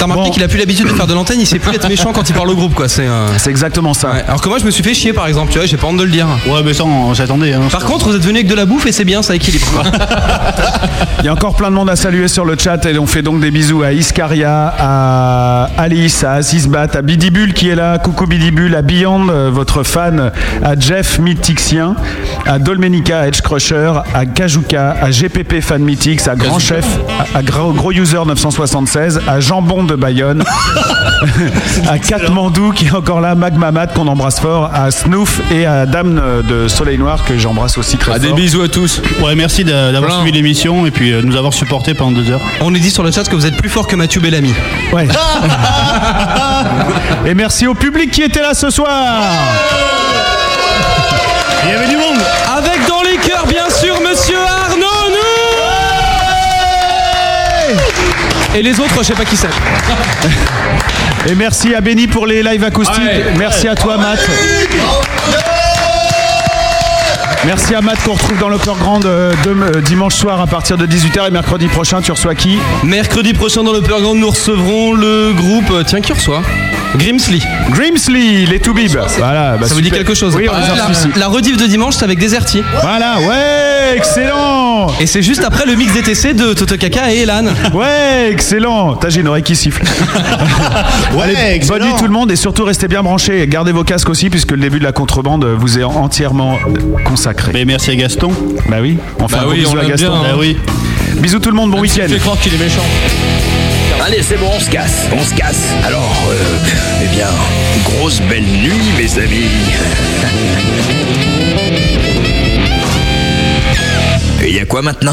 [SPEAKER 3] T'as remarqué qu'il a plus l'habitude de faire de l'antenne, il sait plus être méchant quand il parle au groupe, quoi. C'est euh,
[SPEAKER 2] exactement ça.
[SPEAKER 3] alors que moi, je me suis fait chier, par exemple, tu vois, j'ai pas honte de le dire.
[SPEAKER 9] Ouais, mais ça, on s'attendait. hein.
[SPEAKER 3] par contre, vous êtes venu avec de la bouffe et c'est bien, ça équilibre.
[SPEAKER 2] Il y a encore plein de monde à saluer sur le chat et on fait donc des bisous à Iscaria, à Alice, à Azizbat, à Bidibul qui est là, coucou Bidibul, à Beyond, euh, votre fan, à Jeff Mythixien, à Dolmenica, à Edge Crusher, à Kajuka, à GPP Fan Mythix, à Grand Chef, à, à Gros, Gros User 976, à Jambon de Bayonne, à Katmandou qui est encore là, Magmamat qu'on embrasse fort, à Snoof et à Dame euh, de Soleil Noir que j'embrasse aussi très fort.
[SPEAKER 9] à tous. Ouais, merci d'a- d'avoir
[SPEAKER 2] Plein.
[SPEAKER 9] suivi l'émission et puis euh, de nous avoir supportés pendant deux heures.
[SPEAKER 3] On nous dit sur le chat que vous êtes plus fort que Mathieu Bellamy.
[SPEAKER 2] Ouais. Et merci au public qui était là ce soir.
[SPEAKER 9] Il y avait du monde.
[SPEAKER 3] Avec dans les cœurs, bien sûr, monsieur Arnaud Nour. Et les autres, je sais pas qui c'est.
[SPEAKER 2] Et merci à Benny pour les lives acoustiques. merci à toi, Matt. Merci à Matt qu'on retrouve dans l'Upperground euh, dem- euh, dimanche soir à partir de 18h et mercredi prochain tu reçois qui
[SPEAKER 3] Mercredi prochain dans le Purgrand, nous recevrons le groupe. euh, Tiens, qui reçoit Grimsley.
[SPEAKER 2] Grimsley, les Toubibs. Voilà, bah,
[SPEAKER 3] ça vous dit
[SPEAKER 2] super.
[SPEAKER 3] quelque chose hein
[SPEAKER 2] Oui, on les a
[SPEAKER 3] la,
[SPEAKER 2] reçus ici.
[SPEAKER 3] la rediff de dimanche, c'est avec Deserti.
[SPEAKER 2] Voilà, ouais, excellent
[SPEAKER 3] Et c'est juste après le mix DTC de Toto Kaka et Elan.
[SPEAKER 2] Ouais, excellent T'as j'ai une oreille qui siffle.
[SPEAKER 9] Ouais,
[SPEAKER 2] Allez,
[SPEAKER 9] excellent.
[SPEAKER 2] bonne nuit tout le monde et surtout restez bien branchés. Gardez vos casques aussi puisque le début de la contrebande vous est entièrement consacré.
[SPEAKER 9] Mais merci à Gaston.
[SPEAKER 2] Bah oui, on fait
[SPEAKER 9] Bah
[SPEAKER 2] un gros
[SPEAKER 9] oui,
[SPEAKER 2] bisou
[SPEAKER 9] on
[SPEAKER 2] à
[SPEAKER 9] l'aime
[SPEAKER 2] Gaston.
[SPEAKER 9] bien, hein. Bah oui.
[SPEAKER 2] Bisous tout le monde, bon
[SPEAKER 9] Même s'il
[SPEAKER 2] week-end.
[SPEAKER 9] fait
[SPEAKER 7] croire qu'il est méchant.
[SPEAKER 6] Allez, c'est bon, on se casse. On se casse. Alors, euh, eh bien, grosse belle nuit, mes amis. Et il y a quoi maintenant